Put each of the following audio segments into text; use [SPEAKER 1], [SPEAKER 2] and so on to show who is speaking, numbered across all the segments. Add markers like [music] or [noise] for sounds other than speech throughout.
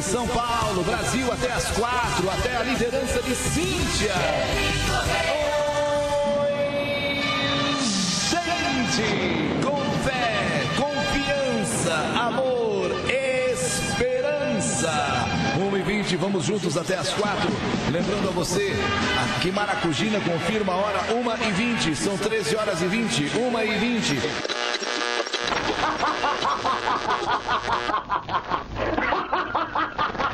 [SPEAKER 1] São Paulo, Brasil até as quatro, até a liderança de Cíntia. Oi, gente, com fé, confiança, amor, esperança. 1 e 20, vamos juntos até as quatro. Lembrando a você, que Maracujina né, confirma a hora 1 e 20, são 13 horas e 20, 1 e 20.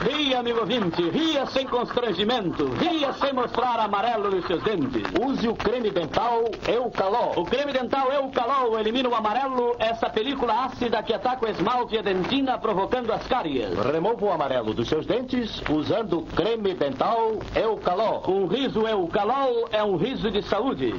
[SPEAKER 2] Ria, amigo ouvinte, ria sem constrangimento, ria sem mostrar amarelo nos seus dentes. Use o creme dental Eucalol. O creme dental Eucalol elimina o amarelo, essa película ácida que ataca o esmalte e a dentina, provocando as cáries. Remova o amarelo dos seus dentes usando o creme dental Eucalol. Um riso Eucalol é um riso de saúde.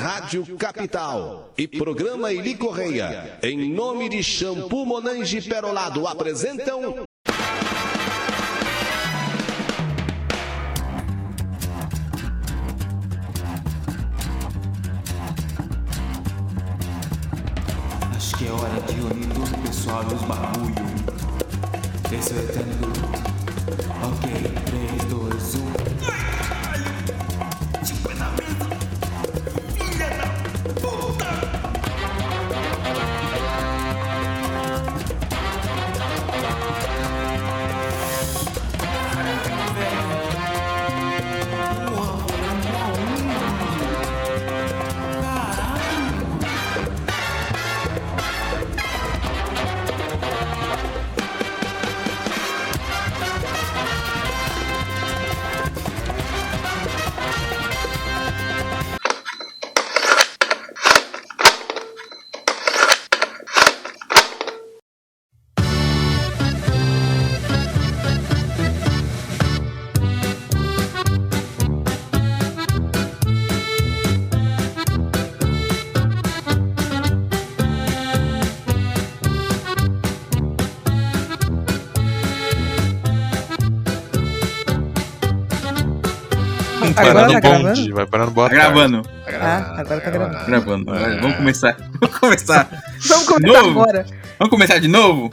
[SPEAKER 1] Rádio Capital e programa Eli Correia, em nome de Shampoo Monange Perolado, apresentam.
[SPEAKER 3] Acho que é hora de unir todo o pessoal os bagulho. Esse é o eterno. Ok, um. 3, 2, 1.
[SPEAKER 4] Parar
[SPEAKER 5] Agora
[SPEAKER 4] no
[SPEAKER 5] tá
[SPEAKER 4] bonde,
[SPEAKER 5] gravando?
[SPEAKER 4] vai parar no boa
[SPEAKER 6] Tá
[SPEAKER 4] tarde.
[SPEAKER 6] gravando,
[SPEAKER 5] Ah, agora tá gravando.
[SPEAKER 6] tá gravando. Vamos começar. [laughs] Vamos começar.
[SPEAKER 5] Vamos começar
[SPEAKER 6] Novo.
[SPEAKER 5] agora.
[SPEAKER 6] Vamos começar de novo?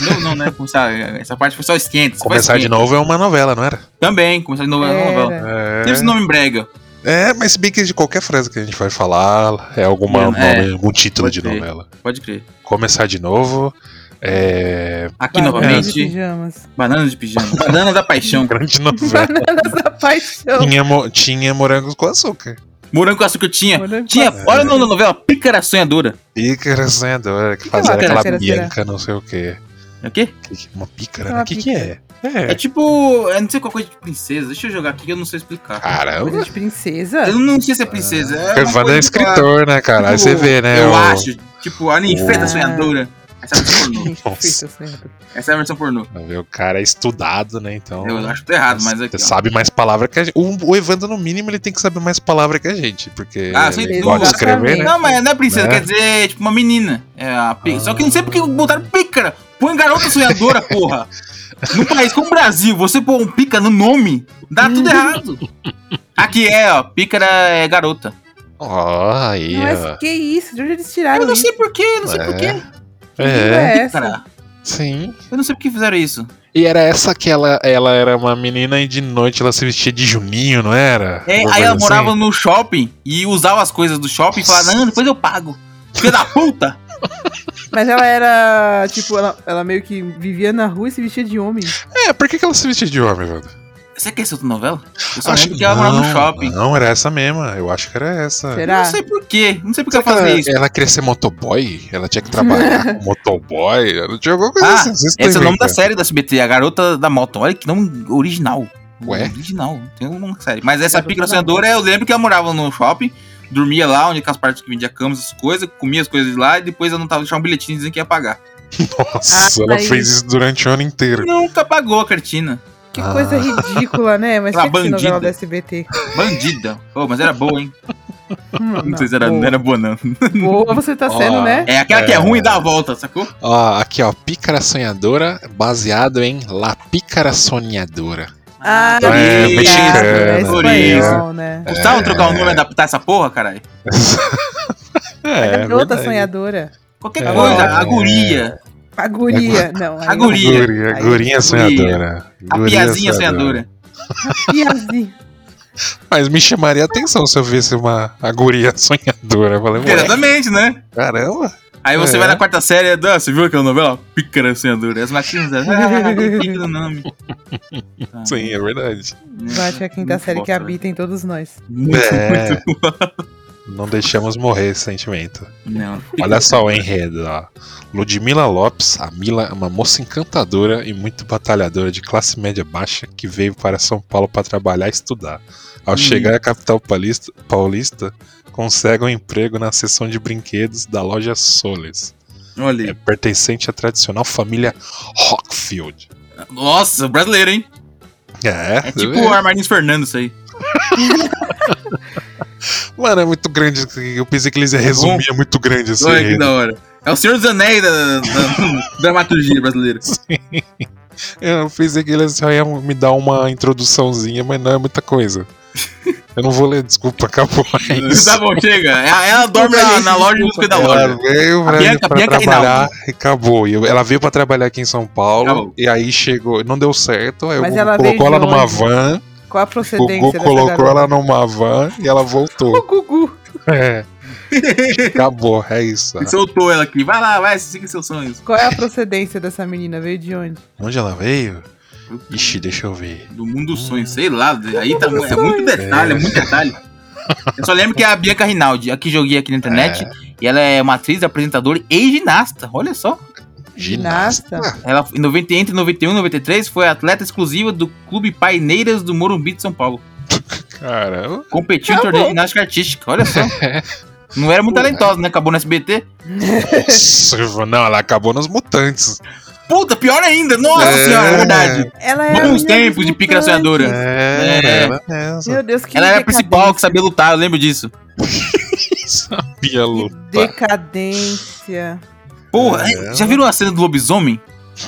[SPEAKER 6] Não, não, né? Começar, essa parte foi só esquenta. só foi
[SPEAKER 4] Começar de
[SPEAKER 6] esquenta.
[SPEAKER 4] novo é uma novela, não era?
[SPEAKER 6] Também, começar de novo é uma
[SPEAKER 5] Era.
[SPEAKER 6] novela. Teve esse nome brega.
[SPEAKER 4] É, mas se bem que de qualquer frase que a gente vai falar, é alguma,
[SPEAKER 6] É.
[SPEAKER 4] nome, algum título
[SPEAKER 6] Pode
[SPEAKER 4] de
[SPEAKER 6] crer.
[SPEAKER 4] novela.
[SPEAKER 6] Pode crer.
[SPEAKER 4] Começar de novo, é.
[SPEAKER 6] Aqui
[SPEAKER 5] Banana de
[SPEAKER 6] novamente,
[SPEAKER 5] pijamas.
[SPEAKER 6] banana de pijama. banana da paixão.
[SPEAKER 4] [laughs] [laughs] Grande novela.
[SPEAKER 5] Bananas da paixão.
[SPEAKER 4] tinha, mo- tinha morangos com açúcar.
[SPEAKER 6] Morango com açúcar tinha.
[SPEAKER 5] Morango com
[SPEAKER 6] tinha,
[SPEAKER 5] açúcar.
[SPEAKER 6] olha no na novela, Pícara Sonhadora.
[SPEAKER 4] Pícara sonhadora, que
[SPEAKER 5] que é uma
[SPEAKER 4] fazia
[SPEAKER 6] pícara?
[SPEAKER 4] aquela
[SPEAKER 5] Será, será?
[SPEAKER 4] bianca, não sei o quê.
[SPEAKER 6] É o quê?
[SPEAKER 4] Que que- Uma pícara?
[SPEAKER 5] É
[SPEAKER 4] né?
[SPEAKER 5] uma
[SPEAKER 4] O que, que é?
[SPEAKER 6] É
[SPEAKER 4] É.
[SPEAKER 6] tipo, eu não sei qual coisa de princesa. Deixa eu jogar aqui que eu não sei explicar.
[SPEAKER 4] Caramba.
[SPEAKER 5] Coisa de princesa?
[SPEAKER 6] Eu não sei se é princesa. É uma
[SPEAKER 4] Evandro é
[SPEAKER 6] coisa tipo,
[SPEAKER 4] escritor, né, cara? Aí
[SPEAKER 6] tipo,
[SPEAKER 4] você vê, né?
[SPEAKER 6] Eu
[SPEAKER 4] o-
[SPEAKER 6] acho. Tipo, a ninfeta
[SPEAKER 5] Ah.
[SPEAKER 6] sonhadora. Essa é a versão pornô.
[SPEAKER 5] Gente, feita, certo.
[SPEAKER 6] Essa é a versão pornô.
[SPEAKER 4] O cara é estudado, né? Então.
[SPEAKER 6] Eu acho que tá errado, mas aqui.
[SPEAKER 4] Você
[SPEAKER 6] ó.
[SPEAKER 4] sabe mais palavra que a gente. O, o Evandro, no mínimo, ele tem que saber mais palavra que a gente, porque
[SPEAKER 6] Ah, sem
[SPEAKER 4] ele
[SPEAKER 6] dúvida.
[SPEAKER 4] gosta de escrever, né?
[SPEAKER 6] Não, mas não é princesa,
[SPEAKER 4] Né?
[SPEAKER 6] quer dizer, tipo, uma menina. É a pi- Só que não sei porque botaram pícara. Põe garota sonhadora, porra. Num país como o Brasil, você pôr um pica no nome, dá tudo errado. Aqui é, ó, pícara é garota.
[SPEAKER 4] Ó, aí,
[SPEAKER 5] Mas
[SPEAKER 4] ó.
[SPEAKER 5] que isso? De onde eles tiraram
[SPEAKER 6] Eu não
[SPEAKER 5] isso?
[SPEAKER 6] sei porquê, não sei porquê.
[SPEAKER 4] É,
[SPEAKER 5] é essa?
[SPEAKER 6] Cara,
[SPEAKER 4] sim.
[SPEAKER 6] eu não sei por que fizeram isso.
[SPEAKER 4] E era essa que ela, ela era uma menina e de noite ela se vestia de juninho, não era?
[SPEAKER 6] É,
[SPEAKER 4] Uma
[SPEAKER 6] aí ela
[SPEAKER 4] coisa
[SPEAKER 6] morava no shopping e usava as coisas do shopping e falava, não, depois eu pago. Filha da puta!
[SPEAKER 5] Mas ela era, tipo, ela, ela meio que vivia na rua e se vestia de homem.
[SPEAKER 4] assim? É, por que, que ela se vestia de homem, Evandro?
[SPEAKER 6] Você quer essa outra novela? Eu só lembro que ela morava no shopping.
[SPEAKER 4] Não, era essa mesma. Eu acho que era essa.
[SPEAKER 5] Será?
[SPEAKER 6] Não sei por quê. Não sei por que
[SPEAKER 4] Será
[SPEAKER 6] eu
[SPEAKER 4] que ela,
[SPEAKER 6] fazia isso.
[SPEAKER 4] ela queria ser motoboy? Ela tinha que trabalhar
[SPEAKER 5] [laughs]
[SPEAKER 4] com motoboy? Ela tinha alguma coisa
[SPEAKER 6] Ah,
[SPEAKER 4] assim. vocês estão
[SPEAKER 6] Esse é o nome da
[SPEAKER 4] inventando.
[SPEAKER 6] série da SBT, a garota da moto. Olha que nome original.
[SPEAKER 4] Ué?
[SPEAKER 6] Original, tem um nome da série. Mas essa
[SPEAKER 5] Garota
[SPEAKER 6] pícara
[SPEAKER 5] da
[SPEAKER 6] sonhadora, eu lembro que ela morava no shopping, dormia lá, onde com as partes que vendia camas, essas coisas, comia as coisas lá, e depois ela não tava deixando um bilhetinho dizendo que ia pagar.
[SPEAKER 4] Nossa,
[SPEAKER 5] Ah,
[SPEAKER 4] ela
[SPEAKER 5] mas-
[SPEAKER 4] fez isso durante o ano inteiro.
[SPEAKER 6] Nunca pagou a cartina.
[SPEAKER 5] Que coisa ridícula, né? Mas
[SPEAKER 6] Uma
[SPEAKER 5] tinha que ser novela
[SPEAKER 6] Ah. bandida.
[SPEAKER 5] do SBT.
[SPEAKER 6] Bandida. Pô, mas era boa, hein?
[SPEAKER 5] Hum,
[SPEAKER 6] Não, sei se era,
[SPEAKER 5] boa,
[SPEAKER 6] não era boa, não.
[SPEAKER 5] boa você tá
[SPEAKER 4] Ó,
[SPEAKER 5] sendo, né?
[SPEAKER 6] É aquela que é ruim e dá a volta, sacou?
[SPEAKER 4] Ó, aqui ó, Pícara Sonhadora, baseado em La Pícara Sonhadora.
[SPEAKER 5] Ah,
[SPEAKER 4] É,
[SPEAKER 5] obrigado,
[SPEAKER 4] mexicano,
[SPEAKER 5] é
[SPEAKER 6] Floriano.
[SPEAKER 5] espanhol, né?
[SPEAKER 6] Gostava de trocar o nome e adaptar essa porra, caralho?
[SPEAKER 4] É,
[SPEAKER 5] Garota
[SPEAKER 4] verdade.
[SPEAKER 5] sonhadora.
[SPEAKER 6] Qualquer
[SPEAKER 4] É,
[SPEAKER 6] coisa,
[SPEAKER 4] é.
[SPEAKER 6] a guria,
[SPEAKER 5] A guria. Não, aí
[SPEAKER 6] É, A guria.
[SPEAKER 4] Guria,
[SPEAKER 5] Aí-
[SPEAKER 4] gurinha sonhadora.
[SPEAKER 6] a
[SPEAKER 4] Guria
[SPEAKER 6] piazinha sonhadora.
[SPEAKER 5] não. Piazinha.
[SPEAKER 4] Mas me chamaria a atenção se eu visse uma a guria sonhadora. Eu falei, ué,
[SPEAKER 6] Exatamente, né?
[SPEAKER 4] caramba.
[SPEAKER 6] Aí você
[SPEAKER 4] É.
[SPEAKER 6] vai na quarta série, ah, você viu aquela novela? Pícara sonhadora. As máquinas, ah, tem pica no nome. Ah,
[SPEAKER 4] [laughs] Sim, é verdade.
[SPEAKER 5] Bate a quinta
[SPEAKER 6] Muito
[SPEAKER 5] série
[SPEAKER 6] bom,
[SPEAKER 5] que
[SPEAKER 4] né?
[SPEAKER 6] cara.
[SPEAKER 5] habita em todos nós.
[SPEAKER 6] Muito,
[SPEAKER 4] É.
[SPEAKER 6] muito.
[SPEAKER 4] [laughs] Não deixamos morrer esse sentimento.
[SPEAKER 6] Não.
[SPEAKER 4] [laughs] Olha só o enredo, ó. Ludmila Lopes, a Mila é uma moça encantadora e muito batalhadora de classe média baixa que veio para São Paulo para trabalhar e estudar. Ao
[SPEAKER 6] Hum.
[SPEAKER 4] chegar à capital paulista, paulista, consegue um emprego na seção de brinquedos da loja Soles.
[SPEAKER 6] Olha
[SPEAKER 4] É
[SPEAKER 6] aí.
[SPEAKER 4] pertencente à tradicional família Rockfield.
[SPEAKER 6] Nossa, brasileiro, hein?
[SPEAKER 4] É,
[SPEAKER 6] É tipo o Armarins Fernando, isso aí.
[SPEAKER 4] Mano, é muito grande. Eu pensei que eles iam resumir, é muito grande esse
[SPEAKER 6] Olha que
[SPEAKER 4] enredo.
[SPEAKER 6] da hora. É o Senhor dos Anéis da, da-
[SPEAKER 4] [laughs]
[SPEAKER 6] da dramaturgia brasileira.
[SPEAKER 4] Eu pensei que eles só iam "Ah, me dar uma introduçãozinha, mas não é
[SPEAKER 6] [laughs]
[SPEAKER 4] muita coisa. Eu não vou ler, desculpa, acabou. É isso.
[SPEAKER 6] Tá bom, chega. Ela, ela dorme na, na loja e busca da
[SPEAKER 4] Ela
[SPEAKER 6] loja.
[SPEAKER 4] veio pra,
[SPEAKER 6] A Bianca-
[SPEAKER 4] pra
[SPEAKER 6] a Bianca
[SPEAKER 4] trabalhar e acabou. E eu- Ela veio pra trabalhar aqui em São Paulo
[SPEAKER 6] Acabou.
[SPEAKER 4] e aí chegou, não deu certo. Aí
[SPEAKER 5] Mas
[SPEAKER 4] o
[SPEAKER 5] ela
[SPEAKER 4] Gugu colocou
[SPEAKER 5] veio de
[SPEAKER 4] ela numa
[SPEAKER 5] onde?
[SPEAKER 4] van,
[SPEAKER 5] Qual a
[SPEAKER 4] o
[SPEAKER 5] procedência
[SPEAKER 4] Gugu
[SPEAKER 5] dessa
[SPEAKER 4] colocou
[SPEAKER 5] garota?
[SPEAKER 4] ela numa van e ela
[SPEAKER 5] [laughs]
[SPEAKER 4] voltou.
[SPEAKER 5] O Gugu.
[SPEAKER 4] É. Acabou, é isso.
[SPEAKER 6] E soltou ela aqui. Vai lá, vai, siga seus sonhos.
[SPEAKER 5] Qual é a procedência dessa menina? Veio de onde?
[SPEAKER 4] Onde ela veio? Ixi, deixa eu ver.
[SPEAKER 6] Do mundo dos sonhos, sei lá. Aí tá, é muito detalhe, é muito detalhe. Eu só lembro que é a Bianca Rinaldi, a que joguei aqui na internet. E ela é uma atriz, apresentadora e ginasta. Olha só.
[SPEAKER 5] Ginasta?
[SPEAKER 6] Ela, em 90, entre 91 e 93, foi atleta exclusiva do Clube Paineiras do Morumbi de São Paulo.
[SPEAKER 4] Caramba.
[SPEAKER 6] Competiu em torneio de ginástica artística, olha só. Não era muito talentosa, né? Acabou no SBT.
[SPEAKER 4] Nossa, [laughs] não, ela acabou nos mutantes.
[SPEAKER 6] Puta, pior ainda! Nossa
[SPEAKER 4] É.
[SPEAKER 6] senhora, é verdade.
[SPEAKER 5] Ela é. a
[SPEAKER 6] Bons
[SPEAKER 5] menina
[SPEAKER 6] tempos de
[SPEAKER 5] dos
[SPEAKER 6] pica sonhadora.
[SPEAKER 4] É,
[SPEAKER 6] É.
[SPEAKER 4] ela mesmo.
[SPEAKER 5] Meu Deus, que
[SPEAKER 6] Ela era a principal que
[SPEAKER 5] decadência.
[SPEAKER 6] sabia lutar, eu lembro disso.
[SPEAKER 4] Sabia
[SPEAKER 5] Que
[SPEAKER 4] lutar.
[SPEAKER 5] decadência.
[SPEAKER 6] Porra,
[SPEAKER 4] É.
[SPEAKER 6] já viram a cena do lobisomem?
[SPEAKER 4] [laughs]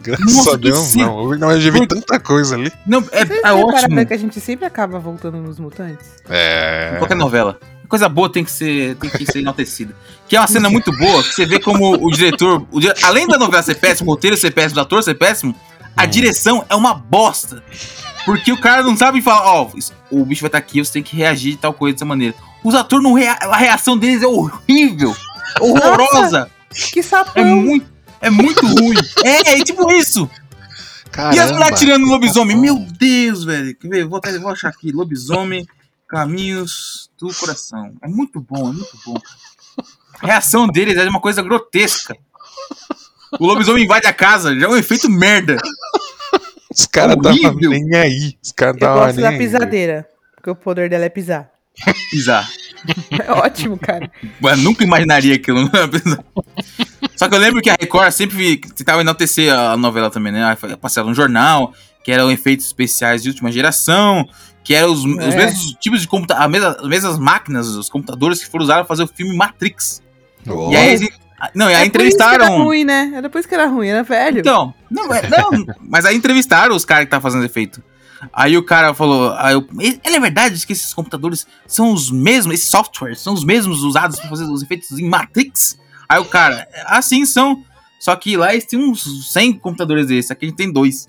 [SPEAKER 4] Graças
[SPEAKER 6] Nossa,
[SPEAKER 4] a Deus,
[SPEAKER 6] que
[SPEAKER 4] não. Eu não eu já vi
[SPEAKER 6] Por-
[SPEAKER 4] tanta coisa ali.
[SPEAKER 6] Não, é,
[SPEAKER 5] Vocês
[SPEAKER 6] é
[SPEAKER 5] repararam
[SPEAKER 6] ótimo.
[SPEAKER 5] que a gente sempre acaba voltando nos mutantes?
[SPEAKER 4] É.
[SPEAKER 6] Qualquer novela. Coisa boa tem que ser, tem que ser enaltecida. Que é uma cena muito boa, que você vê como o diretor. o dire- Além da novela ser péssima, o roteiro ser péssimo, o ator ser péssimo, a direção é uma bosta. Porque o cara não sabe falar, ó, isso- o bicho vai estar aqui, você tem que reagir de tal coisa dessa maneira. Os atores não rea A reação deles é horrível. Horrorosa.
[SPEAKER 5] Que
[SPEAKER 6] É
[SPEAKER 5] sapão!
[SPEAKER 6] muito. É muito ruim.
[SPEAKER 5] [laughs]
[SPEAKER 6] É, é tipo isso. e as
[SPEAKER 4] Caramba.
[SPEAKER 6] mulheres tirando no lobisomem? Meu Deus, velho. Quer ver? Vou, até- vou achar aqui. Lobisomem, caminhos do coração. É muito bom, é muito bom. A reação deles é de uma coisa grotesca. O lobisomem invade a casa, já é um efeito merda.
[SPEAKER 4] Os caras
[SPEAKER 6] é Horrível.
[SPEAKER 4] estavam nem aí. Os caras
[SPEAKER 5] Eu
[SPEAKER 4] estavam
[SPEAKER 5] gosto
[SPEAKER 4] nem
[SPEAKER 5] da
[SPEAKER 4] aí.
[SPEAKER 5] pisadeira. Porque o poder dela é pisar. [laughs]
[SPEAKER 6] Pisar.
[SPEAKER 5] É ótimo, cara.
[SPEAKER 6] Eu nunca imaginaria aquilo. né? [laughs] Só que eu lembro que a Record sempre tentava enaltecer a novela também, né? Aí Passava no jornal, que eram efeitos especiais de última geração, que eram os, os
[SPEAKER 5] É.
[SPEAKER 6] mesmos tipos de computadores, as mesmas, as mesmas máquinas, os computadores que foram usados para fazer o filme Matrix.
[SPEAKER 4] Ó,
[SPEAKER 6] E aí, eles- não, e aí
[SPEAKER 5] É por isso que Era
[SPEAKER 6] entrevistaram. um.
[SPEAKER 5] ruim, né? Era por isso que era ruim, era velho.
[SPEAKER 6] Então, não, é- não, mas aí entrevistaram os caras que estavam fazendo efeito. Aí o cara falou, aí eu, "E- é verdade que esses computadores são os mesmos, esses softwares são os mesmos usados para fazer os efeitos em Matrix? Aí o cara, assim são, só que lá eles têm uns 100 computadores desses, aqui a gente tem dois.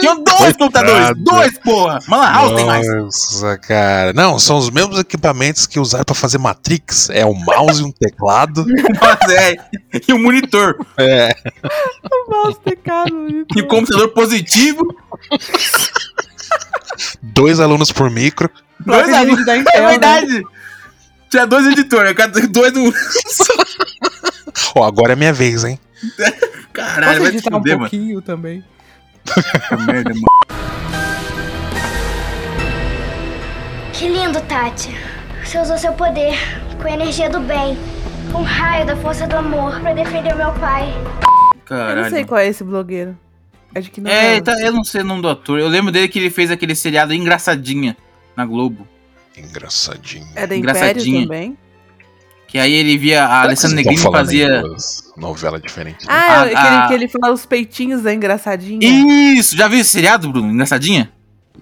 [SPEAKER 6] Tinham dois
[SPEAKER 4] Coitado.
[SPEAKER 6] computadores, dois, porra! Mala House tem mais.
[SPEAKER 4] Nossa, cara. Não, são os mesmos equipamentos que usaram pra fazer Matrix. É um mouse e
[SPEAKER 6] [laughs]
[SPEAKER 4] um teclado.
[SPEAKER 6] Nossa, é, e um monitor,
[SPEAKER 4] É.
[SPEAKER 5] Nossa,
[SPEAKER 6] [laughs]
[SPEAKER 5] cara. muito
[SPEAKER 6] e um
[SPEAKER 5] bom.
[SPEAKER 6] computador positivo,
[SPEAKER 4] Dois alunos por micro.
[SPEAKER 5] Placa
[SPEAKER 6] dois
[SPEAKER 5] de
[SPEAKER 6] alunos.
[SPEAKER 5] vídeo da
[SPEAKER 6] É
[SPEAKER 5] Intel, né?
[SPEAKER 6] verdade. Tinha dois editores, cada- dois no.
[SPEAKER 4] Ó, agora é minha vez, hein?
[SPEAKER 6] Caralho,
[SPEAKER 5] Posso
[SPEAKER 6] vai se
[SPEAKER 5] editar um
[SPEAKER 6] fuder, mano.
[SPEAKER 5] pouquinho também.
[SPEAKER 6] merda, mano.
[SPEAKER 7] Que lindo, Tati. Você usou seu poder com a energia do bem, com o raio da força do amor pra defender meu pai.
[SPEAKER 5] Eu não sei
[SPEAKER 6] Caralho.
[SPEAKER 5] qual é esse blogueiro. É de que não
[SPEAKER 6] É, tá- eu não sei o nome do ator. Eu lembro dele que ele fez aquele seriado Engraçadinha na Globo.
[SPEAKER 4] Engraçadinho.
[SPEAKER 5] é da Império
[SPEAKER 6] engraçadinha.
[SPEAKER 5] também.
[SPEAKER 6] Que aí ele via a Alessandra
[SPEAKER 4] Vocês estão
[SPEAKER 6] Negrini
[SPEAKER 4] falando em
[SPEAKER 6] fazia.
[SPEAKER 4] duas Novela diferente. né?
[SPEAKER 5] Ah,
[SPEAKER 6] Ah,
[SPEAKER 5] aquele
[SPEAKER 6] ah.
[SPEAKER 5] que ele fala os peitinhos, né? Engraçadinho.
[SPEAKER 6] Isso! Já viu esse seriado, Bruno? Engraçadinha?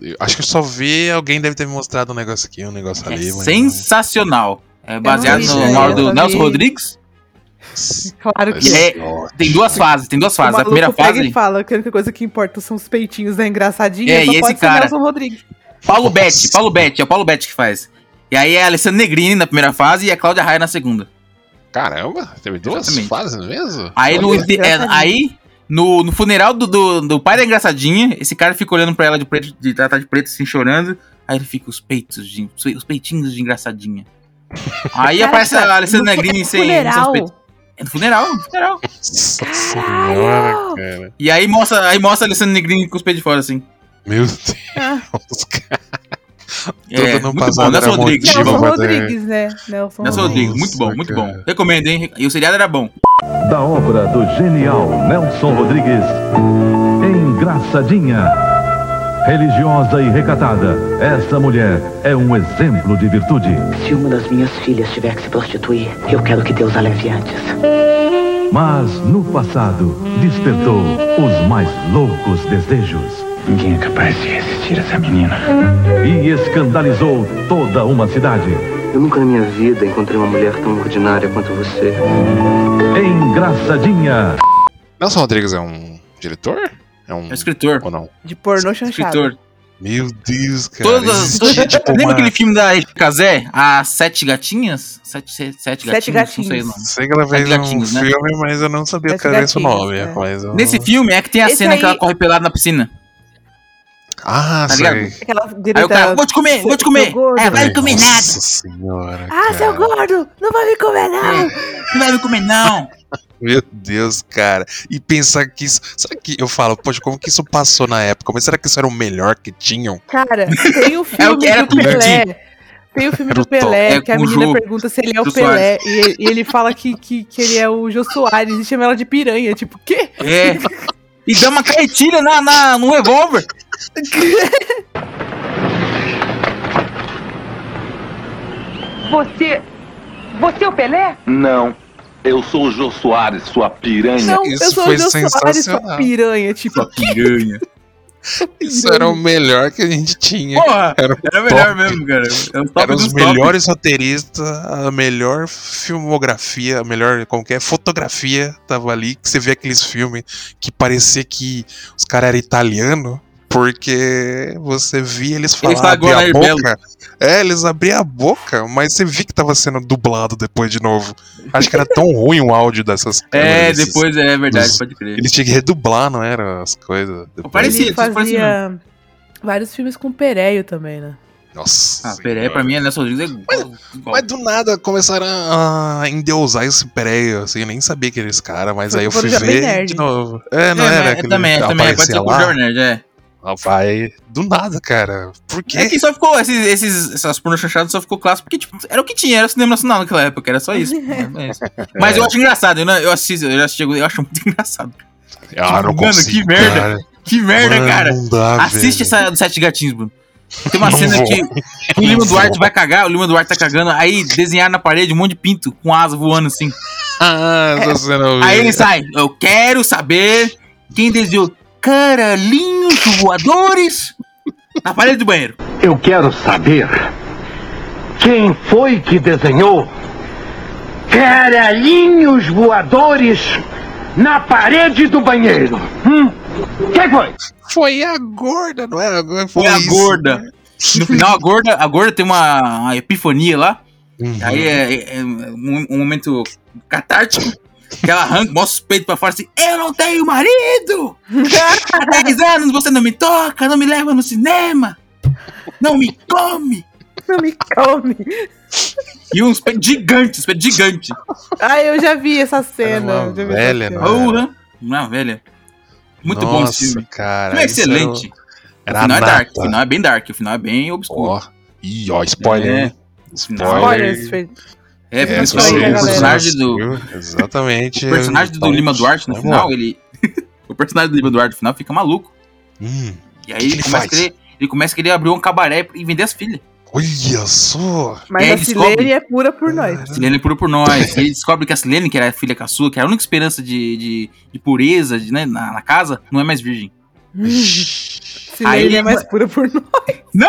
[SPEAKER 4] Eu Acho que eu só vi, alguém deve ter me mostrado um negócio aqui, um negócio
[SPEAKER 6] É
[SPEAKER 4] ali. mas-
[SPEAKER 6] sensacional. É baseado
[SPEAKER 4] vi
[SPEAKER 6] no
[SPEAKER 4] isso aí,
[SPEAKER 6] manual
[SPEAKER 4] eu
[SPEAKER 6] do
[SPEAKER 5] só
[SPEAKER 6] Nelson
[SPEAKER 5] vi-
[SPEAKER 6] Rodrigues.
[SPEAKER 5] Claro que
[SPEAKER 6] É,
[SPEAKER 4] Ótimo.
[SPEAKER 6] Tem duas fases, tem duas
[SPEAKER 5] O
[SPEAKER 6] fases. A
[SPEAKER 5] maluco
[SPEAKER 6] primeira
[SPEAKER 5] pega
[SPEAKER 6] fase.
[SPEAKER 5] e fala que a única coisa que importa são os peitinhos, né? Engraçadinho.
[SPEAKER 6] É,
[SPEAKER 5] só
[SPEAKER 6] e esse
[SPEAKER 5] pode ser
[SPEAKER 6] cara?
[SPEAKER 5] Nelson Rodrigues.
[SPEAKER 6] Paulo
[SPEAKER 4] Nossa.
[SPEAKER 6] Betti, Paulo Betti, é o Paulo Betti que faz. E aí é a Alessandra Negrini na primeira fase e a Cláudia Raia na segunda.
[SPEAKER 4] Caramba, teve duas
[SPEAKER 6] Exatamente.
[SPEAKER 4] fases mesmo?
[SPEAKER 6] Aí no,
[SPEAKER 4] Olha,
[SPEAKER 6] é,
[SPEAKER 5] engraçadinho.
[SPEAKER 6] aí, no, no funeral do, do, do pai da engraçadinha, esse cara fica olhando pra ela de preto, de tratar de preto, assim, chorando. Aí ele fica os peitos, de, os peitinhos de engraçadinha. Aí
[SPEAKER 8] Cara,
[SPEAKER 6] aparece a Alessandra
[SPEAKER 8] no fu-
[SPEAKER 6] Negrini
[SPEAKER 8] é
[SPEAKER 6] sem, sem os
[SPEAKER 8] funeral.
[SPEAKER 6] peitos. É no funeral, no funeral.
[SPEAKER 4] Nossa senhora, cara.
[SPEAKER 6] E aí mostra, aí mostra a Alessandra Negrini com os peitos de fora, assim.
[SPEAKER 4] Meu Deus, cara. Tudo
[SPEAKER 6] É,
[SPEAKER 4] não
[SPEAKER 6] muito
[SPEAKER 4] passado
[SPEAKER 6] bom, Nelson
[SPEAKER 4] era
[SPEAKER 6] Rodrigues.
[SPEAKER 4] motivo
[SPEAKER 8] Tipo,
[SPEAKER 5] Nelson
[SPEAKER 4] pra ter-
[SPEAKER 5] Rodrigues, né? Nelson
[SPEAKER 6] Nelson
[SPEAKER 5] Rodrigues.
[SPEAKER 6] Rodrigues, muito bom,
[SPEAKER 4] Nossa,
[SPEAKER 6] muito
[SPEAKER 4] cara.
[SPEAKER 6] bom. Recomendo, hein? E o seriado era bom.
[SPEAKER 9] da obra do genial Nelson Rodrigues. Engraçadinha. Religiosa e recatada, essa mulher é um exemplo de virtude.
[SPEAKER 10] Se uma das minhas filhas tiver que se prostituir, eu quero que Deus a leve antes.
[SPEAKER 9] Mas no passado, despertou os mais loucos desejos
[SPEAKER 10] Ninguém é capaz de resistir a essa menina.
[SPEAKER 9] e escandalizou toda uma cidade.
[SPEAKER 10] Eu nunca na minha vida encontrei uma mulher tão ordinária quanto você.
[SPEAKER 9] Engraçadinha.
[SPEAKER 4] Nelson Rodrigues é um diretor? É um.
[SPEAKER 6] É um escritor.
[SPEAKER 4] Ou não?
[SPEAKER 5] De pornô chanchado.
[SPEAKER 6] Escritor.
[SPEAKER 4] Meu Deus, cara.
[SPEAKER 6] Todas.
[SPEAKER 4] existia, tipo,
[SPEAKER 6] Lembra
[SPEAKER 4] uma-
[SPEAKER 6] aquele filme da Rita Cazé? As Sete Gatinhas? Sete, se- sete,
[SPEAKER 5] Sete
[SPEAKER 6] gatinhos, não sei o
[SPEAKER 5] Gatinhos.
[SPEAKER 6] nome.
[SPEAKER 4] Sei que ela fez um
[SPEAKER 6] gatinhos, né?
[SPEAKER 4] filme, mas eu não sabia
[SPEAKER 5] Sete
[SPEAKER 4] que era esse o
[SPEAKER 5] gatinhos,
[SPEAKER 4] nome.
[SPEAKER 5] né?
[SPEAKER 4] Rapaz, eu...
[SPEAKER 6] Nesse filme é que tem a
[SPEAKER 5] Esse
[SPEAKER 6] cena que
[SPEAKER 5] aí-
[SPEAKER 6] ela corre pelada na piscina.
[SPEAKER 4] Ah,
[SPEAKER 6] Tá
[SPEAKER 4] sei.
[SPEAKER 6] ligado?
[SPEAKER 5] Aquela
[SPEAKER 6] Aí
[SPEAKER 5] grita,
[SPEAKER 6] o cara, vou te comer, vou te comer.
[SPEAKER 5] Seu gordo.
[SPEAKER 6] É, vai me comer
[SPEAKER 4] Nossa
[SPEAKER 6] nada.
[SPEAKER 4] senhora.
[SPEAKER 5] Ah, seu
[SPEAKER 4] cara.
[SPEAKER 5] gordo! Não vai me comer, não!
[SPEAKER 6] Não vai me comer, não. [laughs]
[SPEAKER 4] Meu Deus, cara. E pensar que isso. Será que eu falo, poxa, como que isso passou na época? Mas será que isso era o melhor que tinham?
[SPEAKER 5] Cara, tem
[SPEAKER 6] [laughs] É
[SPEAKER 5] o
[SPEAKER 6] o
[SPEAKER 5] filme
[SPEAKER 6] que era
[SPEAKER 5] do Pelé. Tem o filme
[SPEAKER 4] Era o
[SPEAKER 5] do Pelé,
[SPEAKER 6] Tom.
[SPEAKER 5] que
[SPEAKER 6] É,
[SPEAKER 5] a
[SPEAKER 6] o
[SPEAKER 5] menina
[SPEAKER 6] Jô.
[SPEAKER 5] pergunta se ele é o
[SPEAKER 6] Jô
[SPEAKER 5] Pelé. E ele, e ele fala que, que, que ele é o Jô Soares e chama ela de piranha. Tipo, o quê?
[SPEAKER 6] É. E dá uma caetilha na, na, no revólver.
[SPEAKER 8] Você. Você é o Pelé?
[SPEAKER 9] Não. Eu sou o Jô Soares, sua piranha.
[SPEAKER 5] Não,
[SPEAKER 4] isso
[SPEAKER 5] Então, eu sou o
[SPEAKER 4] foi
[SPEAKER 5] Jô Soares, sua
[SPEAKER 4] sensacional.
[SPEAKER 5] piranha. Tipo,
[SPEAKER 6] piranha.
[SPEAKER 4] Isso era o melhor que a gente tinha.
[SPEAKER 6] Porra,
[SPEAKER 4] Era o
[SPEAKER 6] era melhor
[SPEAKER 4] top.
[SPEAKER 6] mesmo, cara. Era, o top
[SPEAKER 4] Eram os
[SPEAKER 6] dos top.
[SPEAKER 4] melhores roteiristas, a melhor filmografia, a melhor qualquer fotografia tava ali. Que você vê aqueles filmes que parecia que os caras eram italianos, porque você via eles falar
[SPEAKER 6] falam
[SPEAKER 4] abrir a
[SPEAKER 6] Guarda Belo.
[SPEAKER 4] boca. É, eles abriam a boca, mas você via que tava sendo dublado depois de novo. Acho que
[SPEAKER 5] [laughs]
[SPEAKER 4] era tão ruim o áudio dessas
[SPEAKER 6] É,
[SPEAKER 4] câmeras, esses-
[SPEAKER 6] depois é verdade,
[SPEAKER 4] dos-
[SPEAKER 6] pode crer.
[SPEAKER 4] Eles tinham que redublar, não era? As coisas. depois.
[SPEAKER 6] Parecia, tipo,
[SPEAKER 5] ele
[SPEAKER 6] parecia
[SPEAKER 5] fazia vários filmes com o Pereio também, né?
[SPEAKER 4] Nossa.
[SPEAKER 6] Ah, Pelé pra
[SPEAKER 4] senhora.
[SPEAKER 6] mim é Nelson Rodrigues. É igual, igual.
[SPEAKER 4] Mas do nada começaram a a endeusar esse Pereio, assim, eu nem sabia que era esse cara, mas aí eu
[SPEAKER 5] Foram
[SPEAKER 4] fui
[SPEAKER 5] já bem
[SPEAKER 4] ver
[SPEAKER 5] nerd.
[SPEAKER 4] de novo. É, não
[SPEAKER 6] é,
[SPEAKER 4] era?
[SPEAKER 6] mas-
[SPEAKER 4] aquele-
[SPEAKER 6] também, também, pode
[SPEAKER 4] aparecia
[SPEAKER 6] ser com o
[SPEAKER 4] lá,
[SPEAKER 6] Jovem Nerd, é.
[SPEAKER 4] ah, Vai do nada, cara. Por quê?
[SPEAKER 6] É que só ficou, esses, esses, essas porno chanchadas só ficou clássico porque, tipo, era o que tinha, era o cinema nacional naquela época, era só
[SPEAKER 5] [laughs]
[SPEAKER 6] isso. Era isso. Mas
[SPEAKER 4] É.
[SPEAKER 6] eu acho engraçado, eu, não- eu assisto, eu já assisti, eu acho muito [laughs] engraçado.
[SPEAKER 4] Ah, não
[SPEAKER 6] Mano, que
[SPEAKER 4] consigo,
[SPEAKER 6] merda.
[SPEAKER 4] cara.
[SPEAKER 6] Que merda,
[SPEAKER 4] Mano,
[SPEAKER 6] cara.
[SPEAKER 4] Não dá,
[SPEAKER 6] Assiste
[SPEAKER 4] velho.
[SPEAKER 6] essa dos Sete Gatinhos, Bruno. Tem uma
[SPEAKER 4] Não
[SPEAKER 6] cena
[SPEAKER 4] vou.
[SPEAKER 6] que o
[SPEAKER 4] [laughs] Não
[SPEAKER 6] Lima
[SPEAKER 4] vou.
[SPEAKER 6] Duarte vai cagar, o Lima Duarte tá cagando, aí desenharam na parede um monte de pinto com asa voando assim.
[SPEAKER 4] Ah, essa cena eu vi.
[SPEAKER 6] É, Aí ele sai, eu quero saber quem desenhou caralhinhos voadores na parede do banheiro.
[SPEAKER 9] Eu quero saber quem foi que desenhou caralhinhos voadores na parede do banheiro. Hum? Quem foi?
[SPEAKER 4] Foi a gorda, não era? Agora
[SPEAKER 6] Foi a
[SPEAKER 4] isso.
[SPEAKER 6] gorda. No final, a gorda, a gorda tem uma, uma epifania lá.
[SPEAKER 4] Uhum.
[SPEAKER 6] Aí é, é- é um, um momento catártico. Que ela arranca, mostra os peitos pra fora assim: Eu não tenho marido! Há 10 anos você não me toca, não me leva no cinema, não me come!
[SPEAKER 5] Não me calme.
[SPEAKER 6] E uns peitos gigantes, peitos gigantes.
[SPEAKER 5] Ah, eu já vi essa
[SPEAKER 4] Era
[SPEAKER 5] cena.
[SPEAKER 4] uma
[SPEAKER 5] eu já vi essa
[SPEAKER 4] velha,
[SPEAKER 5] cena.
[SPEAKER 4] não é?
[SPEAKER 6] Porra! Uma velha. Muito bom esse
[SPEAKER 4] Nossa,
[SPEAKER 6] filme.
[SPEAKER 4] cara.
[SPEAKER 6] Filme
[SPEAKER 4] isso é era-
[SPEAKER 6] excelente.
[SPEAKER 4] Era
[SPEAKER 6] o final é dark, o
[SPEAKER 4] nata.
[SPEAKER 6] final é bem dark, o final é bem obscuro.
[SPEAKER 4] Ó. Ih, ó, spoiler.
[SPEAKER 6] É.
[SPEAKER 4] hein?
[SPEAKER 6] Spoiler.
[SPEAKER 5] Spoilers, Fred.
[SPEAKER 6] É, porque
[SPEAKER 5] É,
[SPEAKER 6] o
[SPEAKER 5] você-
[SPEAKER 4] você-
[SPEAKER 6] personagem
[SPEAKER 4] você
[SPEAKER 6] do,
[SPEAKER 4] assistiu, Exatamente.
[SPEAKER 6] O personagem do
[SPEAKER 4] Então,
[SPEAKER 6] Lima Duarte no
[SPEAKER 4] vamos
[SPEAKER 6] final,
[SPEAKER 4] lá.
[SPEAKER 6] ele. [laughs] o personagem do Lima Duarte no final fica maluco.
[SPEAKER 4] Hum,
[SPEAKER 6] E aí
[SPEAKER 4] Que que
[SPEAKER 6] ele,
[SPEAKER 4] ele
[SPEAKER 6] começa a
[SPEAKER 4] faz?
[SPEAKER 6] querer, ele começa a querer abrir um cabaré e vender as filhas.
[SPEAKER 4] Olha só!
[SPEAKER 5] Mas
[SPEAKER 6] E aí
[SPEAKER 5] a Silene é pura por nós.
[SPEAKER 6] A Silene é pura por nós. E ele descobre que a Silene, que era a filha caçula, que era a única esperança de, de, de pureza de, né, na, na casa, não é mais virgem. Aí
[SPEAKER 5] Silene
[SPEAKER 6] ele
[SPEAKER 5] é mais pura por nós.
[SPEAKER 4] [laughs]
[SPEAKER 6] Não!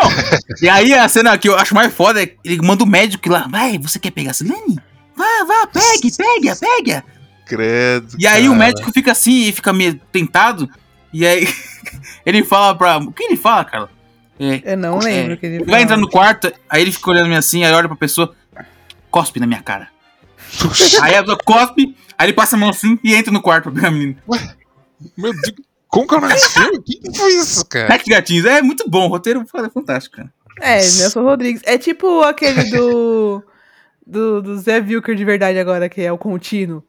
[SPEAKER 6] E aí a cena que eu acho mais foda é ele manda o médico lá, vai, você quer pegar a Silene? Vá, vá, pegue, pega, pega!
[SPEAKER 4] Credo.
[SPEAKER 6] E aí o
[SPEAKER 4] cara.
[SPEAKER 6] médico fica assim e fica meio tentado. E aí [laughs] ele fala pra. O que ele fala, cara? É,
[SPEAKER 5] Eu não lembro
[SPEAKER 6] é,
[SPEAKER 5] o que ele
[SPEAKER 6] ele vai
[SPEAKER 5] fala.
[SPEAKER 6] entrar no quarto, aí ele fica olhando assim, aí olha pra pessoa, cospe na minha cara. aí a pessoa cospe, aí ele passa a mão assim e entra no quarto pra pegar a menina.
[SPEAKER 4] Meu Deus, como que é o nome desse filme? O que que foi isso, cara?
[SPEAKER 6] Sete gatinhos, é muito bom, o roteiro é fantástico, cara.
[SPEAKER 5] É, Nelson Rodrigues. É tipo aquele
[SPEAKER 6] [laughs]
[SPEAKER 5] do. Do, do Zé Wilker de verdade agora, que é o contínuo.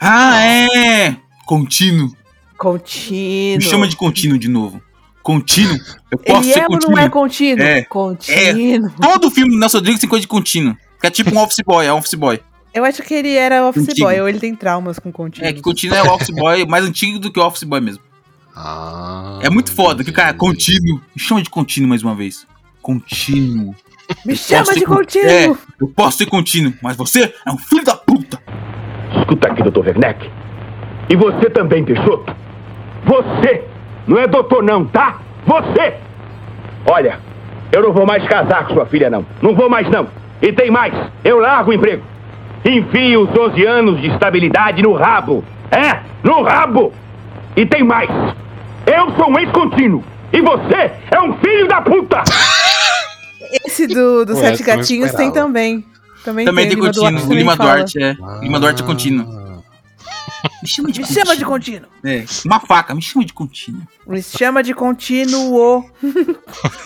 [SPEAKER 6] Ah, é! Contínuo.
[SPEAKER 5] Contínuo.
[SPEAKER 6] Me chama de contínuo de novo. Contínuo? Eu posso
[SPEAKER 5] Ele
[SPEAKER 6] ser
[SPEAKER 5] é ou
[SPEAKER 6] contínuo?
[SPEAKER 5] não é contínuo?
[SPEAKER 6] É.
[SPEAKER 5] Contínuo.
[SPEAKER 6] Todo filme do Nelson Rodrigues tem coisa de contínuo. Que é tipo um office boy, é um office boy.
[SPEAKER 5] Eu acho que ele era office
[SPEAKER 6] Contínuo.
[SPEAKER 5] boy, ou ele tem traumas com contínuo.
[SPEAKER 6] É, que contínuo é o office boy mais antigo do que o office boy mesmo.
[SPEAKER 4] Ah,
[SPEAKER 6] É muito foda, que cara,
[SPEAKER 4] entendi.
[SPEAKER 6] contínuo. Me chama de contínuo mais uma vez. Contínuo.
[SPEAKER 5] Me
[SPEAKER 6] Eu
[SPEAKER 5] chama
[SPEAKER 6] posso
[SPEAKER 5] de
[SPEAKER 6] ter con-
[SPEAKER 5] contínuo!
[SPEAKER 6] É, eu posso ser contínuo, mas você é um filho da puta.
[SPEAKER 9] Escuta aqui, doutor Werneck. E você também, Peixoto. Você! Não é doutor, não, tá? Você! Olha, eu não vou mais casar com sua filha, não. Não vou mais, não. E tem mais. Eu largo o emprego. Enfio os 12 anos de estabilidade no rabo. É, no rabo! E tem mais. Eu sou um ex-contínuo. E você é um filho da puta!
[SPEAKER 6] É.
[SPEAKER 5] Esse do, do
[SPEAKER 4] Ué,
[SPEAKER 5] Sete
[SPEAKER 4] tu não
[SPEAKER 5] Gatinhos tem
[SPEAKER 4] esperava.
[SPEAKER 5] também. Também,
[SPEAKER 6] Também tem
[SPEAKER 5] Lima Duarte
[SPEAKER 6] contínuo.
[SPEAKER 5] também
[SPEAKER 6] Lima
[SPEAKER 5] fala.
[SPEAKER 6] Duarte, é.
[SPEAKER 4] ah,
[SPEAKER 6] Lima Duarte é contínuo. Me chama de
[SPEAKER 5] Me chama de contínuo.
[SPEAKER 6] É, uma faca, me chama de contínuo.
[SPEAKER 5] Me chama de contínuo.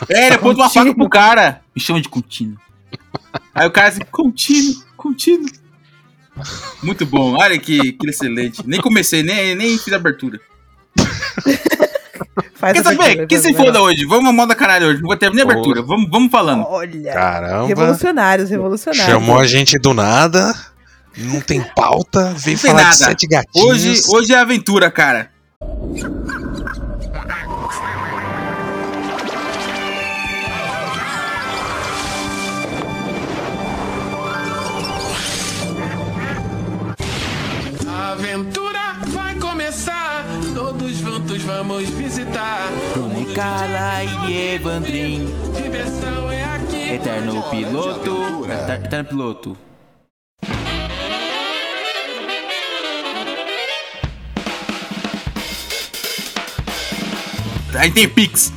[SPEAKER 6] É, ele aponta uma faca
[SPEAKER 5] Contínuo.
[SPEAKER 6] pro cara. Me chama de contínuo. Aí o cara assim, contínuo, contínuo. Muito bom, olha que, que excelente. Nem comecei, nem, nem fiz a abertura.
[SPEAKER 5] Faz
[SPEAKER 6] Quer
[SPEAKER 5] essa
[SPEAKER 6] saber?
[SPEAKER 5] é abertura,
[SPEAKER 6] Que se
[SPEAKER 5] vai lá.
[SPEAKER 6] foda hoje. Vamos a moda caralho hoje. Não vou terminar a
[SPEAKER 4] Porra.
[SPEAKER 6] abertura. Vamos, vamos falando.
[SPEAKER 5] Olha.
[SPEAKER 4] Caramba.
[SPEAKER 5] Revolucionários, revolucionários.
[SPEAKER 4] Chamou a gente do nada. Não tem pauta. Veio
[SPEAKER 6] tem
[SPEAKER 4] falar de
[SPEAKER 6] nada.
[SPEAKER 4] sete gatinhos.
[SPEAKER 6] Hoje, hoje é aventura, cara.
[SPEAKER 11] A aventura vai começar, todos juntos vamos visitar.
[SPEAKER 3] Cara e Evandrin,
[SPEAKER 11] Diversão é aqui.
[SPEAKER 3] eterno piloto. Eter- Eterno piloto.
[SPEAKER 6] Aí tem Pix.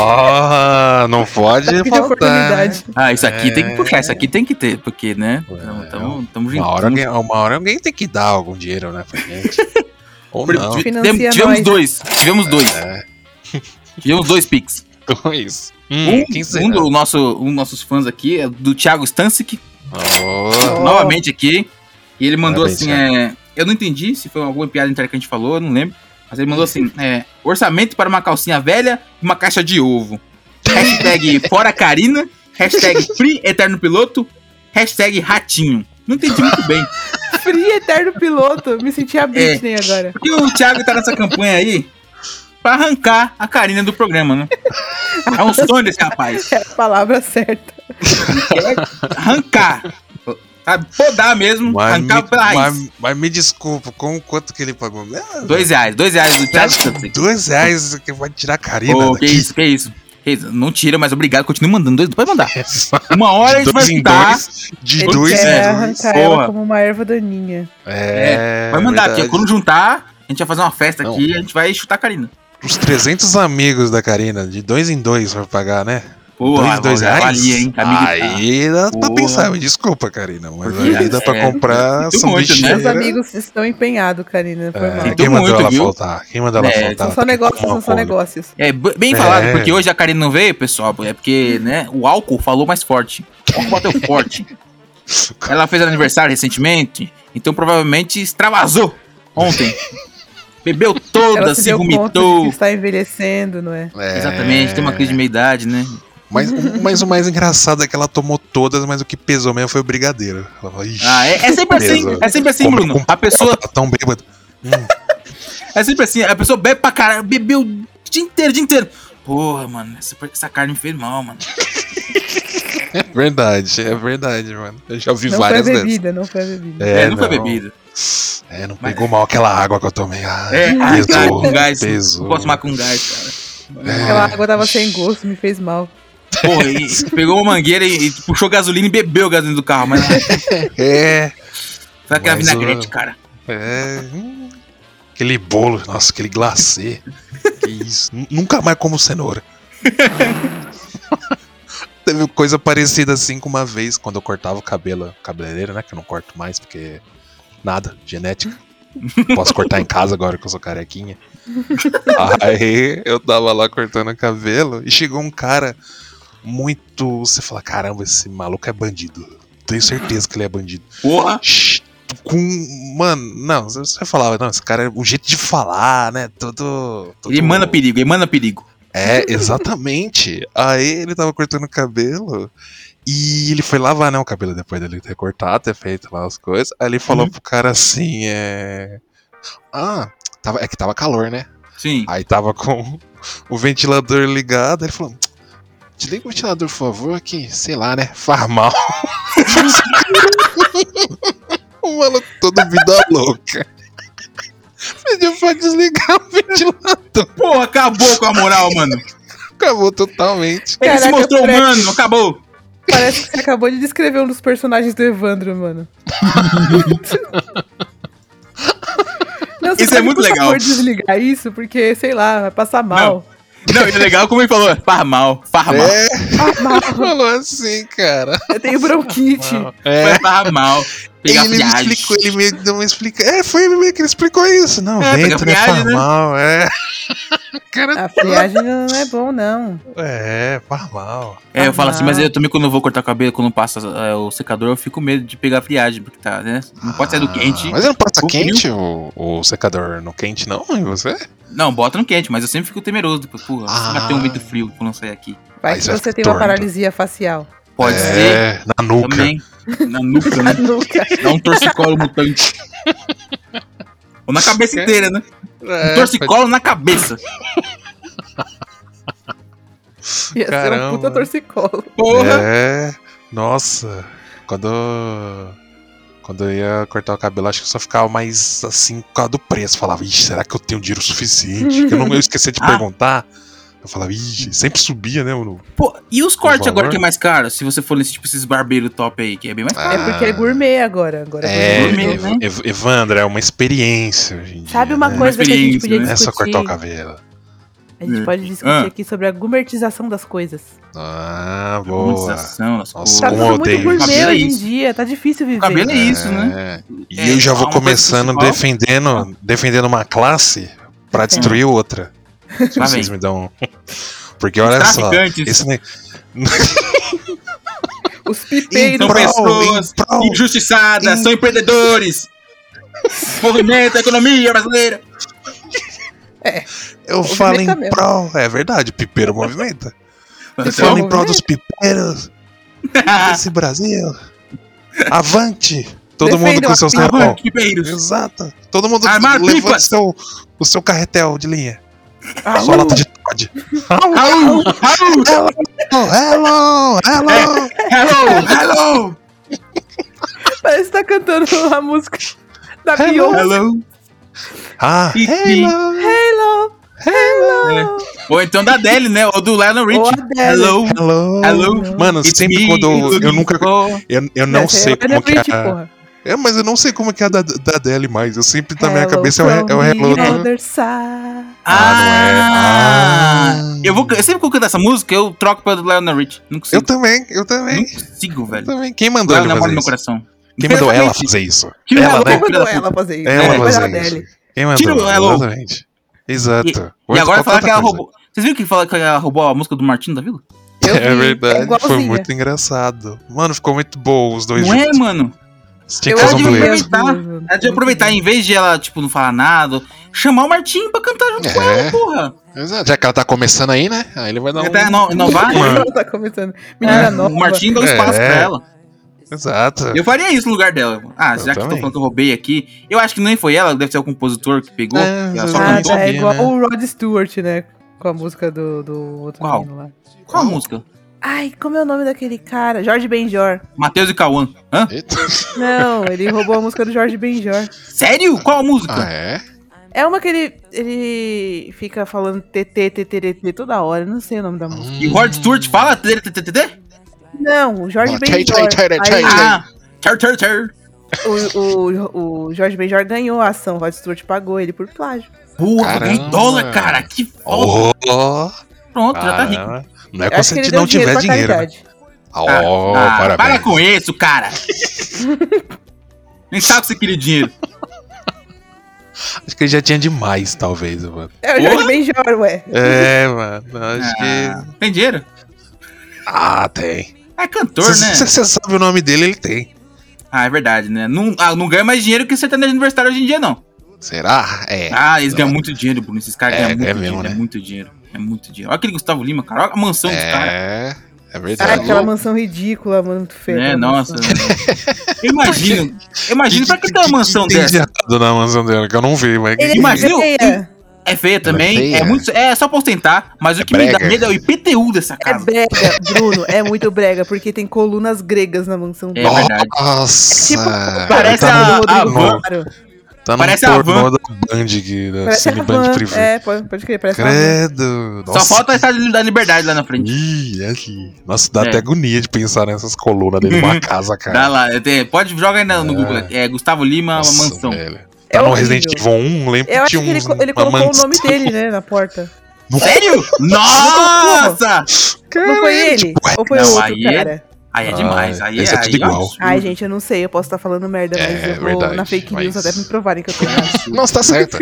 [SPEAKER 4] Ah, não pode
[SPEAKER 5] Que
[SPEAKER 4] faltar. né?
[SPEAKER 5] oportunidade.
[SPEAKER 6] Ah, isso aqui tem que puxar.
[SPEAKER 4] É.
[SPEAKER 6] Isso aqui tem que ter, porque, né? Tamo, tamo, tamo
[SPEAKER 4] Uma hora, é alguém, uma hora alguém tem que dar algum dinheiro, né,
[SPEAKER 6] [laughs]
[SPEAKER 4] pra gente. Ou não. É.
[SPEAKER 6] Tive-
[SPEAKER 5] Financia
[SPEAKER 6] tivemos- tivemos
[SPEAKER 5] nós.
[SPEAKER 6] dois. Tivemos dois. Tivemos dois Pix.
[SPEAKER 4] Dois. [laughs] Hum, quem
[SPEAKER 6] um, um,
[SPEAKER 4] será?
[SPEAKER 6] do nosso, um dos nossos fãs aqui é do Thiago Stancic,
[SPEAKER 4] Oh,
[SPEAKER 5] Ó,
[SPEAKER 6] novamente aqui. E ele mandou
[SPEAKER 4] Parabéns,
[SPEAKER 6] assim, é, eu não entendi se foi alguma piada interna que a gente falou, eu não lembro. Mas ele mandou assim, é, orçamento para uma calcinha velha e uma caixa de ovo.
[SPEAKER 4] [laughs]
[SPEAKER 6] Hashtag fora Karina, hashtag free eterno piloto, hashtag ratinho. Não entendi muito bem.
[SPEAKER 5] Free eterno piloto. Me senti a Britney
[SPEAKER 6] É.
[SPEAKER 5] agora.
[SPEAKER 6] Porque o Thiago tá nessa campanha aí pra arrancar a Karina do programa, né? É um sonho desse rapaz.
[SPEAKER 5] É a palavra certa.
[SPEAKER 6] Arrancar. Sabe? Podar mesmo,
[SPEAKER 4] mas, me,
[SPEAKER 6] arrancar pela raiz.
[SPEAKER 4] mas, mas me desculpa, com quanto que ele pagou? mesmo?
[SPEAKER 6] Dois reais, dois reais do Thiago Santos.
[SPEAKER 4] Dois reais que vai tirar a Karina
[SPEAKER 6] Ô, Oh, que
[SPEAKER 4] daqui.
[SPEAKER 6] isso, que isso. Que isso, Não tira, mas obrigado. Continue mandando dois. Pode
[SPEAKER 4] [laughs]
[SPEAKER 6] mandar. Uma hora a
[SPEAKER 4] De
[SPEAKER 6] gente vai
[SPEAKER 4] dois em
[SPEAKER 6] escutar.
[SPEAKER 4] dois. De
[SPEAKER 5] Ele
[SPEAKER 4] dois
[SPEAKER 5] quer
[SPEAKER 4] em dois.
[SPEAKER 5] arrancar
[SPEAKER 6] É, Porra.
[SPEAKER 5] ela como uma erva daninha.
[SPEAKER 4] É,
[SPEAKER 6] Vai mandar
[SPEAKER 4] verdade.
[SPEAKER 6] aqui. Quando juntar, a gente vai fazer uma festa
[SPEAKER 4] Não.
[SPEAKER 6] aqui e a gente vai chutar a Karina.
[SPEAKER 4] Os 300 amigos da Karina, de dois em dois vai pagar, né?
[SPEAKER 6] Porra,
[SPEAKER 4] dois, dois
[SPEAKER 6] já
[SPEAKER 4] reais?
[SPEAKER 6] valia, hein? Amigo, tá.
[SPEAKER 4] Aí dá pra
[SPEAKER 6] Porra.
[SPEAKER 4] pensar, me desculpa, Karina, mas
[SPEAKER 6] Porque
[SPEAKER 4] aí dá pra
[SPEAKER 6] é,
[SPEAKER 4] comprar
[SPEAKER 6] muito muito, né?
[SPEAKER 4] sanduicheira.
[SPEAKER 5] Meus amigos estão empenhados, Karina. Foi
[SPEAKER 4] É,
[SPEAKER 5] mal.
[SPEAKER 6] Sinto
[SPEAKER 4] quem mandou
[SPEAKER 6] muito,
[SPEAKER 4] ela
[SPEAKER 6] viu?
[SPEAKER 4] faltar? Quem mandou ela
[SPEAKER 6] É,
[SPEAKER 4] faltar?
[SPEAKER 5] São
[SPEAKER 4] Ela
[SPEAKER 5] só
[SPEAKER 4] tem que
[SPEAKER 5] negócios,
[SPEAKER 4] tomar um
[SPEAKER 5] são só
[SPEAKER 4] conta.
[SPEAKER 5] negócios.
[SPEAKER 6] É, b- bem
[SPEAKER 4] É.
[SPEAKER 6] falado, porque hoje a Karina não veio, pessoal, é porque, né, o álcool falou mais forte. O álcool bateu
[SPEAKER 4] [laughs]
[SPEAKER 6] forte. Ela fez aniversário recentemente, então provavelmente extravasou ontem. Bebeu toda,
[SPEAKER 5] Ela se
[SPEAKER 6] se
[SPEAKER 5] deu conta de que
[SPEAKER 6] vomitou.
[SPEAKER 5] está envelhecendo, não é?
[SPEAKER 4] É,
[SPEAKER 6] Exatamente, tem uma crise de meia-idade, né?
[SPEAKER 4] Mas,
[SPEAKER 5] [laughs]
[SPEAKER 4] mas o mais engraçado é que ela tomou todas, mas o que pesou mesmo foi o brigadeiro. Ela falou, Ixi,
[SPEAKER 6] Ah, é, é sempre assim,
[SPEAKER 4] beleza.
[SPEAKER 6] é sempre assim,
[SPEAKER 4] Como-
[SPEAKER 6] Bruno.
[SPEAKER 4] como
[SPEAKER 6] A pessoa,
[SPEAKER 4] ela tá tão bêbada. [laughs]
[SPEAKER 6] é sempre assim, a pessoa bebe pra caralho, bebeu o dia inteiro, o dia inteiro. Porra, mano, essa, essa carne me fez mal, mano.
[SPEAKER 4] verdade, é verdade, mano. Eu já vi
[SPEAKER 5] não foi a
[SPEAKER 4] várias dessas.
[SPEAKER 5] bebida, não foi a bebida.
[SPEAKER 4] É, não.
[SPEAKER 6] bebida.
[SPEAKER 4] É, não pegou mal aquela água que eu tomei. Ah,
[SPEAKER 6] É, ai, cara,
[SPEAKER 5] [laughs]
[SPEAKER 4] pesou,
[SPEAKER 6] com gás.
[SPEAKER 4] pesou.
[SPEAKER 6] Não posso tomar com gás,
[SPEAKER 5] Aquela
[SPEAKER 6] cara.
[SPEAKER 5] água tava sem gosto, me fez mal.
[SPEAKER 6] Porra, e e pegou uma mangueira e, e puxou gasolina e bebeu a gasolina do carro, mas.
[SPEAKER 4] É.
[SPEAKER 6] Foi aquela
[SPEAKER 4] Mas,
[SPEAKER 6] vinagrete,
[SPEAKER 4] ó,
[SPEAKER 6] cara.
[SPEAKER 4] É. hum, Aquele bolo, nossa, aquele glacê. que isso. N- Nunca mais como cenoura. Teve coisa parecida assim com uma vez quando eu cortava o cabelo, cabeleireiro, né? Que eu não corto mais porque nada, genética. Posso cortar em casa agora que eu sou carequinha. Aí eu tava lá cortando o cabelo e chegou um cara muito. Você fala: caramba, esse maluco é bandido. Tenho certeza que ele é bandido.
[SPEAKER 6] Porra!
[SPEAKER 4] Com. Mano, não, você falava, não, esse cara é o jeito de falar, né? Todo. todo...
[SPEAKER 6] Ele emana perigo, ele emana perigo.
[SPEAKER 4] É, exatamente. Aí ele tava cortando o cabelo e ele foi lavar, né, o cabelo depois dele ter cortado, ter feito lá as coisas. Aí ele falou pro cara assim, é. Ah, tava, é que tava calor, né?
[SPEAKER 6] Sim.
[SPEAKER 4] Aí tava com o ventilador ligado, aí ele falou. Te liga o ventilador, por favor, que, sei lá, né? Farmal. [laughs] o maluco todo vida louca. Pediu pra desligar o ventilador.
[SPEAKER 6] Porra, acabou com a moral, mano.
[SPEAKER 4] Acabou totalmente.
[SPEAKER 6] Ele se
[SPEAKER 5] Caraca,
[SPEAKER 6] mostrou
[SPEAKER 5] Fred.
[SPEAKER 6] humano, acabou.
[SPEAKER 5] Parece que você acabou de descrever um dos personagens do
[SPEAKER 6] [laughs]
[SPEAKER 5] Evandro, mano. Não, você
[SPEAKER 6] Isso é
[SPEAKER 5] pode,
[SPEAKER 6] muito
[SPEAKER 5] por
[SPEAKER 6] legal.
[SPEAKER 5] favor, desligar isso, porque, sei lá, vai passar mal.
[SPEAKER 6] Não, e é legal como ele falou, faz mal, faz mal.
[SPEAKER 4] É,
[SPEAKER 5] Passar mal.
[SPEAKER 4] falou assim, cara.
[SPEAKER 5] Eu tenho bronquite.
[SPEAKER 4] É.
[SPEAKER 6] Vai faz mal. Pegar
[SPEAKER 4] Ele me
[SPEAKER 6] viagem.
[SPEAKER 4] explicou, ele meio que deu uma explica. É, foi meio que ele explicou isso. Não,
[SPEAKER 6] É,
[SPEAKER 4] vento,
[SPEAKER 6] pega
[SPEAKER 4] né?
[SPEAKER 6] friagem, né?
[SPEAKER 4] Farmal, é.
[SPEAKER 5] A friagem não é bom, não.
[SPEAKER 4] É, farmal.
[SPEAKER 6] É, eu falo assim,
[SPEAKER 5] Ah.
[SPEAKER 6] mas eu também quando eu vou cortar o cabelo, quando passa é, o secador, eu fico com medo de pegar friagem, porque tá, né? Não pode sair do quente.
[SPEAKER 4] Ah, Mas ele não passa
[SPEAKER 6] O frio.
[SPEAKER 4] quente o, o secador no quente, não? E você?
[SPEAKER 6] Não, bota no quente, mas eu sempre fico temeroso. Tipo, porra,
[SPEAKER 4] Ah.
[SPEAKER 6] se bater um vento frio quando eu sair aqui.
[SPEAKER 5] Vai
[SPEAKER 4] Aí
[SPEAKER 5] que
[SPEAKER 4] você
[SPEAKER 5] você
[SPEAKER 4] fica
[SPEAKER 5] tem uma
[SPEAKER 4] torto.
[SPEAKER 5] paralisia [laughs] facial.
[SPEAKER 6] Pode ser
[SPEAKER 4] É, na nuca.
[SPEAKER 6] também. Na nuca, né?
[SPEAKER 5] Ah, Nunca.
[SPEAKER 6] Dá um torcicolo mutante. Ou na cabeça inteira, né? Um
[SPEAKER 4] É,
[SPEAKER 6] torcicolo na cabeça.
[SPEAKER 5] Ia ser um
[SPEAKER 4] Caramba.
[SPEAKER 5] puta torcicolo.
[SPEAKER 6] Porra!
[SPEAKER 4] É, nossa. Quando. Quando eu ia cortar o cabelo, acho que eu só ficava mais assim por causa do preço. Falava, ixi, será que eu tenho dinheiro suficiente? Que eu não eu esqueci
[SPEAKER 6] [laughs]
[SPEAKER 4] de
[SPEAKER 6] Ah.
[SPEAKER 4] perguntar. Eu falava, ixi, sempre subia, né, mano?
[SPEAKER 6] Pô, e os cortes
[SPEAKER 4] valor?
[SPEAKER 6] agora que é mais caro? Se você for nesse tipo esses barbeiros top aí, que é bem mais
[SPEAKER 4] Ah,
[SPEAKER 6] caro.
[SPEAKER 5] É porque é gourmet agora. agora
[SPEAKER 4] É,
[SPEAKER 5] gourmet.
[SPEAKER 6] gourmet,
[SPEAKER 4] Ev-
[SPEAKER 6] né?
[SPEAKER 4] Ev- Evandra, é uma experiência hoje em
[SPEAKER 5] Sabe
[SPEAKER 4] dia,
[SPEAKER 5] uma
[SPEAKER 4] né?
[SPEAKER 5] coisa que a gente
[SPEAKER 6] experiência,
[SPEAKER 5] podia
[SPEAKER 6] né?
[SPEAKER 4] Não é
[SPEAKER 5] discutir?
[SPEAKER 4] só cortar o cabelo.
[SPEAKER 5] A gente pode discutir
[SPEAKER 6] Ah.
[SPEAKER 5] aqui sobre a gourmetização das coisas.
[SPEAKER 4] Ah, boa.
[SPEAKER 6] Monetização, das
[SPEAKER 4] Nossa,
[SPEAKER 5] Tá
[SPEAKER 6] coisas.
[SPEAKER 4] como
[SPEAKER 5] tudo
[SPEAKER 4] eu
[SPEAKER 5] muito
[SPEAKER 4] odeio
[SPEAKER 6] isso.
[SPEAKER 5] gourmet hoje em
[SPEAKER 6] Cabelo é
[SPEAKER 5] dia, tá difícil viver.
[SPEAKER 6] O cabelo é isso, né?
[SPEAKER 4] É. E
[SPEAKER 6] É,
[SPEAKER 4] eu já vou
[SPEAKER 6] uma coisa
[SPEAKER 4] começando
[SPEAKER 6] principal.
[SPEAKER 4] defendendo, defendendo uma classe pra destruir outra. Se
[SPEAKER 6] Lá
[SPEAKER 4] vocês
[SPEAKER 6] vem.
[SPEAKER 4] me dão. um- [laughs] Porque olha só.
[SPEAKER 6] traficantes.
[SPEAKER 4] Esse ne-
[SPEAKER 5] Os pipeiros.
[SPEAKER 6] São
[SPEAKER 4] Pro,
[SPEAKER 6] pessoas
[SPEAKER 4] em pro.
[SPEAKER 6] injustiçadas, são empreendedores. Movimento a economia brasileira.
[SPEAKER 4] Eu falo em
[SPEAKER 5] mesmo.
[SPEAKER 4] prol. É verdade,
[SPEAKER 6] [laughs]
[SPEAKER 4] pipeiro movimenta. Eu
[SPEAKER 5] Então,
[SPEAKER 4] falo em prol
[SPEAKER 5] movimenta.
[SPEAKER 4] dos pipeiros.
[SPEAKER 6] Então, Ah.
[SPEAKER 4] Esse Brasil. Avante! Todo mundo
[SPEAKER 5] Defendam
[SPEAKER 4] com
[SPEAKER 5] a
[SPEAKER 4] seu
[SPEAKER 5] pipa.
[SPEAKER 4] serpão.
[SPEAKER 6] [laughs] Avante, pipeiros.
[SPEAKER 4] Exato. Todo mundo
[SPEAKER 6] Armar
[SPEAKER 4] levando
[SPEAKER 6] pipas.
[SPEAKER 4] seu, o seu carretel de linha.
[SPEAKER 5] Ah,
[SPEAKER 4] Sua lata de Todd.
[SPEAKER 6] Raul, Raul,
[SPEAKER 4] Hello, hello,
[SPEAKER 6] É.
[SPEAKER 4] hello.
[SPEAKER 6] hello, hello,
[SPEAKER 5] Parece que tá cantando a música da Beyoncé.
[SPEAKER 6] hello.
[SPEAKER 4] Ah,
[SPEAKER 6] Pipi.
[SPEAKER 4] hello,
[SPEAKER 5] Hello, hello.
[SPEAKER 6] Ou então da Adele, né? Ou do Lionel
[SPEAKER 5] Ou
[SPEAKER 6] Richie.
[SPEAKER 5] Adele.
[SPEAKER 6] Hello,
[SPEAKER 4] hello.
[SPEAKER 6] Hello.
[SPEAKER 4] Mano,
[SPEAKER 6] it's
[SPEAKER 4] sempre
[SPEAKER 6] me,
[SPEAKER 4] quando eu,
[SPEAKER 6] it's
[SPEAKER 4] eu
[SPEAKER 6] me.
[SPEAKER 4] nunca.
[SPEAKER 6] Oh.
[SPEAKER 4] Eu, eu não
[SPEAKER 5] Essa é
[SPEAKER 4] sei
[SPEAKER 5] a
[SPEAKER 4] como que
[SPEAKER 5] Beyoncé,
[SPEAKER 4] é.
[SPEAKER 5] porra.
[SPEAKER 4] É, mas eu não sei como que é a da, da Adele mais. Eu sempre na minha
[SPEAKER 5] Hello
[SPEAKER 4] cabeça é o, he- é o
[SPEAKER 5] from
[SPEAKER 4] hello.
[SPEAKER 5] the
[SPEAKER 4] do-
[SPEAKER 5] other side.
[SPEAKER 6] Ah,
[SPEAKER 4] Ah, não é. Ah.
[SPEAKER 6] Eu, vou, eu sempre que eu canto essa música, eu troco pela do Lionel Richie. Não
[SPEAKER 4] Eu
[SPEAKER 6] consigo.
[SPEAKER 4] também, eu
[SPEAKER 6] Não
[SPEAKER 4] também.
[SPEAKER 6] consigo,
[SPEAKER 4] Eu
[SPEAKER 6] velho.
[SPEAKER 4] também. Quem mandou
[SPEAKER 6] Ela
[SPEAKER 4] ele
[SPEAKER 6] namora
[SPEAKER 4] fazer
[SPEAKER 6] no meu
[SPEAKER 4] isso?
[SPEAKER 6] coração.
[SPEAKER 4] Quem mandou ela
[SPEAKER 6] Exatamente.
[SPEAKER 4] fazer isso?
[SPEAKER 6] Tira
[SPEAKER 4] Ela,
[SPEAKER 6] ela,
[SPEAKER 4] né?
[SPEAKER 5] Quem
[SPEAKER 6] filha da
[SPEAKER 5] mandou
[SPEAKER 6] puta.
[SPEAKER 5] É, ela fazer isso?
[SPEAKER 4] Ela
[SPEAKER 5] Foi
[SPEAKER 6] mas
[SPEAKER 4] fazer
[SPEAKER 5] Adele.
[SPEAKER 4] isso. Quem mandou?
[SPEAKER 6] Tira o hello.
[SPEAKER 4] Exatamente. Exato.
[SPEAKER 6] E
[SPEAKER 4] Ou
[SPEAKER 6] agora
[SPEAKER 4] qualquer
[SPEAKER 6] falar que ela
[SPEAKER 4] outra coisa.
[SPEAKER 6] roubou. Vocês viram que fala que ela roubou a música do Martinho da Vila?
[SPEAKER 5] Eu vi,
[SPEAKER 4] É verdade, foi
[SPEAKER 5] igualzinha.
[SPEAKER 4] muito engraçado. Mano, ficou muito bom os dois
[SPEAKER 6] Não é,
[SPEAKER 4] juntos.
[SPEAKER 6] mano?
[SPEAKER 4] Você tinha
[SPEAKER 5] Eu
[SPEAKER 4] que fazer um
[SPEAKER 5] acho que
[SPEAKER 4] dueto.
[SPEAKER 5] mesmo.
[SPEAKER 6] aproveitar.
[SPEAKER 5] É
[SPEAKER 6] Ela devia aproveitar, em vez de ela, tipo, não falar nada, chamar o Martinho pra cantar junto com
[SPEAKER 4] É.
[SPEAKER 6] ela, porra.
[SPEAKER 4] Exato, Já que ela tá começando aí, né? Aí ele vai dar um.
[SPEAKER 6] Até no- inovar, né?
[SPEAKER 5] Ela tá começando. Menina
[SPEAKER 6] É,
[SPEAKER 5] nova.
[SPEAKER 6] O Martinho dá um
[SPEAKER 4] É.
[SPEAKER 6] espaço pra ela.
[SPEAKER 4] Exato.
[SPEAKER 6] Eu faria isso no lugar dela. Ah, já
[SPEAKER 4] Eu
[SPEAKER 6] que eu tô
[SPEAKER 4] também.
[SPEAKER 6] falando que eu roubei aqui, eu acho que nem foi ela, deve ser o compositor que pegou.
[SPEAKER 4] É,
[SPEAKER 6] ela só
[SPEAKER 5] Ah,
[SPEAKER 4] exatamente.
[SPEAKER 6] cantou.
[SPEAKER 5] tá, é
[SPEAKER 4] sabia,
[SPEAKER 5] igual
[SPEAKER 4] né?
[SPEAKER 5] o Rod Stewart, né? Com a música do, do outro
[SPEAKER 6] Qual?
[SPEAKER 5] menino lá.
[SPEAKER 6] Qual a música?
[SPEAKER 5] Ai, como é o nome daquele cara? Jorge Benjor.
[SPEAKER 6] Matheus e Cauã. Hã?
[SPEAKER 5] [laughs] Não, ele roubou a música do Jorge Benjor.
[SPEAKER 6] Sério? Qual a música?
[SPEAKER 4] Ah, é?
[SPEAKER 6] [laughs]
[SPEAKER 5] É uma que ele, ele fica falando TT, TTT toda hora. eu Não sei o nome da música.
[SPEAKER 6] E Rod Stewart fala? tê, tê, tê, tê, tê?
[SPEAKER 5] Não, o Jorge
[SPEAKER 6] Ah, tchê,
[SPEAKER 5] Benjor.
[SPEAKER 6] tchê, tchê, tchê,
[SPEAKER 5] Aí,
[SPEAKER 6] tchê. Ah, tchê, tchê, tchê.
[SPEAKER 5] o, o, o Jorge Benjor ganhou a ação. Rod Stewart pagou ele por plágio.
[SPEAKER 6] Porra, ganhei dólar, cara. Que foda. Pronto, Oh, já tá rico.
[SPEAKER 4] Caramba. Oh, Não
[SPEAKER 5] Acho
[SPEAKER 4] é quando
[SPEAKER 5] que ele
[SPEAKER 4] você
[SPEAKER 5] deu
[SPEAKER 4] não tiver
[SPEAKER 5] dinheiro pra
[SPEAKER 4] dinheiro. né?
[SPEAKER 5] caridade.
[SPEAKER 4] Ah, oh,
[SPEAKER 6] Ah, para
[SPEAKER 4] parabéns.
[SPEAKER 6] com isso, cara. Nem sabe o que você queria dinheiro.
[SPEAKER 4] Acho que ele já tinha demais, talvez, mano.
[SPEAKER 5] É o Jorge Benjor, ué.
[SPEAKER 4] É, mano. Acho [laughs] que.
[SPEAKER 6] Ah, Tem dinheiro?
[SPEAKER 4] Ah, tem.
[SPEAKER 6] É cantor, né?
[SPEAKER 4] Você sabe o nome dele, ele tem.
[SPEAKER 6] Ah, é verdade, né? Não, ah, não ganha mais dinheiro que sertanejo universitário hoje em dia, não.
[SPEAKER 4] Será? É.
[SPEAKER 6] Ah, eles ganham muito dinheiro, Bruno. Esses caras
[SPEAKER 4] É,
[SPEAKER 6] ganham muito
[SPEAKER 4] é mesmo,
[SPEAKER 6] dinheiro.
[SPEAKER 4] né?
[SPEAKER 6] É muito dinheiro. É muito dinheiro. Olha aquele Gustavo Lima, cara. Olha a mansão dos caras.
[SPEAKER 4] É. É
[SPEAKER 5] Ai,
[SPEAKER 4] verdade.
[SPEAKER 5] aquela mansão ridícula, mano, muito feia.
[SPEAKER 6] Tá Né?
[SPEAKER 5] aquela [laughs]
[SPEAKER 6] Nossa.
[SPEAKER 5] mansão.
[SPEAKER 6] Eu imagino. eu imagino pra que ter uma mansão
[SPEAKER 4] Tem
[SPEAKER 6] dessa.
[SPEAKER 4] errado na mansão dela, que eu não vi, mas.
[SPEAKER 5] Ele é
[SPEAKER 6] Imagina-
[SPEAKER 5] feia.
[SPEAKER 6] É feia também. É,
[SPEAKER 4] feia.
[SPEAKER 6] muito. É só pra ostentar. Mas o que me dá
[SPEAKER 4] brega.
[SPEAKER 6] medo é o IPTU dessa
[SPEAKER 5] É
[SPEAKER 6] casa.
[SPEAKER 5] brega, Bruno, é muito brega, porque tem colunas gregas na mansão
[SPEAKER 6] É,
[SPEAKER 5] dele.
[SPEAKER 6] verdade.
[SPEAKER 4] Nossa.
[SPEAKER 5] Tipo,
[SPEAKER 6] Parece
[SPEAKER 4] tá
[SPEAKER 6] a,
[SPEAKER 4] no-
[SPEAKER 6] a
[SPEAKER 4] no-
[SPEAKER 6] van.
[SPEAKER 4] Tá no
[SPEAKER 6] parece a
[SPEAKER 4] pornô
[SPEAKER 6] van.
[SPEAKER 4] da Band, aqui, né? da
[SPEAKER 5] Parece a
[SPEAKER 4] Cineband
[SPEAKER 5] van.
[SPEAKER 4] Privé.
[SPEAKER 5] É, pode, pode crer, parece a van.
[SPEAKER 4] Credo.
[SPEAKER 6] Só falta a estádio da liberdade lá na frente.
[SPEAKER 4] Ih, aqui. Nossa, dá
[SPEAKER 6] É.
[SPEAKER 4] até agonia de pensar nessas colunas
[SPEAKER 6] [laughs]
[SPEAKER 4] dentro de uma casa, cara. Ah.
[SPEAKER 6] Dá lá, é, pode joga aí na- no Google. É Gustavo Lima,
[SPEAKER 4] Nossa,
[SPEAKER 6] mansão.
[SPEAKER 4] velho.
[SPEAKER 5] É
[SPEAKER 4] Tá no
[SPEAKER 5] horrível.
[SPEAKER 4] Resident Evil 1, lembro
[SPEAKER 5] Eu
[SPEAKER 4] que
[SPEAKER 5] acho
[SPEAKER 4] tinha
[SPEAKER 5] que ele,
[SPEAKER 4] uns,
[SPEAKER 5] co- ele
[SPEAKER 4] uma
[SPEAKER 5] colocou o
[SPEAKER 4] mansão.
[SPEAKER 5] nome dele, né, na porta. [laughs]
[SPEAKER 6] Sério? Nossa!
[SPEAKER 5] Não foi ele? Ou foi
[SPEAKER 6] Não,
[SPEAKER 5] outro
[SPEAKER 6] aí é-
[SPEAKER 5] cara?
[SPEAKER 6] Aí é demais.
[SPEAKER 4] Ah,
[SPEAKER 6] Aí é,
[SPEAKER 4] esse é
[SPEAKER 6] aí
[SPEAKER 4] tudo
[SPEAKER 6] é um
[SPEAKER 4] igual.
[SPEAKER 6] absurdo.
[SPEAKER 5] Ai, gente, eu não sei, eu posso estar falando merda, mas
[SPEAKER 4] É,
[SPEAKER 5] eu vou
[SPEAKER 4] verdade,
[SPEAKER 5] na fake news
[SPEAKER 4] mas-
[SPEAKER 5] até me provarem que
[SPEAKER 4] [laughs]
[SPEAKER 5] eu tô errado.
[SPEAKER 4] Nossa,
[SPEAKER 5] [laughs]
[SPEAKER 4] tá certo.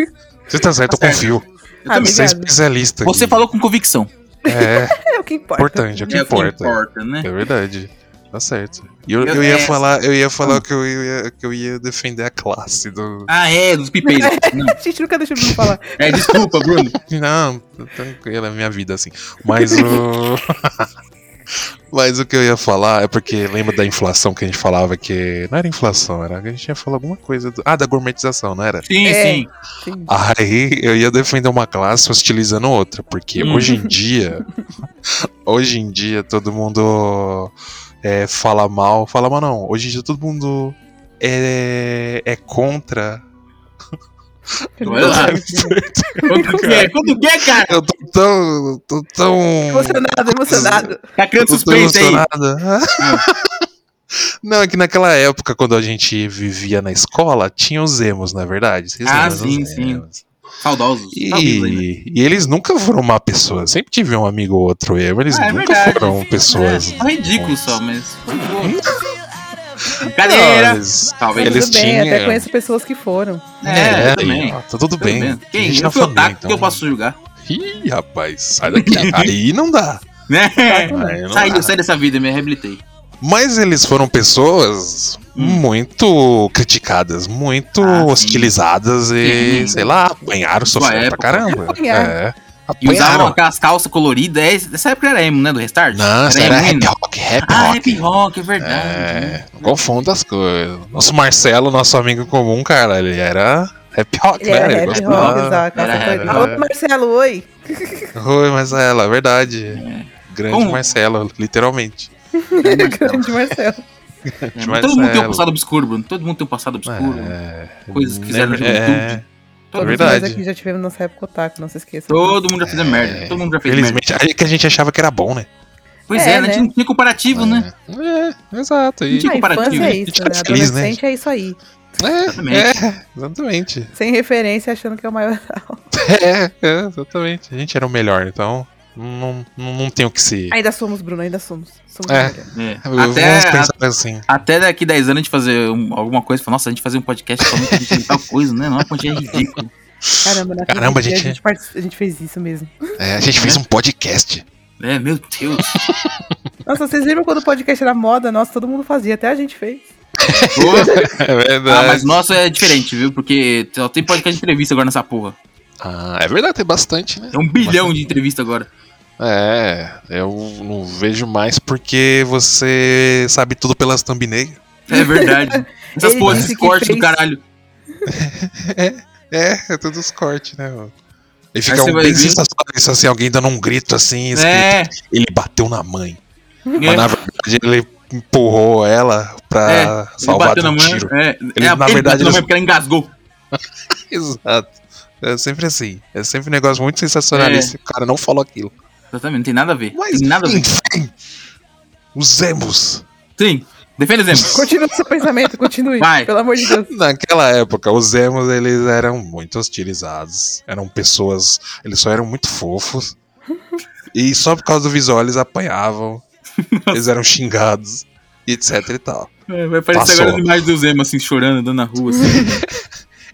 [SPEAKER 4] Você tá certo, eu
[SPEAKER 6] Tá certo.
[SPEAKER 4] confio.
[SPEAKER 6] Eu também.
[SPEAKER 4] Você é
[SPEAKER 5] Obrigado.
[SPEAKER 4] especialista.
[SPEAKER 6] Você
[SPEAKER 4] aqui.
[SPEAKER 6] falou com convicção.
[SPEAKER 4] É,
[SPEAKER 5] É o que importa.
[SPEAKER 4] [laughs] importante, é o que
[SPEAKER 6] É o que
[SPEAKER 4] importa.
[SPEAKER 6] importa, né?
[SPEAKER 4] É verdade. Tá certo. E eu,
[SPEAKER 6] Eu-
[SPEAKER 4] eu ia
[SPEAKER 6] é-
[SPEAKER 4] falar, eu ia falar que, eu ia, que eu ia defender a classe do. [laughs]
[SPEAKER 6] Ah, é, dos
[SPEAKER 5] [laughs]
[SPEAKER 6] pipeiros. Não.
[SPEAKER 5] A gente nunca deixa o Bruno falar.
[SPEAKER 6] É, desculpa, Bruno.
[SPEAKER 4] Não, tá tranquilo, é minha vida assim. Mas o. [laughs] Mas o que eu ia falar é porque lembra da inflação que a gente falava que. Não era inflação, era que a gente ia falar alguma coisa. Do... Ah, da gourmetização, não era?
[SPEAKER 6] Sim,
[SPEAKER 5] É.
[SPEAKER 6] sim.
[SPEAKER 5] Sim.
[SPEAKER 4] Aí eu ia defender uma classe hostilizando outra, porque
[SPEAKER 6] Hum.
[SPEAKER 4] hoje em dia. [laughs] hoje em dia todo mundo é, fala mal. Fala mal não. Hoje em dia todo mundo é, é contra.
[SPEAKER 6] Vai lá.
[SPEAKER 4] é
[SPEAKER 6] Quanto que é? Quanto que é, cara?
[SPEAKER 4] Eu tô tão. Tô tão
[SPEAKER 5] Emocionado, emocionado.
[SPEAKER 6] Tá criando
[SPEAKER 4] Eu tô
[SPEAKER 6] suspense tá aí.
[SPEAKER 4] emocionado. [laughs] Não, é que naquela época, quando a gente vivia na escola, tinha os emos, na verdade. Vocês
[SPEAKER 6] Ah,
[SPEAKER 4] lembram dos
[SPEAKER 6] sim, sim.
[SPEAKER 4] emos?
[SPEAKER 6] Saudosos.
[SPEAKER 4] E,
[SPEAKER 6] Saudosos tá né? ainda.
[SPEAKER 4] e eles nunca foram uma pessoa. Sempre tive um amigo ou outro emo. Eles
[SPEAKER 6] Ah, é
[SPEAKER 4] nunca
[SPEAKER 6] verdade.
[SPEAKER 4] foram pessoas.
[SPEAKER 6] É, só ridículo só, mas.
[SPEAKER 4] Não, Hum?
[SPEAKER 6] Cadeira!
[SPEAKER 4] eles-
[SPEAKER 6] Talvez.
[SPEAKER 4] eles
[SPEAKER 5] Tudo bem, até
[SPEAKER 4] tinham-
[SPEAKER 5] conheço pessoas que foram.
[SPEAKER 6] É,
[SPEAKER 4] É,
[SPEAKER 6] eu também.
[SPEAKER 4] tá tudo
[SPEAKER 6] Tudo
[SPEAKER 4] bem. A
[SPEAKER 6] Quem?
[SPEAKER 4] gente
[SPEAKER 6] Eu
[SPEAKER 4] tá
[SPEAKER 6] fui
[SPEAKER 4] falando,
[SPEAKER 6] otaku,
[SPEAKER 4] então.
[SPEAKER 6] que eu posso julgar.
[SPEAKER 4] Ih, rapaz, sai
[SPEAKER 6] [laughs]
[SPEAKER 4] daqui. Aí não dá.
[SPEAKER 6] Né?
[SPEAKER 4] Aí não
[SPEAKER 6] [laughs] Saí,
[SPEAKER 4] dá.
[SPEAKER 6] eu saí dessa vida, me reabilitei.
[SPEAKER 4] Mas eles foram pessoas muito criticadas, muito
[SPEAKER 6] Hum. Ah, sim.
[SPEAKER 4] hostilizadas e,
[SPEAKER 6] Sim.
[SPEAKER 4] sei lá, apanharam, sofreram pra
[SPEAKER 6] época.
[SPEAKER 4] caramba.
[SPEAKER 5] Apanharam.
[SPEAKER 4] É.
[SPEAKER 6] E usavam
[SPEAKER 4] Apanharam.
[SPEAKER 6] aquelas calças coloridas. é, Nessa época era emo, né? Do Restart?
[SPEAKER 4] Nossa, era
[SPEAKER 6] emo
[SPEAKER 4] rap
[SPEAKER 6] ainda?
[SPEAKER 4] rock, rap
[SPEAKER 6] Ah,
[SPEAKER 4] rock.
[SPEAKER 6] hip rock, é verdade.
[SPEAKER 4] É, não confunda as coisas. Nosso Marcelo, nosso amigo comum, cara, ele era rap rock,
[SPEAKER 5] Ele
[SPEAKER 4] né?
[SPEAKER 5] era
[SPEAKER 4] ele
[SPEAKER 5] rap rock, exato.
[SPEAKER 6] Era
[SPEAKER 5] essa
[SPEAKER 6] rap
[SPEAKER 5] coisa. Alô, Marcelo, oi.
[SPEAKER 4] Oi, Marcelo, é verdade. Grande
[SPEAKER 6] É. Como?
[SPEAKER 4] Marcelo, literalmente.
[SPEAKER 5] Grande Marcelo.
[SPEAKER 6] É, mas todo mundo tem um
[SPEAKER 4] Marcelo.
[SPEAKER 6] passado obscuro, Bruno. Todo mundo tem um passado obscuro. Coisas que fizeram na
[SPEAKER 4] É,
[SPEAKER 6] juventude.
[SPEAKER 5] Todos
[SPEAKER 4] verdade.
[SPEAKER 5] nós aqui já tivemos nossa época otaku, não se esqueça. Ah,
[SPEAKER 6] Todo mundo já
[SPEAKER 4] É.
[SPEAKER 6] fez merda. Todo mundo já fez merda.
[SPEAKER 4] Felizmente, aí que a gente achava que era bom, né?
[SPEAKER 6] Pois é, né?
[SPEAKER 5] É,
[SPEAKER 6] a gente
[SPEAKER 5] né?
[SPEAKER 6] não tinha comparativo, né?
[SPEAKER 4] É, exato. E...
[SPEAKER 6] Não tinha
[SPEAKER 5] A
[SPEAKER 6] comparativo.
[SPEAKER 5] infância é
[SPEAKER 6] né?
[SPEAKER 5] isso,
[SPEAKER 4] Gente,
[SPEAKER 5] né?
[SPEAKER 4] tá feliz, né?
[SPEAKER 5] Adolescente é isso aí.
[SPEAKER 4] É,
[SPEAKER 6] Exatamente.
[SPEAKER 4] é, exatamente. [laughs]
[SPEAKER 5] Sem referência, achando que é o maior.
[SPEAKER 4] É, é, exatamente. A gente era o melhor, então não, não, não tem o que se.
[SPEAKER 5] Ainda somos, Bruno, ainda somos. Somos
[SPEAKER 4] É.
[SPEAKER 5] melhor.
[SPEAKER 6] É.
[SPEAKER 4] Vamos
[SPEAKER 6] Até,
[SPEAKER 4] pensar assim.
[SPEAKER 6] até daqui 10 anos a gente fazer um- alguma coisa. falar, Nossa, a gente fazer um podcast somente a gente inventar coisa, né? Não é uma quantia ridícula.
[SPEAKER 5] Caramba, naquele
[SPEAKER 4] Caramba,
[SPEAKER 5] dia
[SPEAKER 4] gente.
[SPEAKER 5] A gente, partici- a gente fez isso mesmo.
[SPEAKER 4] É, a gente fez
[SPEAKER 6] Né?
[SPEAKER 4] um podcast. [laughs]
[SPEAKER 6] É, meu Deus.
[SPEAKER 5] Nossa, vocês lembram quando o podcast era moda? Nossa, todo mundo fazia, até a gente fez.
[SPEAKER 6] Pô.
[SPEAKER 4] É
[SPEAKER 6] Ah,
[SPEAKER 4] verdade.
[SPEAKER 6] mas o nosso é diferente, viu? Porque só tem podcast de entrevista agora nessa porra.
[SPEAKER 4] Ah, é verdade, tem bastante, né?
[SPEAKER 6] É um bilhão de entrevista agora.
[SPEAKER 4] É, eu não vejo mais porque você sabe tudo pelas thumbnails.
[SPEAKER 6] É
[SPEAKER 5] [laughs]
[SPEAKER 6] verdade. Essas
[SPEAKER 5] Ele
[SPEAKER 6] porras,
[SPEAKER 5] disse
[SPEAKER 6] esses
[SPEAKER 5] que
[SPEAKER 6] cortes
[SPEAKER 5] fez-
[SPEAKER 6] do caralho.
[SPEAKER 4] É, é todos os cortes, né? mano? E fica
[SPEAKER 6] você
[SPEAKER 4] um
[SPEAKER 6] vai
[SPEAKER 4] bem
[SPEAKER 6] ver.
[SPEAKER 4] sensacionalista, assim, alguém dando um grito assim, escrito,
[SPEAKER 6] É.
[SPEAKER 4] ele bateu na mãe. Mas na verdade ele empurrou ela pra salvar de um tiro.
[SPEAKER 6] É,
[SPEAKER 4] Ele,
[SPEAKER 6] é,
[SPEAKER 4] na
[SPEAKER 6] ele
[SPEAKER 4] verdade,
[SPEAKER 6] bateu na
[SPEAKER 4] eles-
[SPEAKER 6] mãe porque ela engasgou.
[SPEAKER 4] [laughs] Exato. É sempre assim. É sempre um negócio muito sensacionalista.
[SPEAKER 6] É.
[SPEAKER 4] O cara não falou aquilo.
[SPEAKER 6] Exatamente, não tem nada a ver. tem nada a ver.
[SPEAKER 4] Os Zembos.
[SPEAKER 6] Sim, defende os Zembos.
[SPEAKER 5] Continua o seu pensamento, continue. Pelo amor de
[SPEAKER 4] [laughs]
[SPEAKER 5] Deus.
[SPEAKER 4] Naquela época, os Zemos eles eram muito hostilizados. Eram pessoas. Eles só eram muito fofos. E só por causa do visual eles
[SPEAKER 6] [laughs]
[SPEAKER 4] apanhavam. eles eram xingados. e Etc e tal.
[SPEAKER 6] É, vai aparecer
[SPEAKER 4] Passou.
[SPEAKER 6] agora as imagens do Zema, assim, chorando, andando na rua, assim.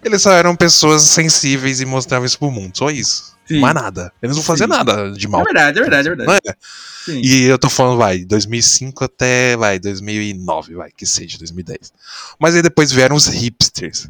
[SPEAKER 4] Eles só eram pessoas sensíveis e mostravam isso pro mundo. Só isso.
[SPEAKER 6] Sim.
[SPEAKER 4] Mas nada. Eles não faziam
[SPEAKER 6] Sim.
[SPEAKER 4] nada de mal.
[SPEAKER 6] É verdade, é verdade, é verdade.
[SPEAKER 4] Não é?
[SPEAKER 6] Sim.
[SPEAKER 4] E eu tô falando, vai, 2005 até, vai, 2009, vai, que seja, 2010. Mas aí depois vieram os hipsters.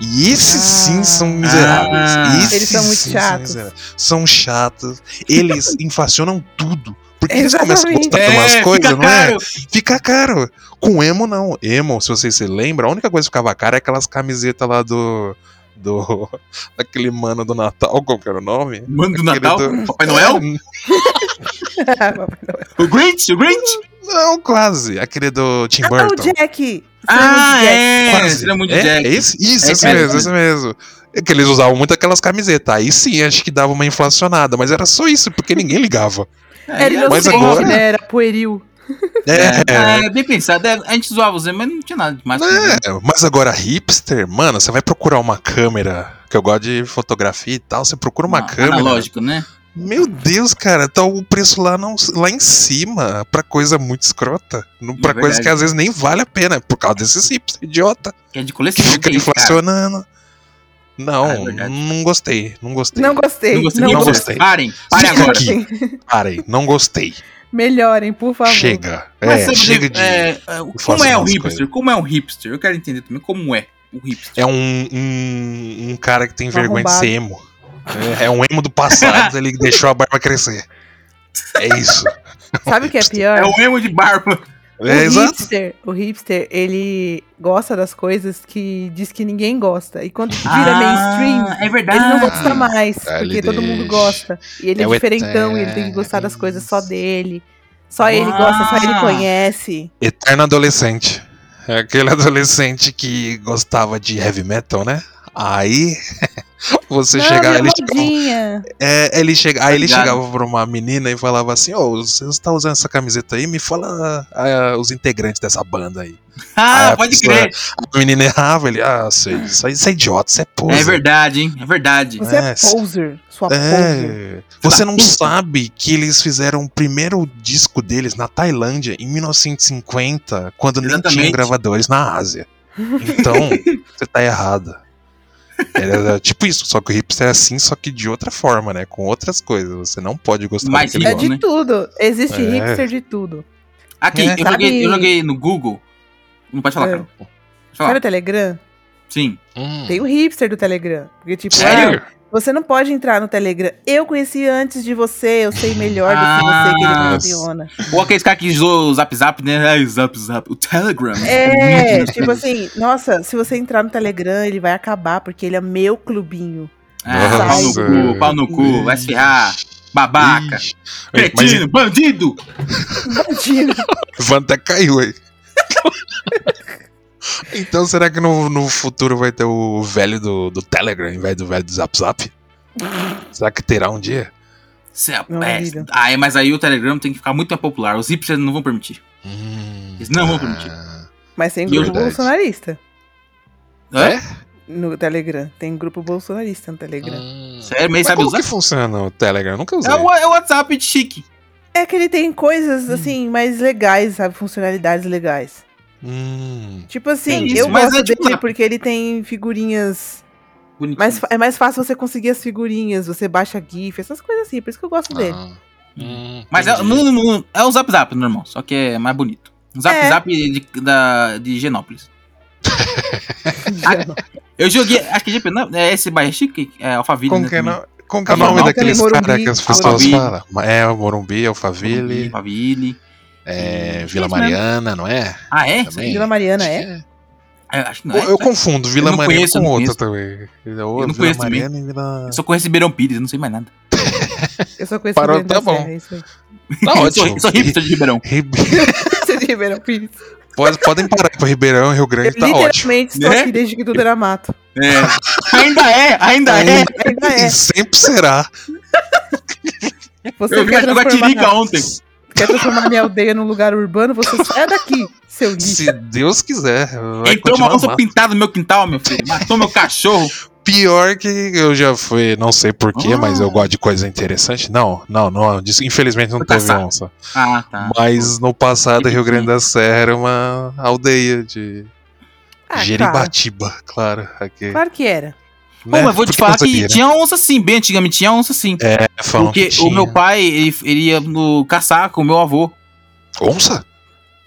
[SPEAKER 4] E esses sim são miseráveis.
[SPEAKER 5] Ah.
[SPEAKER 4] Esses
[SPEAKER 5] Eles são muito
[SPEAKER 4] sim
[SPEAKER 5] chatos.
[SPEAKER 4] miseráveis. São chatos.
[SPEAKER 5] [laughs]
[SPEAKER 4] Eles inflacionam tudo. Porque eles começam a
[SPEAKER 5] Exatamente.
[SPEAKER 4] gostar de umas
[SPEAKER 6] É,
[SPEAKER 4] tá coisas,
[SPEAKER 6] fica
[SPEAKER 4] não é?
[SPEAKER 6] caro.
[SPEAKER 4] Fica caro. Com emo, não. Emo, se vocês se lembram, a única coisa que ficava cara é aquelas camisetas lá do. Do. [laughs] Aquele mano do Natal, qual que era o nome?
[SPEAKER 6] Mano do
[SPEAKER 4] Aquele
[SPEAKER 6] Natal? Papai Noel?
[SPEAKER 4] É.
[SPEAKER 6] O Grinch, o Grinch?
[SPEAKER 4] Não, quase. Aquele do Tim
[SPEAKER 5] Ah, o
[SPEAKER 4] Burton.
[SPEAKER 5] Jack!
[SPEAKER 6] Ah, é!
[SPEAKER 4] Quase.
[SPEAKER 6] Será muito
[SPEAKER 4] é,
[SPEAKER 6] Jack.
[SPEAKER 4] é esse, isso,
[SPEAKER 6] É
[SPEAKER 4] esse
[SPEAKER 6] esse
[SPEAKER 4] mesmo,
[SPEAKER 6] mesmo.
[SPEAKER 4] esse mesmo. É que eles usavam muito aquelas camisetas. Aí sim, acho que dava uma inflacionada, mas era só isso, porque ninguém ligava.
[SPEAKER 5] Era
[SPEAKER 4] É, Mas
[SPEAKER 5] inocente,
[SPEAKER 4] agora-
[SPEAKER 5] né? Era pueril.
[SPEAKER 4] É,
[SPEAKER 6] [laughs] É, bem pensado. é, a gente zoava o Zema, mas não tinha nada demais.
[SPEAKER 4] É, mas agora hipster, mano, você vai procurar uma câmera, que eu gosto de fotografia e tal, você procura uma câmera.
[SPEAKER 6] Analógico, né?
[SPEAKER 4] Meu Deus, cara, tá o preço lá, não, lá em cima, pra coisa muito escrota. não- Pra
[SPEAKER 6] É
[SPEAKER 4] coisa
[SPEAKER 6] verdade.
[SPEAKER 4] que às vezes nem vale a pena, por causa desses hipster, idiota.
[SPEAKER 6] Que é de
[SPEAKER 4] que
[SPEAKER 6] coleção.
[SPEAKER 4] fica
[SPEAKER 6] tem, cara.
[SPEAKER 4] inflacionando. Não,
[SPEAKER 6] Ah, é verdade.
[SPEAKER 4] não gostei, não gostei.
[SPEAKER 5] Não gostei.
[SPEAKER 6] Não gostei.
[SPEAKER 5] Não gostei.
[SPEAKER 4] Não
[SPEAKER 6] Igor,
[SPEAKER 4] gostei.
[SPEAKER 6] Parem, parem
[SPEAKER 4] Fica
[SPEAKER 6] agora.
[SPEAKER 4] aqui. Parem, não gostei.
[SPEAKER 5] Melhorem, por favor.
[SPEAKER 4] Chega.
[SPEAKER 6] Mas
[SPEAKER 4] É,
[SPEAKER 6] sabe,
[SPEAKER 4] chega de.
[SPEAKER 6] é,
[SPEAKER 4] É,
[SPEAKER 6] é, como é o
[SPEAKER 4] umas
[SPEAKER 6] hipster?
[SPEAKER 4] coisas.
[SPEAKER 6] Como é um hipster? Eu quero entender também como é o hipster.
[SPEAKER 4] um, um, um cara que tem vergonha de
[SPEAKER 5] Tá arrombado.
[SPEAKER 4] ser emo. É, é um emo do passado, ele deixou a barba crescer. É
[SPEAKER 5] [laughs]
[SPEAKER 4] isso.
[SPEAKER 5] Sabe o que é pior?
[SPEAKER 6] É o emo de barba.
[SPEAKER 5] O
[SPEAKER 4] É, exato.
[SPEAKER 5] hipster, o hipster, ele gosta das coisas que diz que ninguém gosta. E quando vira
[SPEAKER 6] Ah,
[SPEAKER 5] mainstream,
[SPEAKER 6] é verdade.
[SPEAKER 5] ele não gosta mais,
[SPEAKER 4] Ah, ele
[SPEAKER 5] porque todo mundo
[SPEAKER 4] deixa.
[SPEAKER 5] gosta. E ele é,
[SPEAKER 4] É o
[SPEAKER 5] diferentão, e ele tem que gostar das coisas só dele. Só ele
[SPEAKER 6] Ah.
[SPEAKER 5] gosta, só ele conhece.
[SPEAKER 4] Eterno adolescente. É Aquele adolescente que gostava de heavy metal, né? Aí [laughs] você
[SPEAKER 5] não,
[SPEAKER 4] chegava,
[SPEAKER 5] minha
[SPEAKER 4] ele um chegava
[SPEAKER 5] modinha.
[SPEAKER 4] É, ele chega, aí ele
[SPEAKER 6] ligado?
[SPEAKER 4] chegava pra uma menina e falava assim: Ô, você está usando essa camiseta aí? Me fala ah, os integrantes dessa banda aí.
[SPEAKER 6] Ah,
[SPEAKER 4] Aí a
[SPEAKER 6] pode
[SPEAKER 4] pessoa-
[SPEAKER 6] crer.
[SPEAKER 4] A menina errava, ele, ah, sei, isso aí isso é idiota, isso é pose.
[SPEAKER 6] É verdade, hein? É verdade.
[SPEAKER 5] Você é,
[SPEAKER 4] É, se-
[SPEAKER 5] poser, sua poser.
[SPEAKER 4] É. Você não sabe que eles fizeram o primeiro disco deles na Tailândia em 1950, quando nem tinha
[SPEAKER 6] Exatamente.
[SPEAKER 4] gravadores na Ásia. Então, você tá errada. Era tipo isso, só que o hipster é assim, só que de outra forma, né? Com outras coisas. Você não pode gostar
[SPEAKER 6] Mais
[SPEAKER 4] daquele
[SPEAKER 5] É
[SPEAKER 6] hipster,
[SPEAKER 4] negócio.
[SPEAKER 5] de
[SPEAKER 6] né?
[SPEAKER 5] tudo. Existe
[SPEAKER 4] É.
[SPEAKER 5] hipster de tudo.
[SPEAKER 6] Aqui,
[SPEAKER 4] É,
[SPEAKER 6] eu,
[SPEAKER 5] sabe-
[SPEAKER 6] joguei, eu joguei no Google. Não pode falar,
[SPEAKER 5] É.
[SPEAKER 6] cara. Pode falar.
[SPEAKER 5] Sabe o Telegram?
[SPEAKER 6] Sim.
[SPEAKER 4] Hum.
[SPEAKER 5] Tem o hipster do Telegram. Porque, tipo, ah,
[SPEAKER 4] Sério?
[SPEAKER 5] Você não pode entrar no Telegram. Eu conheci antes de você, eu sei melhor do que você, querido
[SPEAKER 6] Ah,
[SPEAKER 5] campeona.
[SPEAKER 6] Ou aqueles caras que zoam o Zap Zap, né? Ai, Zap Zap. O Telegram.
[SPEAKER 5] É, tipo assim, nossa, se você entrar no Telegram, ele vai acabar, porque ele é
[SPEAKER 6] [laughs]
[SPEAKER 5] meu clubinho.
[SPEAKER 6] Ah, pau no
[SPEAKER 5] Nossa.
[SPEAKER 6] cu, pau no cu, vai se ferrar. Babaca.
[SPEAKER 4] Ixi. Mas
[SPEAKER 6] Cretino, bandido!
[SPEAKER 5] Bandido.
[SPEAKER 4] Levanta caiu aí. [laughs] então será que no, no futuro vai ter o velho do, do Telegram em vez do velho do Zap Zap? Será que terá um dia?
[SPEAKER 6] Cê é,
[SPEAKER 5] Não,
[SPEAKER 6] é,
[SPEAKER 5] amiga.
[SPEAKER 6] ah, é, mas aí o Telegram tem que ficar muito mais popular. Os hipsters não vão permitir.
[SPEAKER 4] Hum,
[SPEAKER 6] Eles não vão permitir.
[SPEAKER 4] ah,
[SPEAKER 5] Mas tem
[SPEAKER 6] Verdade.
[SPEAKER 5] grupo bolsonarista
[SPEAKER 6] Hã?
[SPEAKER 5] no Telegram. Tem grupo bolsonarista no Telegram.
[SPEAKER 6] Ah. Sério, mas
[SPEAKER 4] Mas
[SPEAKER 6] sabe
[SPEAKER 4] como
[SPEAKER 6] usar?
[SPEAKER 4] que funciona o Telegram? Eu nunca usei.
[SPEAKER 6] É o, é o WhatsApp de chique.
[SPEAKER 5] É que ele tem
[SPEAKER 6] Hum.
[SPEAKER 5] coisas, assim, mais legais, sabe? Funcionalidades legais.
[SPEAKER 4] Hum,
[SPEAKER 5] Tipo assim,
[SPEAKER 6] Tem isso,
[SPEAKER 5] eu
[SPEAKER 6] mas
[SPEAKER 5] gosto
[SPEAKER 6] é tipo
[SPEAKER 5] dele
[SPEAKER 6] na-
[SPEAKER 5] porque ele tem figurinhas.
[SPEAKER 6] Bonitinho.
[SPEAKER 5] Mais, fa- é mais fácil você conseguir as figurinhas, você baixa GIF, essas coisas assim. Por isso que eu gosto dele.
[SPEAKER 4] [laughs] ah, hum,
[SPEAKER 6] Mas é,
[SPEAKER 4] entendi.
[SPEAKER 6] no, no- é o Zap Zap normal, só que é mais bonito. Um Zap
[SPEAKER 5] É.
[SPEAKER 6] Zap de, da, de Genópolis. Eu
[SPEAKER 4] [laughs]
[SPEAKER 6] joguei, acho que é GP, é esse bairro chique, é Alphaville,
[SPEAKER 4] Como
[SPEAKER 6] né,
[SPEAKER 4] que é,
[SPEAKER 6] também.
[SPEAKER 4] no- como que é o
[SPEAKER 5] Alphaville,
[SPEAKER 4] nome daqueles
[SPEAKER 5] Morumbi,
[SPEAKER 4] caras que as pessoas
[SPEAKER 6] Alphaville.
[SPEAKER 4] falam? É, o Morumbi, Alphaville,
[SPEAKER 6] Alphaville.
[SPEAKER 4] é,
[SPEAKER 6] Isso
[SPEAKER 4] Vila
[SPEAKER 6] mesmo.
[SPEAKER 4] Mariana, não é?
[SPEAKER 6] Ah, é?
[SPEAKER 4] Também.
[SPEAKER 5] Vila Mariana é?
[SPEAKER 6] É, acho que não
[SPEAKER 4] Eu,
[SPEAKER 6] é.
[SPEAKER 4] eu confundo Vila
[SPEAKER 6] Eu não
[SPEAKER 4] Mariana
[SPEAKER 6] conheço, eu
[SPEAKER 4] com
[SPEAKER 6] não
[SPEAKER 4] outra também. Eu
[SPEAKER 6] não
[SPEAKER 4] Vila
[SPEAKER 6] conheço também.
[SPEAKER 4] Mariana e Vila.
[SPEAKER 6] Eu só conheço Ribeirão Pires, eu não sei mais nada.
[SPEAKER 5] Eu só conheço
[SPEAKER 4] Parou,
[SPEAKER 5] o Dente
[SPEAKER 4] tá
[SPEAKER 5] da
[SPEAKER 4] bom.
[SPEAKER 5] Serra, é isso aí. [laughs]
[SPEAKER 4] Tá
[SPEAKER 6] [laughs] Sou, sou hipster de Ribeirão.
[SPEAKER 5] Você de Ribeirão Pires.
[SPEAKER 4] [laughs] Pode, podem parar pra Ribeirão, Rio Grande, tá ótimo.
[SPEAKER 5] Literalmente estou
[SPEAKER 4] Né?
[SPEAKER 5] aqui desde que tudo era mato.
[SPEAKER 6] É. [laughs] Ainda é, ainda é.
[SPEAKER 5] Ainda é.
[SPEAKER 4] E sempre será.
[SPEAKER 5] Você
[SPEAKER 6] Eu vi
[SPEAKER 5] quer
[SPEAKER 6] a Guatirica
[SPEAKER 5] transformar,
[SPEAKER 6] ontem.
[SPEAKER 5] quer transformar minha aldeia num lugar urbano, você sai daqui, seu lixo.
[SPEAKER 4] Se Deus quiser.
[SPEAKER 6] Entrou
[SPEAKER 4] vai
[SPEAKER 6] uma
[SPEAKER 4] continuar
[SPEAKER 6] onça
[SPEAKER 4] lá.
[SPEAKER 6] pintada no meu quintal, meu filho. Matou meu cachorro.
[SPEAKER 4] Pior que eu já fui, não sei porquê,
[SPEAKER 6] Ah.
[SPEAKER 4] mas eu gosto de coisa interessante. Não, não, não. disso- Infelizmente não teve
[SPEAKER 6] caçar.
[SPEAKER 4] onça.
[SPEAKER 6] Ah, tá.
[SPEAKER 4] Mas no passado, Rio Grande da Serra era uma aldeia de.
[SPEAKER 5] Ah,
[SPEAKER 4] Jeribatiba, claro. aqui,
[SPEAKER 5] Claro que era.
[SPEAKER 6] Pô,
[SPEAKER 4] né?
[SPEAKER 6] mas vou
[SPEAKER 4] Por
[SPEAKER 6] te falar
[SPEAKER 4] não
[SPEAKER 6] que
[SPEAKER 4] sabia, né?
[SPEAKER 6] tinha onça sim, bem antigamente tinha onça sim.
[SPEAKER 4] É, falam
[SPEAKER 6] Porque
[SPEAKER 4] que
[SPEAKER 6] o
[SPEAKER 4] tinha.
[SPEAKER 6] meu pai, ele, ele ia no caçar com o meu avô.
[SPEAKER 4] Onça?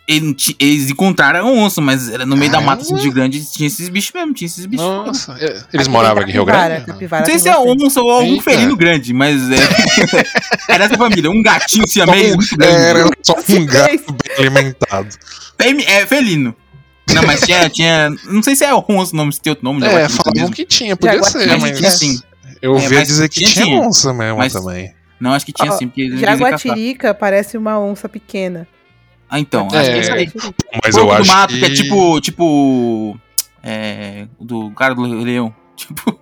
[SPEAKER 6] Ele não ti- eles encontraram a onça, mas era no meio da mata assim, de grande, tinha esses bichos mesmo, tinha esses bichos.
[SPEAKER 4] Nossa, é- eles moravam aqui em Rio Grande?
[SPEAKER 6] Não sei se é onça ou algum felino grande, mas
[SPEAKER 4] [laughs]
[SPEAKER 6] é. era essa família, um gatinho siamês muito grande.
[SPEAKER 4] Era só
[SPEAKER 5] [laughs]
[SPEAKER 4] um gato bem alimentado.
[SPEAKER 6] Femi- É, felino. Não, mas tinha, tinha. Não sei se é onça o nome, se tem outro nome.
[SPEAKER 4] É,
[SPEAKER 6] jaguatirica
[SPEAKER 4] falavam
[SPEAKER 6] mesmo.
[SPEAKER 4] que tinha, podia
[SPEAKER 5] Jaguatirica.
[SPEAKER 4] ser, mas.
[SPEAKER 6] Tinha sim.
[SPEAKER 4] Eu
[SPEAKER 6] É,
[SPEAKER 4] ouvia
[SPEAKER 6] mas
[SPEAKER 4] dizer que tinha,
[SPEAKER 6] tinha, tinha.
[SPEAKER 4] onça mesmo
[SPEAKER 6] Mas-
[SPEAKER 4] também.
[SPEAKER 6] Não, acho que tinha
[SPEAKER 4] Ah,
[SPEAKER 5] Ó,
[SPEAKER 6] sim, porque eles não quis caçar.
[SPEAKER 5] Jaguatirica parece uma onça pequena.
[SPEAKER 6] Ah, então.
[SPEAKER 4] É,
[SPEAKER 6] acho que é isso aí.
[SPEAKER 4] Mas
[SPEAKER 6] Porco
[SPEAKER 4] eu
[SPEAKER 6] do
[SPEAKER 4] acho
[SPEAKER 6] mato,
[SPEAKER 4] que...
[SPEAKER 6] que é tipo. Tipo. É. o Do cara do leão. [laughs] Tipo.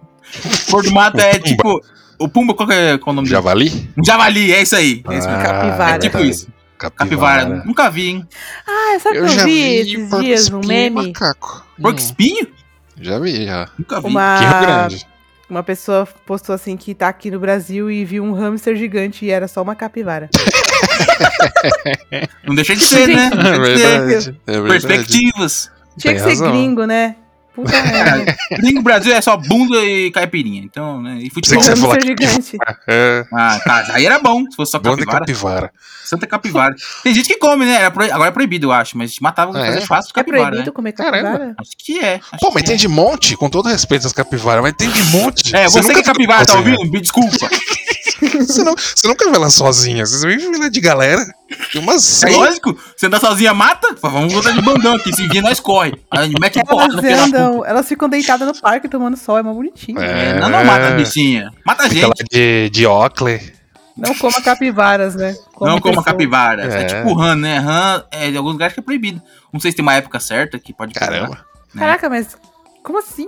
[SPEAKER 6] Porco do mato é tipo. O Pumba, qual, que é, qual é o nome
[SPEAKER 4] Javali?
[SPEAKER 6] dele? Um javali, é isso aí. É isso mesmo.
[SPEAKER 5] capivara.
[SPEAKER 6] É tipo
[SPEAKER 4] Ah, verdade.
[SPEAKER 6] isso.
[SPEAKER 4] Capivara.
[SPEAKER 6] Capivara. Nunca vi, hein?
[SPEAKER 5] Ah, sabe o que eu vi esses dias um
[SPEAKER 4] porco-espinho e
[SPEAKER 5] meme?
[SPEAKER 4] Macaco.
[SPEAKER 6] Porco
[SPEAKER 4] Hum,
[SPEAKER 6] espinho?
[SPEAKER 4] já vi, já.
[SPEAKER 6] Nunca vi.
[SPEAKER 5] Ah,
[SPEAKER 4] Que Rio
[SPEAKER 5] Uma, [laughs]
[SPEAKER 4] Grande.
[SPEAKER 5] uma pessoa postou assim que tá aqui no Brasil e viu um hamster gigante e era só uma capivara.
[SPEAKER 6] Não deixa de ser,
[SPEAKER 5] [laughs]
[SPEAKER 6] né? Não
[SPEAKER 4] É
[SPEAKER 6] deixa de ser.
[SPEAKER 4] verdade. É verdade.
[SPEAKER 6] Perspectivas.
[SPEAKER 5] Tinha
[SPEAKER 4] Tem
[SPEAKER 5] que ser
[SPEAKER 4] razão. É,
[SPEAKER 5] gringo, né?
[SPEAKER 4] [laughs]
[SPEAKER 5] Puta merda.
[SPEAKER 6] Gringo Brasil é só bunda e caipirinha. Então, né? E
[SPEAKER 4] Pensei
[SPEAKER 6] futebol.
[SPEAKER 4] que você ia falar
[SPEAKER 5] Hamster gigante.
[SPEAKER 4] É,
[SPEAKER 6] Ah, tá. Aí era bom, se fosse só
[SPEAKER 4] bom de
[SPEAKER 6] capivara.
[SPEAKER 4] capivara.
[SPEAKER 6] Santa capivara. Tem gente que come, né? Era pro- Agora é proibido, eu acho. Mas matava
[SPEAKER 4] Ah,
[SPEAKER 6] pra fazer
[SPEAKER 4] é?
[SPEAKER 6] churrasco de
[SPEAKER 5] É
[SPEAKER 6] capivara, né?
[SPEAKER 5] proibido comer
[SPEAKER 4] Caramba. [laughs]
[SPEAKER 5] capivara?
[SPEAKER 6] Acho que é. acho
[SPEAKER 4] Pô, mas
[SPEAKER 6] que é.
[SPEAKER 4] tem de monte, com todo respeito às capivaras, mas tem de monte.
[SPEAKER 6] É, você, que
[SPEAKER 4] nunca
[SPEAKER 6] é capivara,
[SPEAKER 4] vê
[SPEAKER 6] tá
[SPEAKER 4] sozinha.
[SPEAKER 6] ouvindo? Me desculpa.
[SPEAKER 4] Você, não, você nunca vê ela sozinha, você sempre vê ela de galera. Tem umas
[SPEAKER 6] É
[SPEAKER 4] cem.
[SPEAKER 6] lógico, você andar sozinha mata, Fala, vamos voltar de bandão aqui, se vir nós corre. A gente mete porrada no
[SPEAKER 5] Elas
[SPEAKER 6] filho da puta.
[SPEAKER 5] andam, elas ficam deitadas no parque tomando sol, é mó bonitinho.
[SPEAKER 6] É, não, não mata a bichinha, mata a
[SPEAKER 4] Fica lá
[SPEAKER 6] gente.
[SPEAKER 4] de, de Oakley.
[SPEAKER 5] Não coma capivaras, né?
[SPEAKER 6] Não como a
[SPEAKER 5] pessoas.
[SPEAKER 6] capivara, é.
[SPEAKER 4] É.
[SPEAKER 6] tipo rã, né? Rã é de alguns lugares que é proibido. Não sei se tem uma época certa que pode
[SPEAKER 4] Caramba.
[SPEAKER 5] Caraca, mas como assim?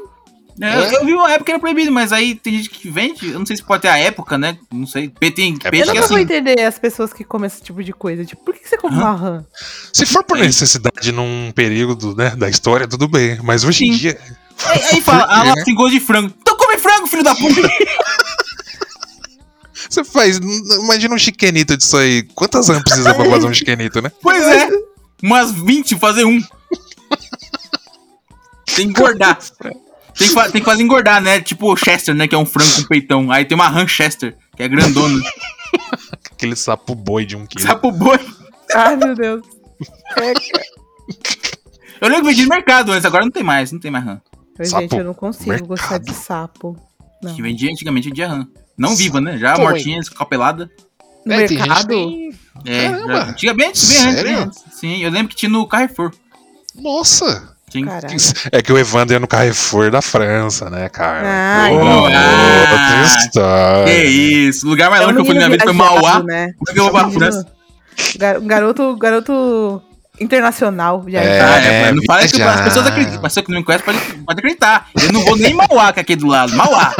[SPEAKER 6] É, eu- eu vi uma época que era proibido, mas aí tem gente que vende, eu não sei se pode ter a época, né? Não sei. Pe- Tem
[SPEAKER 4] É
[SPEAKER 6] peixe
[SPEAKER 5] Eu
[SPEAKER 6] que é
[SPEAKER 5] nunca
[SPEAKER 4] porque
[SPEAKER 5] vou
[SPEAKER 6] assim.
[SPEAKER 5] entender as pessoas que comem esse tipo de coisa. Tipo, por que você come uma rã?
[SPEAKER 4] Se for por
[SPEAKER 6] Sim.
[SPEAKER 4] necessidade num período né, da história, tudo bem. Mas hoje em
[SPEAKER 6] Sim.
[SPEAKER 4] dia.
[SPEAKER 6] Aí, aí fala,
[SPEAKER 4] Por quê,
[SPEAKER 6] ah, lá
[SPEAKER 4] né?
[SPEAKER 6] tem gosto de frango. Então come frango, filho da puta!
[SPEAKER 4] Você faz. Imagina um chiquenito disso aí. Quantas anos precisa pra
[SPEAKER 6] [laughs]
[SPEAKER 4] fazer um chiquenito, né?
[SPEAKER 6] Pois é. Umas 20 fazer um. Tem que engordar. Tem que, fa- tem que fazer engordar, né? Tipo o Chester, né? Que é um frango com peitão. Aí tem uma ram Chester, que é
[SPEAKER 4] [laughs]
[SPEAKER 6] grandona.
[SPEAKER 4] Aquele sapo boi de um quilo.
[SPEAKER 6] Sapo boi.
[SPEAKER 5] Ai, meu Deus.
[SPEAKER 6] Eu lembro que vendia no mercado antes, agora não tem mais, não tem mais ram.
[SPEAKER 5] Eu,
[SPEAKER 4] Sapo.
[SPEAKER 5] Gente, eu não consigo
[SPEAKER 4] Mercado.
[SPEAKER 5] gostar de sapo. Não.
[SPEAKER 6] Que vendia antigamente vendia ram. Não viva, né? Já
[SPEAKER 4] Pô,
[SPEAKER 6] mortinha, escalpelada.
[SPEAKER 5] No
[SPEAKER 4] É, tem gente
[SPEAKER 5] mercado?
[SPEAKER 4] que-
[SPEAKER 6] É,
[SPEAKER 4] Caramba.
[SPEAKER 6] já- antigamente, bem antes, bem
[SPEAKER 4] Sério?
[SPEAKER 6] antes. Sim, eu lembro que tinha no Carrefour.
[SPEAKER 4] Nossa!
[SPEAKER 6] Sim.
[SPEAKER 5] Caraca.
[SPEAKER 4] É que o Evandro ia no Carrefour da França, né, cara?
[SPEAKER 5] Ai,
[SPEAKER 4] Pô,
[SPEAKER 5] não.
[SPEAKER 4] outra
[SPEAKER 6] Ah,
[SPEAKER 4] história.
[SPEAKER 6] Que isso, o lugar mais
[SPEAKER 5] É um
[SPEAKER 6] longe que eu fui na minha vida foi
[SPEAKER 5] menino
[SPEAKER 6] Mauá.
[SPEAKER 5] viajado, né?
[SPEAKER 6] Como é que eu vou pra França?
[SPEAKER 5] Gar- Um garoto, garoto internacional. Já
[SPEAKER 4] É.
[SPEAKER 6] Ah, é, mas não fala que
[SPEAKER 4] viajar.
[SPEAKER 6] as pessoas acreditam. Mas se que não me conhece pode, pode acreditar. Eu não vou nem em Mauá, que é aqui do lado. Mauá.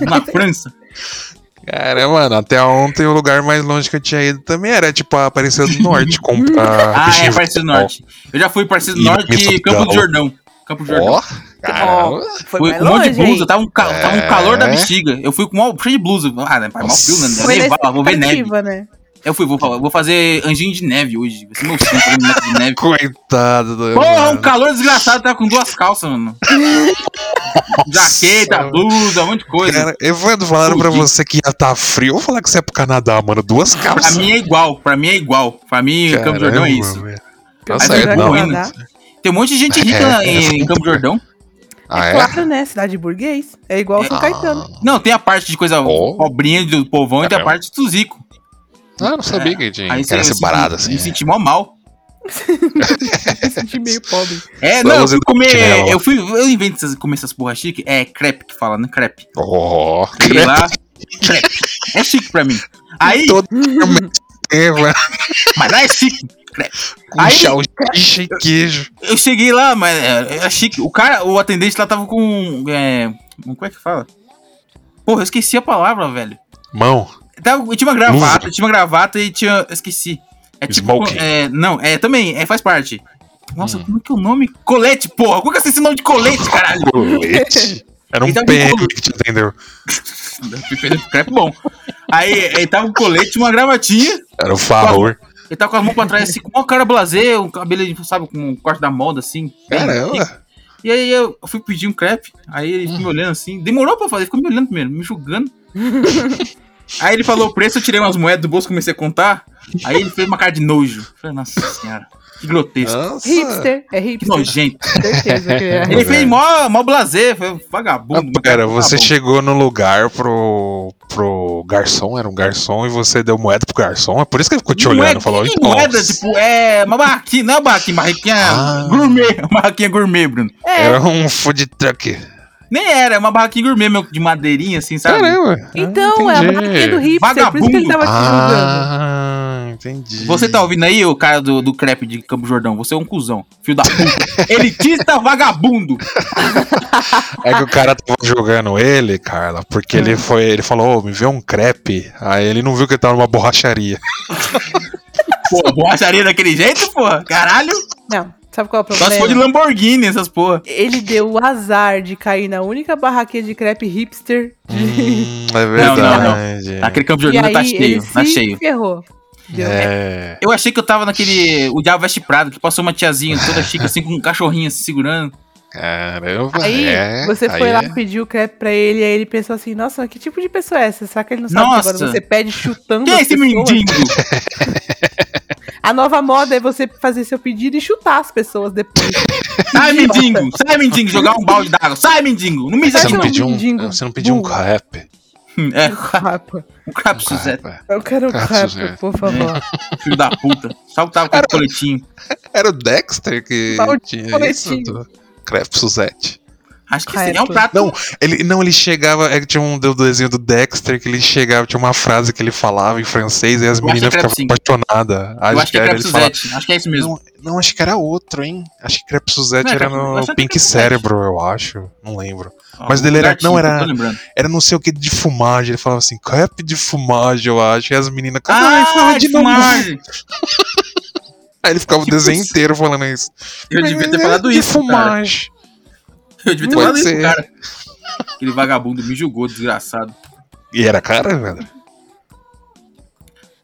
[SPEAKER 6] Na França.
[SPEAKER 4] Cara, mano, até ontem o lugar mais longe que eu tinha ido também era, tipo, a Aparecida do Norte comprar.
[SPEAKER 6] [laughs] Ah,
[SPEAKER 4] peixinho
[SPEAKER 6] é, Parceiro do
[SPEAKER 4] virtual.
[SPEAKER 6] Norte. Eu já fui Parceiro do
[SPEAKER 4] E
[SPEAKER 6] Norte e
[SPEAKER 4] Missão
[SPEAKER 6] Campo do
[SPEAKER 4] Legal.
[SPEAKER 6] Jordão. Campo do Jordão.
[SPEAKER 4] Ó, caramba.
[SPEAKER 5] foi
[SPEAKER 6] Fui
[SPEAKER 5] mais
[SPEAKER 6] com um monte de
[SPEAKER 5] longe, hein?
[SPEAKER 6] blusa, tava um, ca- tava um calor da
[SPEAKER 4] É.
[SPEAKER 6] bexiga. Eu fui com mal cheio de blusa. Ah, né, mal
[SPEAKER 4] Nossa.
[SPEAKER 6] frio, né?
[SPEAKER 5] Foi
[SPEAKER 6] Deve
[SPEAKER 5] na
[SPEAKER 6] nevar, vou ver neve.
[SPEAKER 5] expectativa, né?
[SPEAKER 6] Eu fui, vou, fa- vou fazer anjinho de neve hoje. Vai ser meu sonho fazer boneco de
[SPEAKER 4] [laughs]
[SPEAKER 6] neve.
[SPEAKER 4] Coitado do.
[SPEAKER 6] Porra, um calor desgraçado, tava com duas calças, mano.
[SPEAKER 4] [laughs]
[SPEAKER 6] Jaqueta,
[SPEAKER 4] mano.
[SPEAKER 6] blusa, um monte de coisa.
[SPEAKER 4] Cara, Evandro, falaram pra
[SPEAKER 6] Fudido.
[SPEAKER 4] você que ia tá frio. Eu vou falar que você é pro Canadá, mano. Duas
[SPEAKER 6] Pra
[SPEAKER 4] calças.
[SPEAKER 6] mim é igual, pra mim é igual. Pra mim, Campo do Jordão é
[SPEAKER 4] Caramba,
[SPEAKER 6] isso.
[SPEAKER 4] velho. Tá
[SPEAKER 5] Aí
[SPEAKER 6] Mas
[SPEAKER 5] você
[SPEAKER 4] certo,
[SPEAKER 5] vai
[SPEAKER 4] não.
[SPEAKER 5] pra
[SPEAKER 6] indo.
[SPEAKER 5] Canadá.
[SPEAKER 6] Tem um monte de gente rica
[SPEAKER 4] É,
[SPEAKER 6] em, em Campo do Jordão.
[SPEAKER 4] Ah,
[SPEAKER 5] é,
[SPEAKER 4] é?
[SPEAKER 5] claro, né? Cidade burguês. É igual São
[SPEAKER 4] Ah.
[SPEAKER 5] Caetano.
[SPEAKER 6] Não, tem a parte de coisa
[SPEAKER 4] Oh.
[SPEAKER 6] pobrinha do povão e tem a
[SPEAKER 4] Caramba.
[SPEAKER 6] parte do Zico.
[SPEAKER 4] Ah, não sabia que tinha.
[SPEAKER 6] Aí
[SPEAKER 4] Aí
[SPEAKER 6] você
[SPEAKER 4] era
[SPEAKER 6] eu
[SPEAKER 4] separado,
[SPEAKER 6] senti-
[SPEAKER 4] assim.
[SPEAKER 6] Me senti mó mal.
[SPEAKER 5] Me senti meio pobre.
[SPEAKER 6] É,
[SPEAKER 4] Só
[SPEAKER 6] não, eu
[SPEAKER 4] você
[SPEAKER 6] fui
[SPEAKER 4] tá
[SPEAKER 6] comer.
[SPEAKER 4] chinelo lá.
[SPEAKER 6] Eu fui. Eu invento essas, comer essas porra chique. É crepe que fala, né? Crepe.
[SPEAKER 4] Ó,
[SPEAKER 6] Cheguei
[SPEAKER 4] credo.
[SPEAKER 6] lá. Crepe. É chique pra mim. Aí. Mas lá é chique. né?
[SPEAKER 4] Com salsicha e queijo.
[SPEAKER 6] Eu cheguei lá, mas é, era chique. O cara, o atendente lá tava com. É, como é que fala? Porra, eu esqueci a palavra, velho.
[SPEAKER 4] Mão.
[SPEAKER 6] Tava, tinha uma gravata,
[SPEAKER 4] Luva.
[SPEAKER 6] tinha uma gravata e tinha. eu Esqueci. É tipo.
[SPEAKER 4] Smoking. Hum.
[SPEAKER 6] é, não, é também, é, faz parte. Nossa, como é que é o nome? Colete, porra! Como é que eu esse nome de colete, caralho?
[SPEAKER 4] Colete? Era um
[SPEAKER 6] Ele tava com
[SPEAKER 4] PM
[SPEAKER 6] colete.
[SPEAKER 4] que te atendeu.
[SPEAKER 6] Pipeiro de crepe bom. Aí ele tava com colete, uma gravatinha.
[SPEAKER 4] Era um o favor.
[SPEAKER 6] Ele tava com as mãos pra trás, assim, com uma cara blazer, um cabelo, sabe, com um corte da moda, assim. bem
[SPEAKER 4] Caramba.
[SPEAKER 6] rico. E aí eu fui pedir um crepe, aí ele ficou me olhando assim. Demorou pra fazer, ficou me olhando primeiro, me julgando. aí ele falou o preço, eu tirei umas moedas do bolso, comecei a contar. Aí ele fez uma cara de nojo. Eu Falei, nossa senhora, que grotesco.
[SPEAKER 5] Hipster, é
[SPEAKER 6] Que
[SPEAKER 5] hipster.
[SPEAKER 6] nojento.
[SPEAKER 5] Certeza que é.
[SPEAKER 6] Ele fez mó, mó blazer, foi um vagabundo.
[SPEAKER 5] tá
[SPEAKER 4] Cara, Ah, você
[SPEAKER 6] vagabundo.
[SPEAKER 4] chegou no lugar pro, pro garçom, era um garçom, e você deu moeda pro garçom. É por isso que ele ficou te
[SPEAKER 6] Não
[SPEAKER 4] olhando
[SPEAKER 6] é,
[SPEAKER 4] e falou:
[SPEAKER 6] que
[SPEAKER 4] então,
[SPEAKER 6] moeda, tipo, é uma barraquinha, não é uma barraquinha, barraquinha
[SPEAKER 4] Ah.
[SPEAKER 6] gourmet, [laughs] uma barraquinha gourmet, Bruno.
[SPEAKER 5] é."
[SPEAKER 4] era um food truck.
[SPEAKER 6] Nem era, é uma barraquinha gourmet, meu, de madeirinha, assim, sabe?
[SPEAKER 4] Caramba.
[SPEAKER 5] Então, é a
[SPEAKER 4] Ah, Entendi.
[SPEAKER 5] barraquinha do hipster, por isso que ele
[SPEAKER 6] Vagabundo.
[SPEAKER 5] Tá. tava te julgando.
[SPEAKER 4] Ah, entendi.
[SPEAKER 6] Você tá ouvindo aí, o cara do, do crepe de Campo Jordão, você é um cuzão, filho da
[SPEAKER 4] [laughs]
[SPEAKER 6] puta. Elitista vagabundo.
[SPEAKER 4] É que o cara tava jogando ele, Carla, porque
[SPEAKER 5] Hum.
[SPEAKER 4] ele foi. Ele falou, "Ô, me vê um crepe. Aí ele não viu que ele tava
[SPEAKER 5] [laughs]
[SPEAKER 4] numa borracharia.
[SPEAKER 6] Pô, borracharia daquele jeito, porra, caralho.
[SPEAKER 5] Não, sabe qual é o
[SPEAKER 6] Só se for de
[SPEAKER 5] problema?
[SPEAKER 6] Lamborghini, essas porra.
[SPEAKER 5] Ele deu o azar de cair na única barraquinha de crepe hipster. de-
[SPEAKER 4] Hum, é
[SPEAKER 6] Não,
[SPEAKER 4] verdade.
[SPEAKER 6] não, não. Aquele Campo
[SPEAKER 5] e
[SPEAKER 6] Jordão
[SPEAKER 5] aí
[SPEAKER 6] tá
[SPEAKER 5] ele
[SPEAKER 6] cheio,
[SPEAKER 5] se
[SPEAKER 6] tá cheio.
[SPEAKER 5] ferrou. Deu.
[SPEAKER 4] É.
[SPEAKER 6] Eu achei que eu tava naquele. O Diabo Veste Prado, que passou uma tiazinha toda chique, assim, com um cachorrinho se segurando.
[SPEAKER 4] Caramba.
[SPEAKER 5] Aí
[SPEAKER 4] é,
[SPEAKER 5] você
[SPEAKER 4] aí
[SPEAKER 5] foi lá
[SPEAKER 4] é.
[SPEAKER 5] pedir o crepe pra ele, aí ele pensou assim, nossa, mas que tipo de pessoa é essa? Será que ele não sabe que
[SPEAKER 6] Nossa.
[SPEAKER 5] agora você pede chutando
[SPEAKER 6] Quem é
[SPEAKER 5] as
[SPEAKER 6] esse
[SPEAKER 5] pessoas?
[SPEAKER 6] mendigo?
[SPEAKER 5] A nova moda é você fazer seu pedido e chutar as pessoas depois.
[SPEAKER 4] [laughs]
[SPEAKER 6] Sai, mendigo! Sai, mendigo! Jogar um balde d'água! Sai, mendigo! Não me
[SPEAKER 5] Sai,
[SPEAKER 4] Você
[SPEAKER 6] aqui!
[SPEAKER 4] não
[SPEAKER 5] Sabe
[SPEAKER 4] pediu
[SPEAKER 5] um
[SPEAKER 4] um,
[SPEAKER 5] mendigo?
[SPEAKER 4] você não pediu um
[SPEAKER 5] Burro.
[SPEAKER 4] crepe.
[SPEAKER 6] É, [laughs]
[SPEAKER 5] Rapa.
[SPEAKER 6] um crap Suzette,
[SPEAKER 4] Crepe.
[SPEAKER 5] Eu quero um
[SPEAKER 4] Ah,
[SPEAKER 5] crepe,
[SPEAKER 4] Suzana.
[SPEAKER 5] por
[SPEAKER 4] [laughs]
[SPEAKER 5] favor. [laughs]
[SPEAKER 6] filho da puta. Saltava com o coletinho.
[SPEAKER 4] Era o Dexter que
[SPEAKER 5] Maldito
[SPEAKER 4] tinha isso?
[SPEAKER 5] coletinho.
[SPEAKER 4] Do... Crepe Suzette.
[SPEAKER 6] Acho que
[SPEAKER 5] Crepe.
[SPEAKER 6] seria um prato.
[SPEAKER 4] Não, ele, não, ele chegava. É que tinha um do- desenho do Dexter que ele chegava, tinha uma frase que ele falava em francês e as
[SPEAKER 6] Eu
[SPEAKER 4] meninas
[SPEAKER 6] acho que é crepe,
[SPEAKER 4] ficavam apaixonadas.
[SPEAKER 6] eu acho que é
[SPEAKER 4] era,
[SPEAKER 6] crap
[SPEAKER 4] ele falava,
[SPEAKER 6] Suzette. Acho que é isso mesmo.
[SPEAKER 4] não, não, acho que era outro, hein? Acho que Crepe Suzette
[SPEAKER 6] Não é
[SPEAKER 4] era
[SPEAKER 6] crepe- eu acho que
[SPEAKER 4] no
[SPEAKER 6] é
[SPEAKER 4] Pink
[SPEAKER 6] crepe Suzette.
[SPEAKER 4] Cérebro, eu acho. Não lembro. Mas
[SPEAKER 6] Algum
[SPEAKER 4] dele era-
[SPEAKER 6] gatinho
[SPEAKER 4] não,
[SPEAKER 6] que eu
[SPEAKER 4] era-
[SPEAKER 6] tô lembrando.
[SPEAKER 4] Era não sei o que de fumagem. Ele falava assim, crepe de fumagem, eu acho. E as meninas. "Caralho,
[SPEAKER 6] Ah,
[SPEAKER 4] fala
[SPEAKER 6] de
[SPEAKER 4] novo."
[SPEAKER 6] fumagem.
[SPEAKER 4] Aí ele ficava o
[SPEAKER 6] Tipo
[SPEAKER 4] desenho
[SPEAKER 6] isso.
[SPEAKER 4] inteiro falando isso.
[SPEAKER 6] Eu devia ter falado
[SPEAKER 4] de
[SPEAKER 6] isso, cara.
[SPEAKER 4] fumagem.
[SPEAKER 6] Eu devia ter
[SPEAKER 4] É,
[SPEAKER 6] falado
[SPEAKER 4] Pode
[SPEAKER 6] isso,
[SPEAKER 4] ser.
[SPEAKER 6] cara. Aquele vagabundo me julgou, desgraçado.
[SPEAKER 4] E era cara, né? velho.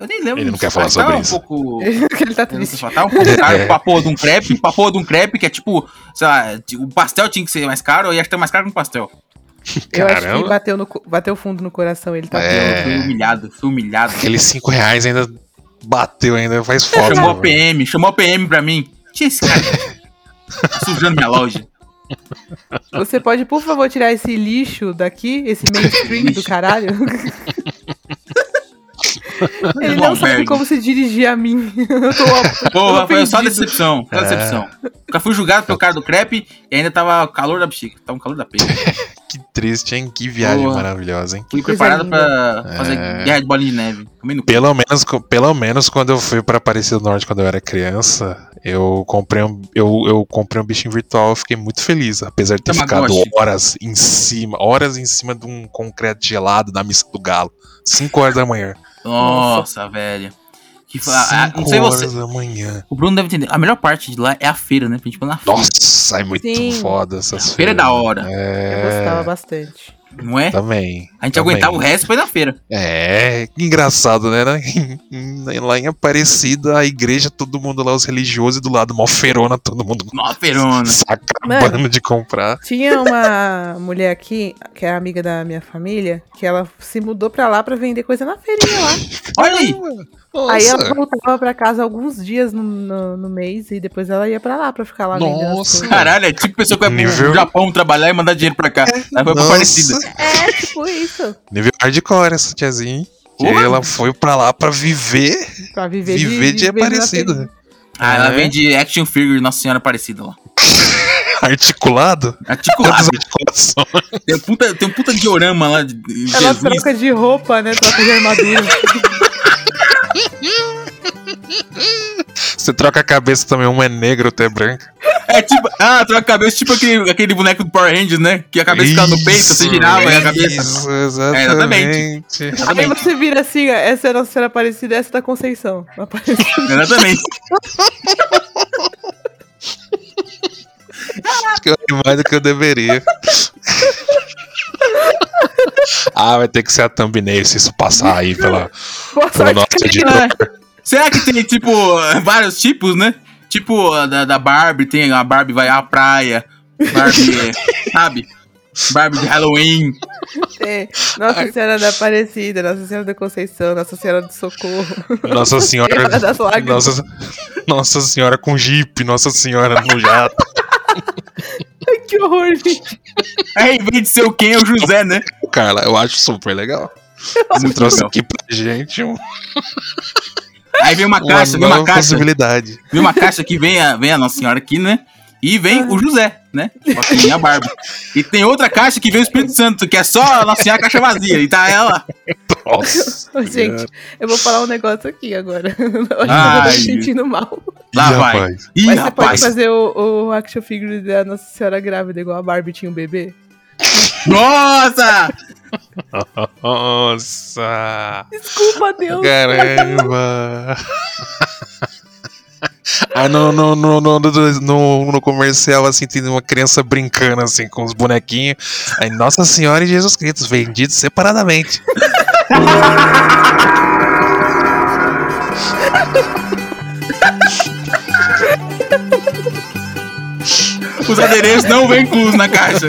[SPEAKER 6] Eu nem lembro.
[SPEAKER 4] Ele não quer
[SPEAKER 6] Ah,
[SPEAKER 4] falar
[SPEAKER 6] tava
[SPEAKER 4] sobre
[SPEAKER 6] um
[SPEAKER 4] isso.
[SPEAKER 5] [laughs]
[SPEAKER 6] Pouco...
[SPEAKER 5] ele tá
[SPEAKER 6] Eu não sei
[SPEAKER 5] triste.
[SPEAKER 6] falar, Tá um pouco
[SPEAKER 4] [laughs]
[SPEAKER 6] caro pra porra de um crepe, pra porra de um crepe que é tipo, sei lá, t- o pastel tinha que ser mais caro, eu ia estar mais caro que um pastel.
[SPEAKER 5] Eu acho que
[SPEAKER 4] Caramba.
[SPEAKER 5] bateu, no, co- bateu fundo no coração, ele tá
[SPEAKER 4] É.
[SPEAKER 6] Eu fui humilhado, fui humilhado.
[SPEAKER 4] Aqueles 5 reais ainda bateu, ainda faz falta.
[SPEAKER 6] Chamou a
[SPEAKER 4] velho.
[SPEAKER 6] PM, chamou a PM pra mim. Tinha esse
[SPEAKER 4] [laughs]
[SPEAKER 6] cara tá sujando minha loja.
[SPEAKER 5] Você pode, por favor, tirar esse lixo daqui,
[SPEAKER 4] [laughs]
[SPEAKER 5] esse mainstream do caralho?
[SPEAKER 6] Tá
[SPEAKER 5] Ele não sabe
[SPEAKER 6] Albergue.
[SPEAKER 5] como se dirigir a mim. [laughs] Eu tô
[SPEAKER 6] Porra, foi só
[SPEAKER 5] ofendido.
[SPEAKER 6] decepção,
[SPEAKER 4] É.
[SPEAKER 6] só decepção. Nunca fui julgado pelo cara do crepe e ainda tava calor da bexiga, tava um calor da
[SPEAKER 4] [laughs]
[SPEAKER 6] peixe.
[SPEAKER 4] Que triste, hein? Que viagem
[SPEAKER 6] Porra.
[SPEAKER 4] maravilhosa, hein?
[SPEAKER 6] Fui
[SPEAKER 5] Coisa
[SPEAKER 6] preparado pra
[SPEAKER 4] linda.
[SPEAKER 6] fazer
[SPEAKER 4] É.
[SPEAKER 6] guerra de bolinha de neve. Comi no cu.
[SPEAKER 4] Pelo menos, co- pelo menos quando eu fui pra Aparecida do Norte quando eu era criança, eu comprei um, eu, eu comprei um bichinho virtual e fiquei muito feliz, apesar de ter
[SPEAKER 6] Tamagotchi.
[SPEAKER 4] ficado horas em cima, horas em cima de um concreto gelado na missa do galo. 5 horas da manhã.
[SPEAKER 6] Nossa, velho. Que fa... ah, não
[SPEAKER 4] 5
[SPEAKER 6] sei
[SPEAKER 4] horas
[SPEAKER 6] você.
[SPEAKER 4] da manhã.
[SPEAKER 6] O Bruno deve entender. A melhor parte de lá é a feira, né? Pra gente ir lá na feira.
[SPEAKER 4] Nossa, é muito
[SPEAKER 5] Sim.
[SPEAKER 4] foda essas
[SPEAKER 6] Feira é da hora,
[SPEAKER 5] Eu gostava bastante.
[SPEAKER 6] não é?
[SPEAKER 4] Também.
[SPEAKER 6] A gente
[SPEAKER 4] também.
[SPEAKER 6] aguentava o resto pra ir na feira.
[SPEAKER 4] É, que engraçado, né? Lá em- Lá em Aparecida, a igreja, todo mundo lá, os religiosos e do lado, mó ferona, todo mundo
[SPEAKER 6] Mó feirona.
[SPEAKER 4] se [laughs] acabando de comprar.
[SPEAKER 5] Tinha uma mulher aqui, que é amiga da minha família, que ela se mudou pra lá pra vender coisa na feirinha lá.
[SPEAKER 6] Olha aí.
[SPEAKER 5] Aí
[SPEAKER 4] Nossa,
[SPEAKER 5] ela voltava pra casa alguns dias no, no- no mês e depois ela ia pra lá pra ficar lá vendendo as
[SPEAKER 4] Nossa.
[SPEAKER 5] coisas.
[SPEAKER 6] Caralho, é tipo pessoa que vai pro
[SPEAKER 4] Nível-
[SPEAKER 6] Japão trabalhar e mandar dinheiro pra cá. Aí vai pra
[SPEAKER 4] Nossa.
[SPEAKER 6] Aparecida.
[SPEAKER 5] É, tipo isso.
[SPEAKER 4] nível hardcore essa tiazinha, hein? Que
[SPEAKER 6] Porra.
[SPEAKER 4] ela foi pra lá pra viver,
[SPEAKER 5] Pra viver,
[SPEAKER 4] viver de,
[SPEAKER 5] vender na
[SPEAKER 4] Aparecida.
[SPEAKER 5] feirinha.
[SPEAKER 6] Ah, ela
[SPEAKER 4] É.
[SPEAKER 6] vende action figure Nossa Senhora Aparecida lá.
[SPEAKER 4] Articulado?
[SPEAKER 6] É
[SPEAKER 4] [laughs]
[SPEAKER 6] Articulado. Tem um puta, tem um puta diorama lá de de
[SPEAKER 5] Ela
[SPEAKER 6] Jesus.
[SPEAKER 5] troca de roupa, né? Troca de armadura.
[SPEAKER 4] Você troca a cabeça também, uma é negra, outra é branca.
[SPEAKER 6] É tipo, ah, troca a cabeça, tipo aquele, aquele boneco do Power Rangers, né? Que a cabeça ficava no peito, você girava e a cabeça.
[SPEAKER 4] Isso,
[SPEAKER 6] É,
[SPEAKER 4] exatamente.
[SPEAKER 5] Aí você vira assim, ó, essa era a Senhora Aparecida, essa é da Conceição. [laughs] Aparecida.
[SPEAKER 6] Exatamente.
[SPEAKER 4] Acho que eu li mais do que eu deveria. ah, vai ter que ser a thumbnail se isso passar aí pela, pelo nosso editor.
[SPEAKER 6] né? Será que tem, tipo, vários tipos, né? Tipo, a da, da Barbie, tem a Barbie vai à praia, Barbie, [laughs] é, sabe? Barbie de Halloween.
[SPEAKER 5] É, Nossa Senhora da Aparecida, Nossa Senhora da Conceição, Nossa Senhora do Socorro. [laughs]
[SPEAKER 4] Nossa Senhora.
[SPEAKER 5] Senhora das Lágrimas.
[SPEAKER 4] Nossa, Nossa Senhora com Jeep, Nossa Senhora no jato.
[SPEAKER 5] Que horror, gente.
[SPEAKER 6] Aí, em vez de ser o quem é o José, né?
[SPEAKER 4] Carla, eu acho super legal. Você
[SPEAKER 6] Muito
[SPEAKER 4] trouxe
[SPEAKER 6] legal.
[SPEAKER 4] aqui pra gente um-
[SPEAKER 6] Aí vem uma caixa, vem
[SPEAKER 4] nova
[SPEAKER 6] uma caixa.
[SPEAKER 4] possibilidade.
[SPEAKER 6] Vem uma caixa que vem a, vem a Nossa Senhora aqui, né? E vem o José, né? Com a filhinha Barbie. E tem outra caixa que vem o Espírito Santo, que é só a Nossa Senhora caixa vazia. E tá ela.
[SPEAKER 4] Nossa.
[SPEAKER 5] Ô, gente, eu vou falar um negócio aqui agora. [laughs] Eu acho que eu tô
[SPEAKER 6] Ai.
[SPEAKER 5] me sentindo mal.
[SPEAKER 6] Lá
[SPEAKER 4] Ih,
[SPEAKER 6] vai.
[SPEAKER 4] rapaz.
[SPEAKER 6] Ih,
[SPEAKER 5] Mas você pode
[SPEAKER 6] rapaz.
[SPEAKER 5] fazer o, o action figure da Nossa Senhora grávida, igual a Barbie tinha um bebê?
[SPEAKER 6] Nossa!
[SPEAKER 4] Nossa.
[SPEAKER 5] Desculpa, Deus. [laughs]
[SPEAKER 4] Caramba. Ah, no, no, no, no, no, no- no comercial, assim, tem uma criança brincando, assim, com os bonequinhos. Aí, Nossa Senhora e Jesus Cristo, vendidos separadamente.
[SPEAKER 6] Os adereços não vêm inclusos na caixa.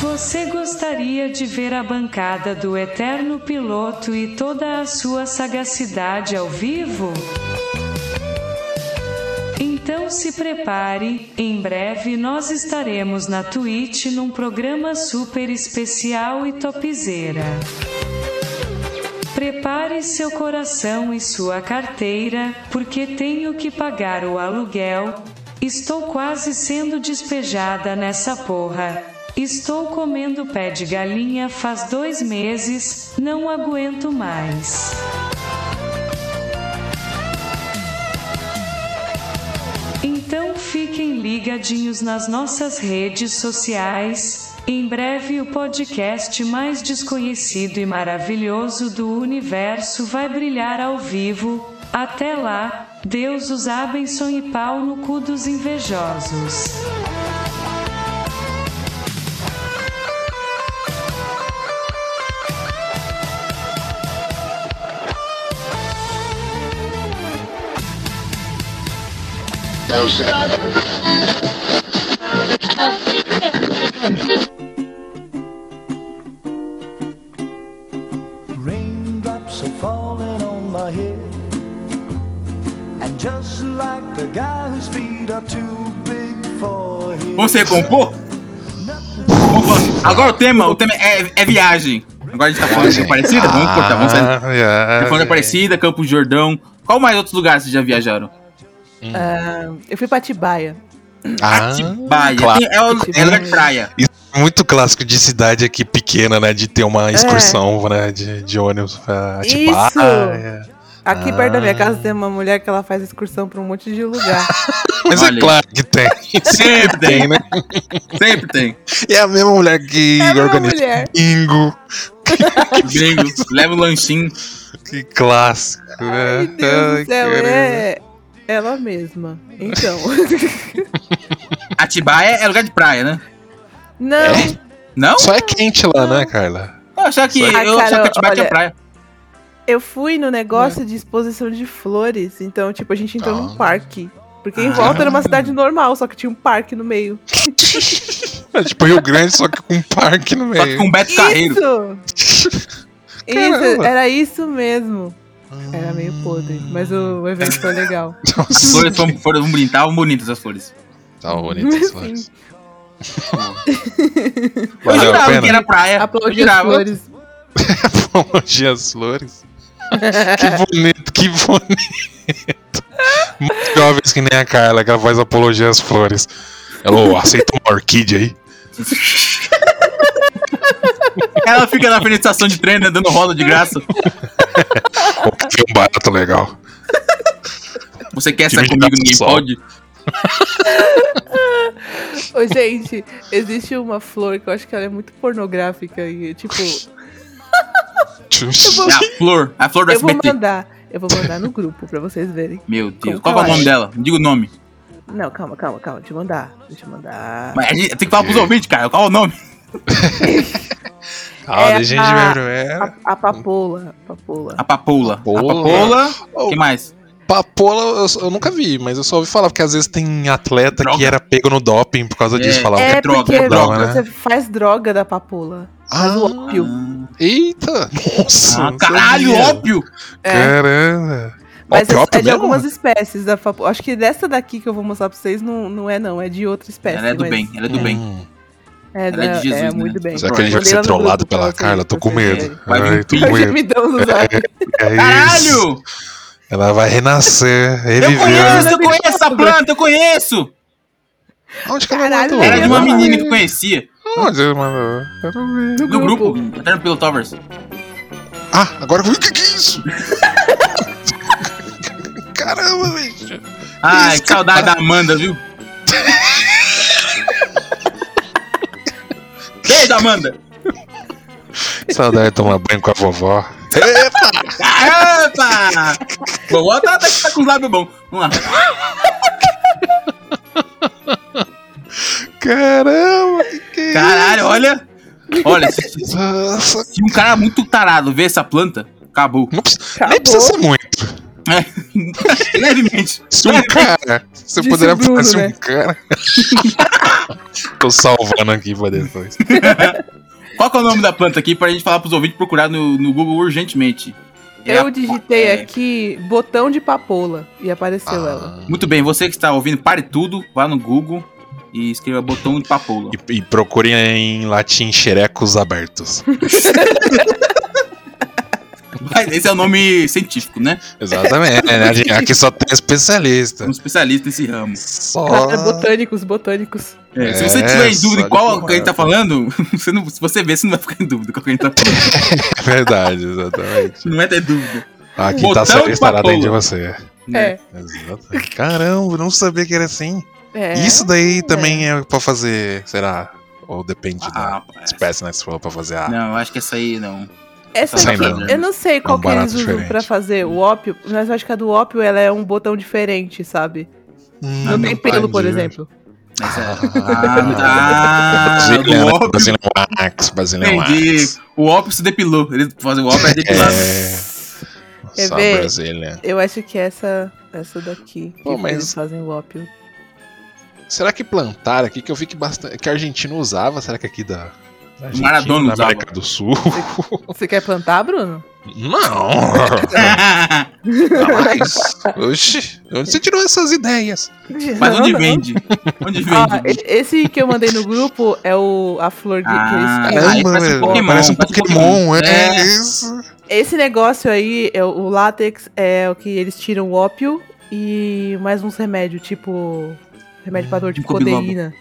[SPEAKER 12] Você gostaria de ver a bancada do Eterno Piloto e toda a sua sagacidade ao vivo? Então se prepare, em breve nós estaremos na Twitch num programa super especial e topzeira. Prepare seu coração e sua carteira, porque tenho que pagar o aluguel. Estou quase sendo despejada nessa porra. Estou comendo pé de galinha faz dois meses, não aguento mais. Então fiquem ligadinhos nas nossas redes sociais. Em breve, o podcast mais desconhecido e maravilhoso do universo vai brilhar ao vivo. Até lá, Deus os abençoe e pau no cu dos invejosos.
[SPEAKER 13] Raindrops are falling on my head. And just like the guy whose feet are too big for his
[SPEAKER 6] Você compor? Agora o tema, o tema é, é viagem. Agora a gente tá falando de Aparecida? Vamos cortar, vamos sair.
[SPEAKER 4] Ah,
[SPEAKER 6] Tá falando de
[SPEAKER 4] yeah.
[SPEAKER 6] Aparecida, Campos de Jordão. Qual mais outros lugares vocês já viajaram?
[SPEAKER 5] Ah, eu fui pra Atibaia.
[SPEAKER 4] Ah,
[SPEAKER 6] Atibaia.
[SPEAKER 4] claro.
[SPEAKER 6] Tem- É, o- é lugar de praia.
[SPEAKER 4] Isso é muito clássico de cidade aqui pequena, né? De ter uma
[SPEAKER 5] É.
[SPEAKER 4] excursão, né? De, de ônibus pra
[SPEAKER 5] Isso!
[SPEAKER 4] Atibaia.
[SPEAKER 5] Aqui
[SPEAKER 4] Ah.
[SPEAKER 5] perto da minha casa tem uma mulher que ela faz excursão pra um monte de lugar.
[SPEAKER 4] Mas
[SPEAKER 6] Olha aí.
[SPEAKER 4] é claro
[SPEAKER 6] [laughs]
[SPEAKER 4] que tem.
[SPEAKER 6] Sempre tem.
[SPEAKER 4] né?
[SPEAKER 6] Sempre tem.
[SPEAKER 4] É a mesma mulher que
[SPEAKER 5] É a mesma
[SPEAKER 4] organiza
[SPEAKER 5] mulher.
[SPEAKER 4] bingo.
[SPEAKER 6] Gringo, leva o lanchinho.
[SPEAKER 4] Que clássico, né?
[SPEAKER 5] Meu Deus
[SPEAKER 4] Ai,
[SPEAKER 5] do céu,
[SPEAKER 4] caramba.
[SPEAKER 5] é ela mesma. Então. [laughs]
[SPEAKER 6] Atibaia é lugar de praia, né?
[SPEAKER 5] Não,
[SPEAKER 6] Não?
[SPEAKER 4] Só é quente lá, né, Carla?
[SPEAKER 6] Eu achava que,
[SPEAKER 5] Ah,
[SPEAKER 6] eu achava
[SPEAKER 5] cara,
[SPEAKER 6] que Atibaia que é
[SPEAKER 5] olha,
[SPEAKER 6] praia.
[SPEAKER 5] eu fui no negócio de exposição de flores. Então, tipo, a gente entrou num parque. Porque em volta era uma cidade normal, só que tinha um parque no meio.
[SPEAKER 4] É tipo Rio Grande, só que com um parque no meio.
[SPEAKER 6] Só que com Beto Carreiro. [laughs]
[SPEAKER 5] Isso! Isso,
[SPEAKER 4] Caramba.
[SPEAKER 5] era isso mesmo. Era meio podre, mas o
[SPEAKER 6] Ah.
[SPEAKER 5] evento foi
[SPEAKER 6] [laughs]
[SPEAKER 5] legal.
[SPEAKER 6] As flores foram, foram bonitas, estavam bonitas as flores.
[SPEAKER 14] Estavam bonitas as flores.
[SPEAKER 5] Enfim,
[SPEAKER 6] Eu
[SPEAKER 4] [laughs] Valeu a
[SPEAKER 6] jurava
[SPEAKER 4] pena. [laughs]
[SPEAKER 6] que era praia. Eu
[SPEAKER 5] aplaudi as
[SPEAKER 6] jurava.
[SPEAKER 5] flores.
[SPEAKER 4] Apologia às flores. que bonito, que bonito. Mais jovens que nem a Carla, que ela faz apologia às flores. Ela, ô, aceita uma orquídea aí?
[SPEAKER 6] Ela fica na frente da estação de trem, né, dando roda de graça.
[SPEAKER 4] Ou tem um barato legal.
[SPEAKER 6] Você quer
[SPEAKER 4] Que
[SPEAKER 6] sair
[SPEAKER 4] me
[SPEAKER 6] comigo,
[SPEAKER 4] dá
[SPEAKER 6] ninguém
[SPEAKER 4] sol.
[SPEAKER 6] pode?
[SPEAKER 5] Ô, gente, existe uma flor que eu acho que ela é muito pornográfica e, tipo,
[SPEAKER 4] [laughs]
[SPEAKER 6] É a flor, a flor do
[SPEAKER 5] eu vou
[SPEAKER 6] SBT.
[SPEAKER 5] mandar. Eu vou mandar no grupo pra vocês verem.
[SPEAKER 6] Meu Deus, qual
[SPEAKER 5] Como que
[SPEAKER 6] que é o
[SPEAKER 5] eu
[SPEAKER 6] nome
[SPEAKER 5] acho?
[SPEAKER 6] dela? Me Diga o nome.
[SPEAKER 5] Não, calma, calma, calma. Deixa eu mandar. Deixa eu mandar.
[SPEAKER 6] Mas a gente tem que falar pros ouvintes, cara, qual é o nome?
[SPEAKER 4] Ah,
[SPEAKER 5] É a, a papola. Papola.
[SPEAKER 6] A papoula. A papoula.
[SPEAKER 4] Oh.
[SPEAKER 6] que mais?
[SPEAKER 4] Papola, eu, só- eu nunca vi, mas eu só ouvi falar, porque às vezes tem atleta que era pego no doping por causa disso. Falava,
[SPEAKER 5] é, porque
[SPEAKER 4] droga,
[SPEAKER 5] você
[SPEAKER 4] né?
[SPEAKER 5] faz droga da papola. Faz o
[SPEAKER 4] Ah.
[SPEAKER 5] ópio.
[SPEAKER 4] Eita! Nossa!
[SPEAKER 6] Ah,
[SPEAKER 4] não
[SPEAKER 6] caralho,
[SPEAKER 4] sabia.
[SPEAKER 6] óbvio!
[SPEAKER 4] Caramba!
[SPEAKER 5] É. Mas
[SPEAKER 4] Ópio,
[SPEAKER 5] é-
[SPEAKER 4] ópio
[SPEAKER 5] é de
[SPEAKER 4] mesmo?
[SPEAKER 5] algumas espécies da papola. Acho que dessa daqui que eu vou mostrar pra vocês não, não é, não. É de outra espécie.
[SPEAKER 6] Ela é do
[SPEAKER 5] mas-
[SPEAKER 6] bem, ela é do bem.
[SPEAKER 5] É,
[SPEAKER 6] Ela é de
[SPEAKER 5] da-
[SPEAKER 6] Jesus, né?
[SPEAKER 5] é muito bem.
[SPEAKER 4] Hum, Será que a gente vai
[SPEAKER 5] Mandei lá
[SPEAKER 4] ser
[SPEAKER 5] no
[SPEAKER 4] trollado
[SPEAKER 5] grupo pra
[SPEAKER 4] pela
[SPEAKER 5] vocês,
[SPEAKER 4] Carla? Tô
[SPEAKER 5] pra
[SPEAKER 4] com
[SPEAKER 5] vocês
[SPEAKER 4] medo.
[SPEAKER 5] verem.
[SPEAKER 6] Vai vir
[SPEAKER 4] Ai, tô
[SPEAKER 6] um
[SPEAKER 5] [laughs]
[SPEAKER 4] com medo.
[SPEAKER 5] gemidão no zap.
[SPEAKER 4] [laughs] É isso.
[SPEAKER 6] Caralho!
[SPEAKER 4] Ela vai renascer,
[SPEAKER 6] Eu
[SPEAKER 4] reviver.
[SPEAKER 6] conheço, eu conheço essa planta, eu conheço!
[SPEAKER 4] Onde que
[SPEAKER 5] Caralho,
[SPEAKER 4] mandou?
[SPEAKER 6] Era de uma
[SPEAKER 4] Não,
[SPEAKER 6] menina que eu conhecia.
[SPEAKER 4] Onde ele mandou? Quero ver.
[SPEAKER 6] No grupo, até no Pilotovers.
[SPEAKER 4] Ah, agora o que, que é
[SPEAKER 6] [laughs]
[SPEAKER 4] isso? Caramba, bicho.
[SPEAKER 6] Ai, que saudade da Amanda,
[SPEAKER 4] [laughs]
[SPEAKER 6] viu? Beijo, Amanda!
[SPEAKER 4] Saudade de tomar banho com a vovó.
[SPEAKER 6] Epa! Vovó Ah, tá, tá, tá com os lábios bons. Vamos lá.
[SPEAKER 4] Caramba, que que é
[SPEAKER 6] Caralho,
[SPEAKER 4] isso?
[SPEAKER 6] olha! Olha, se, se-
[SPEAKER 4] Nossa,
[SPEAKER 6] se um cara muito tarado ver essa planta, acabou.
[SPEAKER 4] nem precisa ser muito.
[SPEAKER 6] É, [laughs] levemente.
[SPEAKER 4] Se um cara. Você
[SPEAKER 5] Ah, Disse
[SPEAKER 4] poderia
[SPEAKER 5] o Bruno,
[SPEAKER 4] falar se um
[SPEAKER 5] né?
[SPEAKER 4] cara. [laughs] Tô salvando aqui
[SPEAKER 5] [laughs]
[SPEAKER 4] pra depois.
[SPEAKER 6] Qual que é o nome da planta aqui pra gente falar pros ouvintes procurar no, no Google urgentemente? É
[SPEAKER 5] Eu
[SPEAKER 6] a-
[SPEAKER 5] digitei
[SPEAKER 6] é.
[SPEAKER 5] aqui botão de papola e
[SPEAKER 4] Ah.
[SPEAKER 5] apareceu ela.
[SPEAKER 6] Muito bem, você que está ouvindo, pare tudo, vá no Google e escreva botão de papoula.
[SPEAKER 4] E, e procurem em latim xerecos abertos.
[SPEAKER 6] Mas Esse é o nome científico, né?
[SPEAKER 4] Exatamente. né? A gente- Aqui só tem especialista.
[SPEAKER 6] Um especialista nesse ramo.
[SPEAKER 5] Cara, é botânicos, botânicos.
[SPEAKER 6] É, se você tiver em dúvida
[SPEAKER 4] só
[SPEAKER 6] em qual
[SPEAKER 4] de
[SPEAKER 6] que a gente tá falando, [laughs] você não, se você ver, você não vai ficar em dúvida qual que a gente tá falando.
[SPEAKER 4] [laughs] É verdade, exatamente.
[SPEAKER 6] não vai ter dúvida.
[SPEAKER 4] Ah, quem
[SPEAKER 6] Botão
[SPEAKER 4] tá sabendo
[SPEAKER 6] de
[SPEAKER 4] estará dentro de
[SPEAKER 6] papoula.
[SPEAKER 4] você.
[SPEAKER 6] Né?
[SPEAKER 5] É.
[SPEAKER 4] Exatamente. Caramba, eu não sabia que era assim.
[SPEAKER 5] É.
[SPEAKER 4] Isso daí também é pra fazer, será? Ou depende
[SPEAKER 6] Ah,
[SPEAKER 4] da espécie, né? Que você falou pra fazer a.
[SPEAKER 6] Não, eu acho que essa aí não.
[SPEAKER 5] Essa
[SPEAKER 4] Sei
[SPEAKER 5] aqui,
[SPEAKER 4] não.
[SPEAKER 5] eu não sei qual
[SPEAKER 4] É um
[SPEAKER 5] que eles
[SPEAKER 4] barato
[SPEAKER 5] usam
[SPEAKER 4] diferente.
[SPEAKER 5] pra fazer o ópio, mas eu acho que a do ópio ela é um botão diferente, sabe?
[SPEAKER 4] Hum,
[SPEAKER 5] Não tem pelo, por
[SPEAKER 4] entendi. né?
[SPEAKER 5] exemplo.
[SPEAKER 6] Essa
[SPEAKER 4] Ah,
[SPEAKER 6] é, Ah,
[SPEAKER 4] Brasília,
[SPEAKER 6] do
[SPEAKER 4] né?
[SPEAKER 6] ópio.
[SPEAKER 4] Brasília Max, Brasília Max.
[SPEAKER 6] Entendi. O ópio se depilou. Ele fazer o ópio é depilar.
[SPEAKER 5] Quer
[SPEAKER 4] É. Só
[SPEAKER 5] ver?
[SPEAKER 4] Brasília.
[SPEAKER 5] Eu acho que é essa, essa daqui. Que
[SPEAKER 4] Pô, mas-
[SPEAKER 5] Eles fazem o ópio.
[SPEAKER 4] Será que plantaram aqui que eu vi que bastante. que a Argentina usava? Será que aqui da. da Argentina,
[SPEAKER 6] Maradona
[SPEAKER 4] da
[SPEAKER 6] usava.
[SPEAKER 4] América do Sul?
[SPEAKER 5] Você quer plantar, Bruno?
[SPEAKER 4] [laughs] Não! Jamais! Oxi, onde você tirou essas ideias?
[SPEAKER 5] [laughs]
[SPEAKER 6] Mas onde
[SPEAKER 5] Não, não.
[SPEAKER 6] vende? Onde vende?
[SPEAKER 5] Ó, Ah, e- esse que eu mandei no grupo é o, a flor de,
[SPEAKER 6] Ah,
[SPEAKER 5] que eles
[SPEAKER 6] aí
[SPEAKER 4] Caramba,
[SPEAKER 6] parece um
[SPEAKER 4] velho,
[SPEAKER 6] Pokémon,
[SPEAKER 4] parece um
[SPEAKER 6] parece um
[SPEAKER 4] Pokémon,
[SPEAKER 6] Pokémon.
[SPEAKER 4] é,
[SPEAKER 6] É.
[SPEAKER 4] isso.
[SPEAKER 5] Esse negócio aí, é o o látex, é o que eles tiram o ópio e mais uns remédios, tipo. Remédio pra dor, tipo
[SPEAKER 6] Biloba.
[SPEAKER 5] codeína.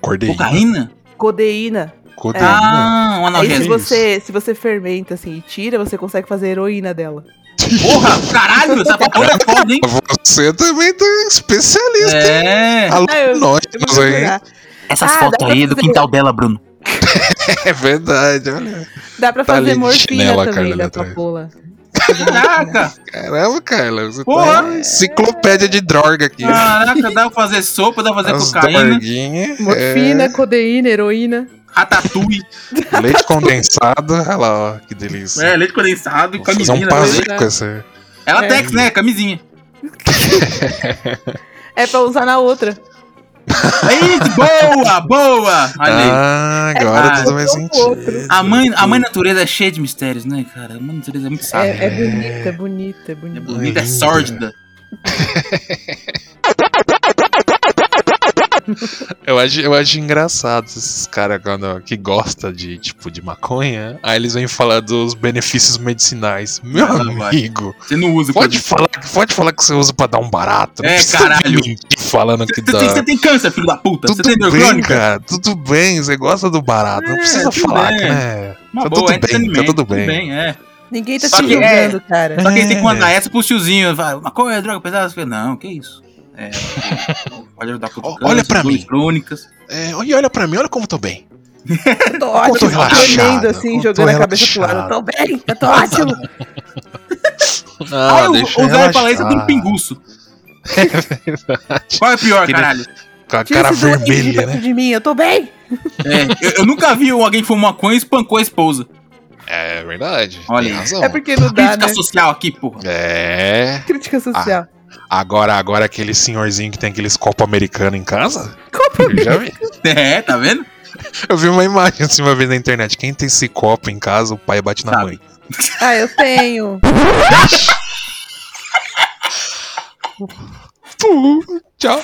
[SPEAKER 4] Cordeína.
[SPEAKER 6] Cocaína?
[SPEAKER 5] Codeína.
[SPEAKER 4] Cordeína.
[SPEAKER 6] Ah, um
[SPEAKER 5] Aí se
[SPEAKER 6] analgésico.
[SPEAKER 5] É. você, se você fermenta assim e tira, você consegue fazer heroína dela.
[SPEAKER 6] Porra, caralho,
[SPEAKER 5] [laughs]
[SPEAKER 6] essa papoula é foda, hein?
[SPEAKER 4] Você também tá especialista.
[SPEAKER 6] É.
[SPEAKER 4] Aluno
[SPEAKER 5] Ah, eu-
[SPEAKER 4] nós,
[SPEAKER 5] eu vou
[SPEAKER 4] hein?
[SPEAKER 5] procurar.
[SPEAKER 6] Essas
[SPEAKER 5] Ah, dá
[SPEAKER 6] fotos
[SPEAKER 5] pra
[SPEAKER 6] aí é do
[SPEAKER 5] fazer.
[SPEAKER 6] quintal dela, Bruno.
[SPEAKER 4] É verdade, olha.
[SPEAKER 5] Dá pra
[SPEAKER 4] Tá ali
[SPEAKER 5] fazer
[SPEAKER 4] de
[SPEAKER 5] morfina
[SPEAKER 4] chinela,
[SPEAKER 5] também
[SPEAKER 4] Carla, lá
[SPEAKER 5] da
[SPEAKER 4] atrás.
[SPEAKER 5] papola.
[SPEAKER 6] Caraca!
[SPEAKER 4] Caramba, Carla, você
[SPEAKER 6] Porra.
[SPEAKER 4] tá uma enciclopédia de droga aqui.
[SPEAKER 6] Caraca, dá pra fazer sopa, dá pra fazer
[SPEAKER 4] As
[SPEAKER 6] cocaína,
[SPEAKER 4] droguinhas,
[SPEAKER 5] Morfina, codeína, heroína.
[SPEAKER 6] ratatouille,
[SPEAKER 4] é, leite condensado, olha lá, ó, que delícia.
[SPEAKER 6] é, leite condensado,
[SPEAKER 4] Vou fazer um
[SPEAKER 6] camisinha.
[SPEAKER 4] pazu
[SPEAKER 6] né?
[SPEAKER 5] né?
[SPEAKER 4] com essa.
[SPEAKER 6] Ela tex, né? Camisinha.
[SPEAKER 5] É pra usar na outra.
[SPEAKER 6] Aí, boa, boa! Olha aí.
[SPEAKER 4] Ah, agora tudo faz
[SPEAKER 5] sentido.
[SPEAKER 4] Ah,
[SPEAKER 6] A mãe, a mãe natureza é cheia de mistérios, né, cara? A mãe natureza é muito sábia.
[SPEAKER 5] É, é bonita, é bonita, é bonita.
[SPEAKER 6] É bonita, é sórdida.
[SPEAKER 4] Eu acho, eu acho engraçado esses caras quando- que gostam de, tipo, de maconha, aí eles vêm falar dos benefícios medicinais. Meu
[SPEAKER 6] Ah, vai.
[SPEAKER 4] amigo,
[SPEAKER 6] Você não usa.
[SPEAKER 4] pode
[SPEAKER 6] cara.
[SPEAKER 4] falar, que- pode falar que você usa pra dar um barato. não
[SPEAKER 6] É,
[SPEAKER 4] precisa
[SPEAKER 6] caralho.
[SPEAKER 4] mentir falando que
[SPEAKER 6] Você
[SPEAKER 4] dá.
[SPEAKER 6] tem, você tem câncer, filho da puta. Você tem
[SPEAKER 4] Tudo bem,
[SPEAKER 6] neurocrônica?
[SPEAKER 4] cara, tudo bem, você gosta do barato, não
[SPEAKER 6] É,
[SPEAKER 4] precisa
[SPEAKER 6] tudo
[SPEAKER 4] falar
[SPEAKER 6] bem.
[SPEAKER 4] que, né?
[SPEAKER 6] Uma boa, é
[SPEAKER 4] tá tudo bem, tá
[SPEAKER 6] entretenimento,
[SPEAKER 4] tudo bem.
[SPEAKER 6] é.
[SPEAKER 5] Ninguém tá
[SPEAKER 6] Só
[SPEAKER 5] te
[SPEAKER 6] que- é.
[SPEAKER 5] julgando, cara.
[SPEAKER 6] Só que ele tem que mandar essa pros tiozinhos. Fala, maconha, é droga pesada. Eu falei, Não, que isso. É, pode ajudar com câncer,
[SPEAKER 4] olha pra
[SPEAKER 6] dores
[SPEAKER 4] mim.
[SPEAKER 6] crônicas.
[SPEAKER 4] É, olha, olha pra mim, olha como eu tô bem.
[SPEAKER 5] ótimo,
[SPEAKER 4] tô relaxado,
[SPEAKER 5] tremendo assim,
[SPEAKER 4] eu
[SPEAKER 5] jogando
[SPEAKER 4] tô
[SPEAKER 5] a cabeça pro lado.
[SPEAKER 4] relaxado.
[SPEAKER 5] Tô bem, eu tô ótimo.
[SPEAKER 6] Aí
[SPEAKER 4] Ah,
[SPEAKER 6] o,
[SPEAKER 4] deixa
[SPEAKER 6] o Zé fala
[SPEAKER 4] relaxar.
[SPEAKER 6] isso, eu tenho pinguço.
[SPEAKER 4] É [laughs] verdade.
[SPEAKER 6] Qual é pior,
[SPEAKER 4] Aquele-
[SPEAKER 6] caralho?
[SPEAKER 4] Com a
[SPEAKER 5] Tira
[SPEAKER 4] cara
[SPEAKER 5] esse doente de
[SPEAKER 4] vermelha,
[SPEAKER 5] perto
[SPEAKER 4] né?
[SPEAKER 5] de mim, eu tô bem.
[SPEAKER 6] É, eu, eu nunca vi alguém que fumou maconha e espancou a esposa.
[SPEAKER 4] É verdade.
[SPEAKER 6] Olha
[SPEAKER 4] tem
[SPEAKER 6] aí.
[SPEAKER 4] razão.
[SPEAKER 5] É porque não dá,
[SPEAKER 6] Crítica
[SPEAKER 5] né?
[SPEAKER 6] social aqui, porra.
[SPEAKER 4] É.
[SPEAKER 5] Crítica social.
[SPEAKER 4] Agora, agora aquele senhorzinho que tem aqueles copos americanos em casa.
[SPEAKER 5] Copa
[SPEAKER 4] Eu já vi.
[SPEAKER 6] É, tá vendo?
[SPEAKER 4] [laughs] Eu vi uma imagem assim uma vez na internet. Quem tem esse copo em casa, o pai bate na
[SPEAKER 6] Sabe.
[SPEAKER 4] mãe.
[SPEAKER 5] Ah, eu tenho.
[SPEAKER 4] Pum, tchau.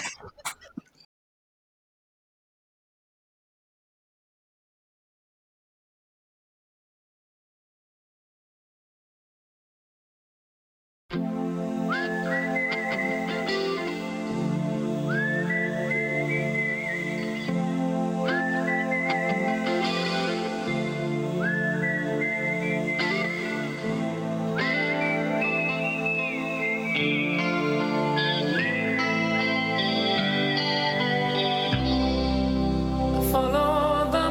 [SPEAKER 1] Follow the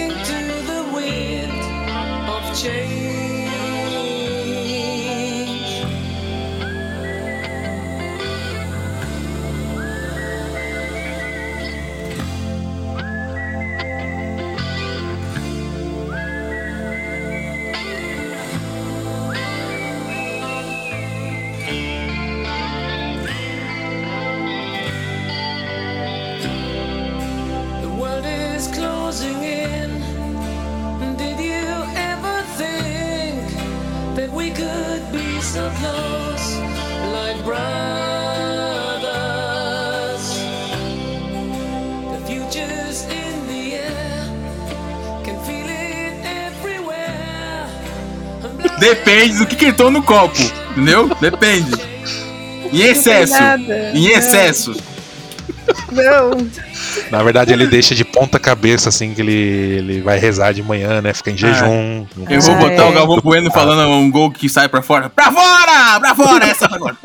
[SPEAKER 1] to the wind of change. The world is closing in. Did you ever think that we could be so close, like brothers? The future's in the air, can feel it everywhere.
[SPEAKER 6] Depende do que que entrou no copo, entendeu? Depende. Em excesso.
[SPEAKER 5] nada,
[SPEAKER 6] Em
[SPEAKER 5] não.
[SPEAKER 6] excesso.
[SPEAKER 5] Não.
[SPEAKER 4] Na verdade, ele deixa de ponta cabeça, assim, que ele, ele vai rezar de manhã, né? Fica em jejum. não
[SPEAKER 6] Ah. Eu vou
[SPEAKER 4] consegue.
[SPEAKER 6] botar o Galvão Bueno falando um gol que sai pra fora. Pra fora! Pra fora! Essa agora.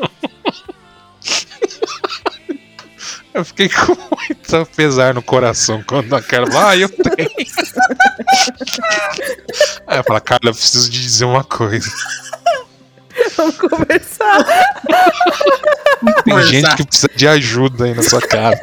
[SPEAKER 4] Eu fiquei [laughs] com muito pesar no coração quando a cara fala, ah,
[SPEAKER 6] [laughs]
[SPEAKER 4] eu tenho. Aí eu falo, cara, eu preciso de dizer uma coisa.
[SPEAKER 5] Vamos conversar.
[SPEAKER 4] Tem
[SPEAKER 6] Conversar.
[SPEAKER 4] gente que precisa de ajuda aí na sua casa.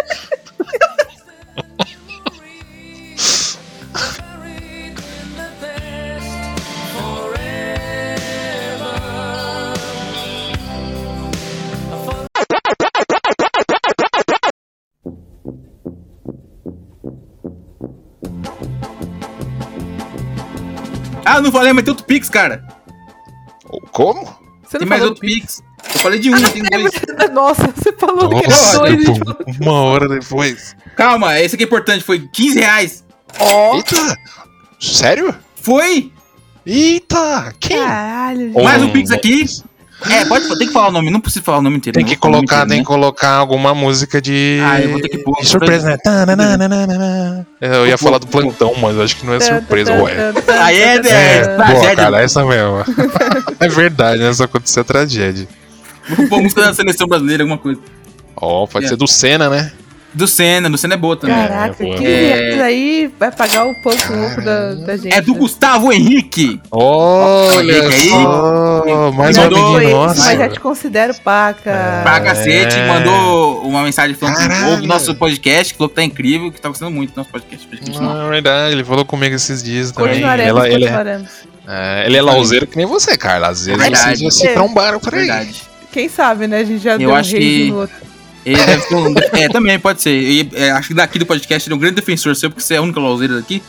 [SPEAKER 6] Ah, não falei, mas tem outro Pix, cara.
[SPEAKER 4] Como?
[SPEAKER 5] Você
[SPEAKER 6] Tem
[SPEAKER 5] não
[SPEAKER 6] mais um-
[SPEAKER 5] falou
[SPEAKER 6] outro Pix. Eu falei de um, tem dois.
[SPEAKER 5] do- Nossa, você falou que
[SPEAKER 4] Nossa,
[SPEAKER 5] era dois.
[SPEAKER 4] tipo,
[SPEAKER 5] gente.
[SPEAKER 4] uma hora depois.
[SPEAKER 6] Calma, esse aqui é importante. Foi 15 reais.
[SPEAKER 5] Ó,
[SPEAKER 4] Eita! Sério?
[SPEAKER 6] Foi?
[SPEAKER 4] Eita!
[SPEAKER 5] é
[SPEAKER 4] Quem?
[SPEAKER 5] Ah. caralho. gente.
[SPEAKER 6] Mais um
[SPEAKER 4] Hum.
[SPEAKER 6] Pix aqui. É, pode, tem que falar o nome. Não precisa falar o nome inteiro.
[SPEAKER 4] Tem
[SPEAKER 6] não
[SPEAKER 4] que
[SPEAKER 6] vou falar o nome
[SPEAKER 4] colocar, né? tem que
[SPEAKER 6] inteiro,
[SPEAKER 4] colocar alguma música de.
[SPEAKER 6] né? Ah, eu vou ter que pôr.
[SPEAKER 4] de surpresa, né? Tananana. Eu ia falar do plantão, mas acho que não é
[SPEAKER 6] Tá
[SPEAKER 4] surpresa, ué.
[SPEAKER 6] Aí é, é,
[SPEAKER 4] É, boa,
[SPEAKER 6] tragédia.
[SPEAKER 4] cara, essa mesmo. é verdade, né? Só aconteceu a tragédia.
[SPEAKER 6] Vou pôr música da seleção brasileira, alguma coisa.
[SPEAKER 4] Ó, pode
[SPEAKER 6] É.
[SPEAKER 4] ser do Senna, né?
[SPEAKER 6] Do Senna, do Senna [laughs] é boa também.
[SPEAKER 5] Caraca,
[SPEAKER 6] é,
[SPEAKER 5] que é... aí vai pagar o pão com o ovo da, da gente.
[SPEAKER 6] é do Gustavo Henrique.
[SPEAKER 4] Olha só, mais
[SPEAKER 6] né?
[SPEAKER 4] um uma
[SPEAKER 5] Mandou-
[SPEAKER 4] menina
[SPEAKER 5] Mas já
[SPEAKER 4] nossa.
[SPEAKER 5] te considero paca.
[SPEAKER 6] Pra cacete,
[SPEAKER 4] É.
[SPEAKER 6] mandou uma mensagem falando que ouve o nosso podcast, falou que tá incrível, que tá gostando muito do nosso podcast. podcast não.
[SPEAKER 4] Ah, é verdade, ele falou comigo esses dias também.
[SPEAKER 5] Continuaremos,
[SPEAKER 4] Ela, ele, é,
[SPEAKER 5] continuaremos.
[SPEAKER 4] é, ele é lauzeiro que nem você, Carla. Às vezes
[SPEAKER 6] Verdade.
[SPEAKER 4] vocês já se um
[SPEAKER 5] É.
[SPEAKER 4] trombaram por aí.
[SPEAKER 6] Verdade.
[SPEAKER 5] Quem sabe, né? A gente já
[SPEAKER 6] Eu
[SPEAKER 5] deu um
[SPEAKER 6] acho
[SPEAKER 5] rage
[SPEAKER 6] que-
[SPEAKER 5] no outro.
[SPEAKER 6] Ele deve ter um- É, também, pode ser. E, é, acho que daqui do podcast ele é um grande defensor seu, porque você é a única lauzeira daqui.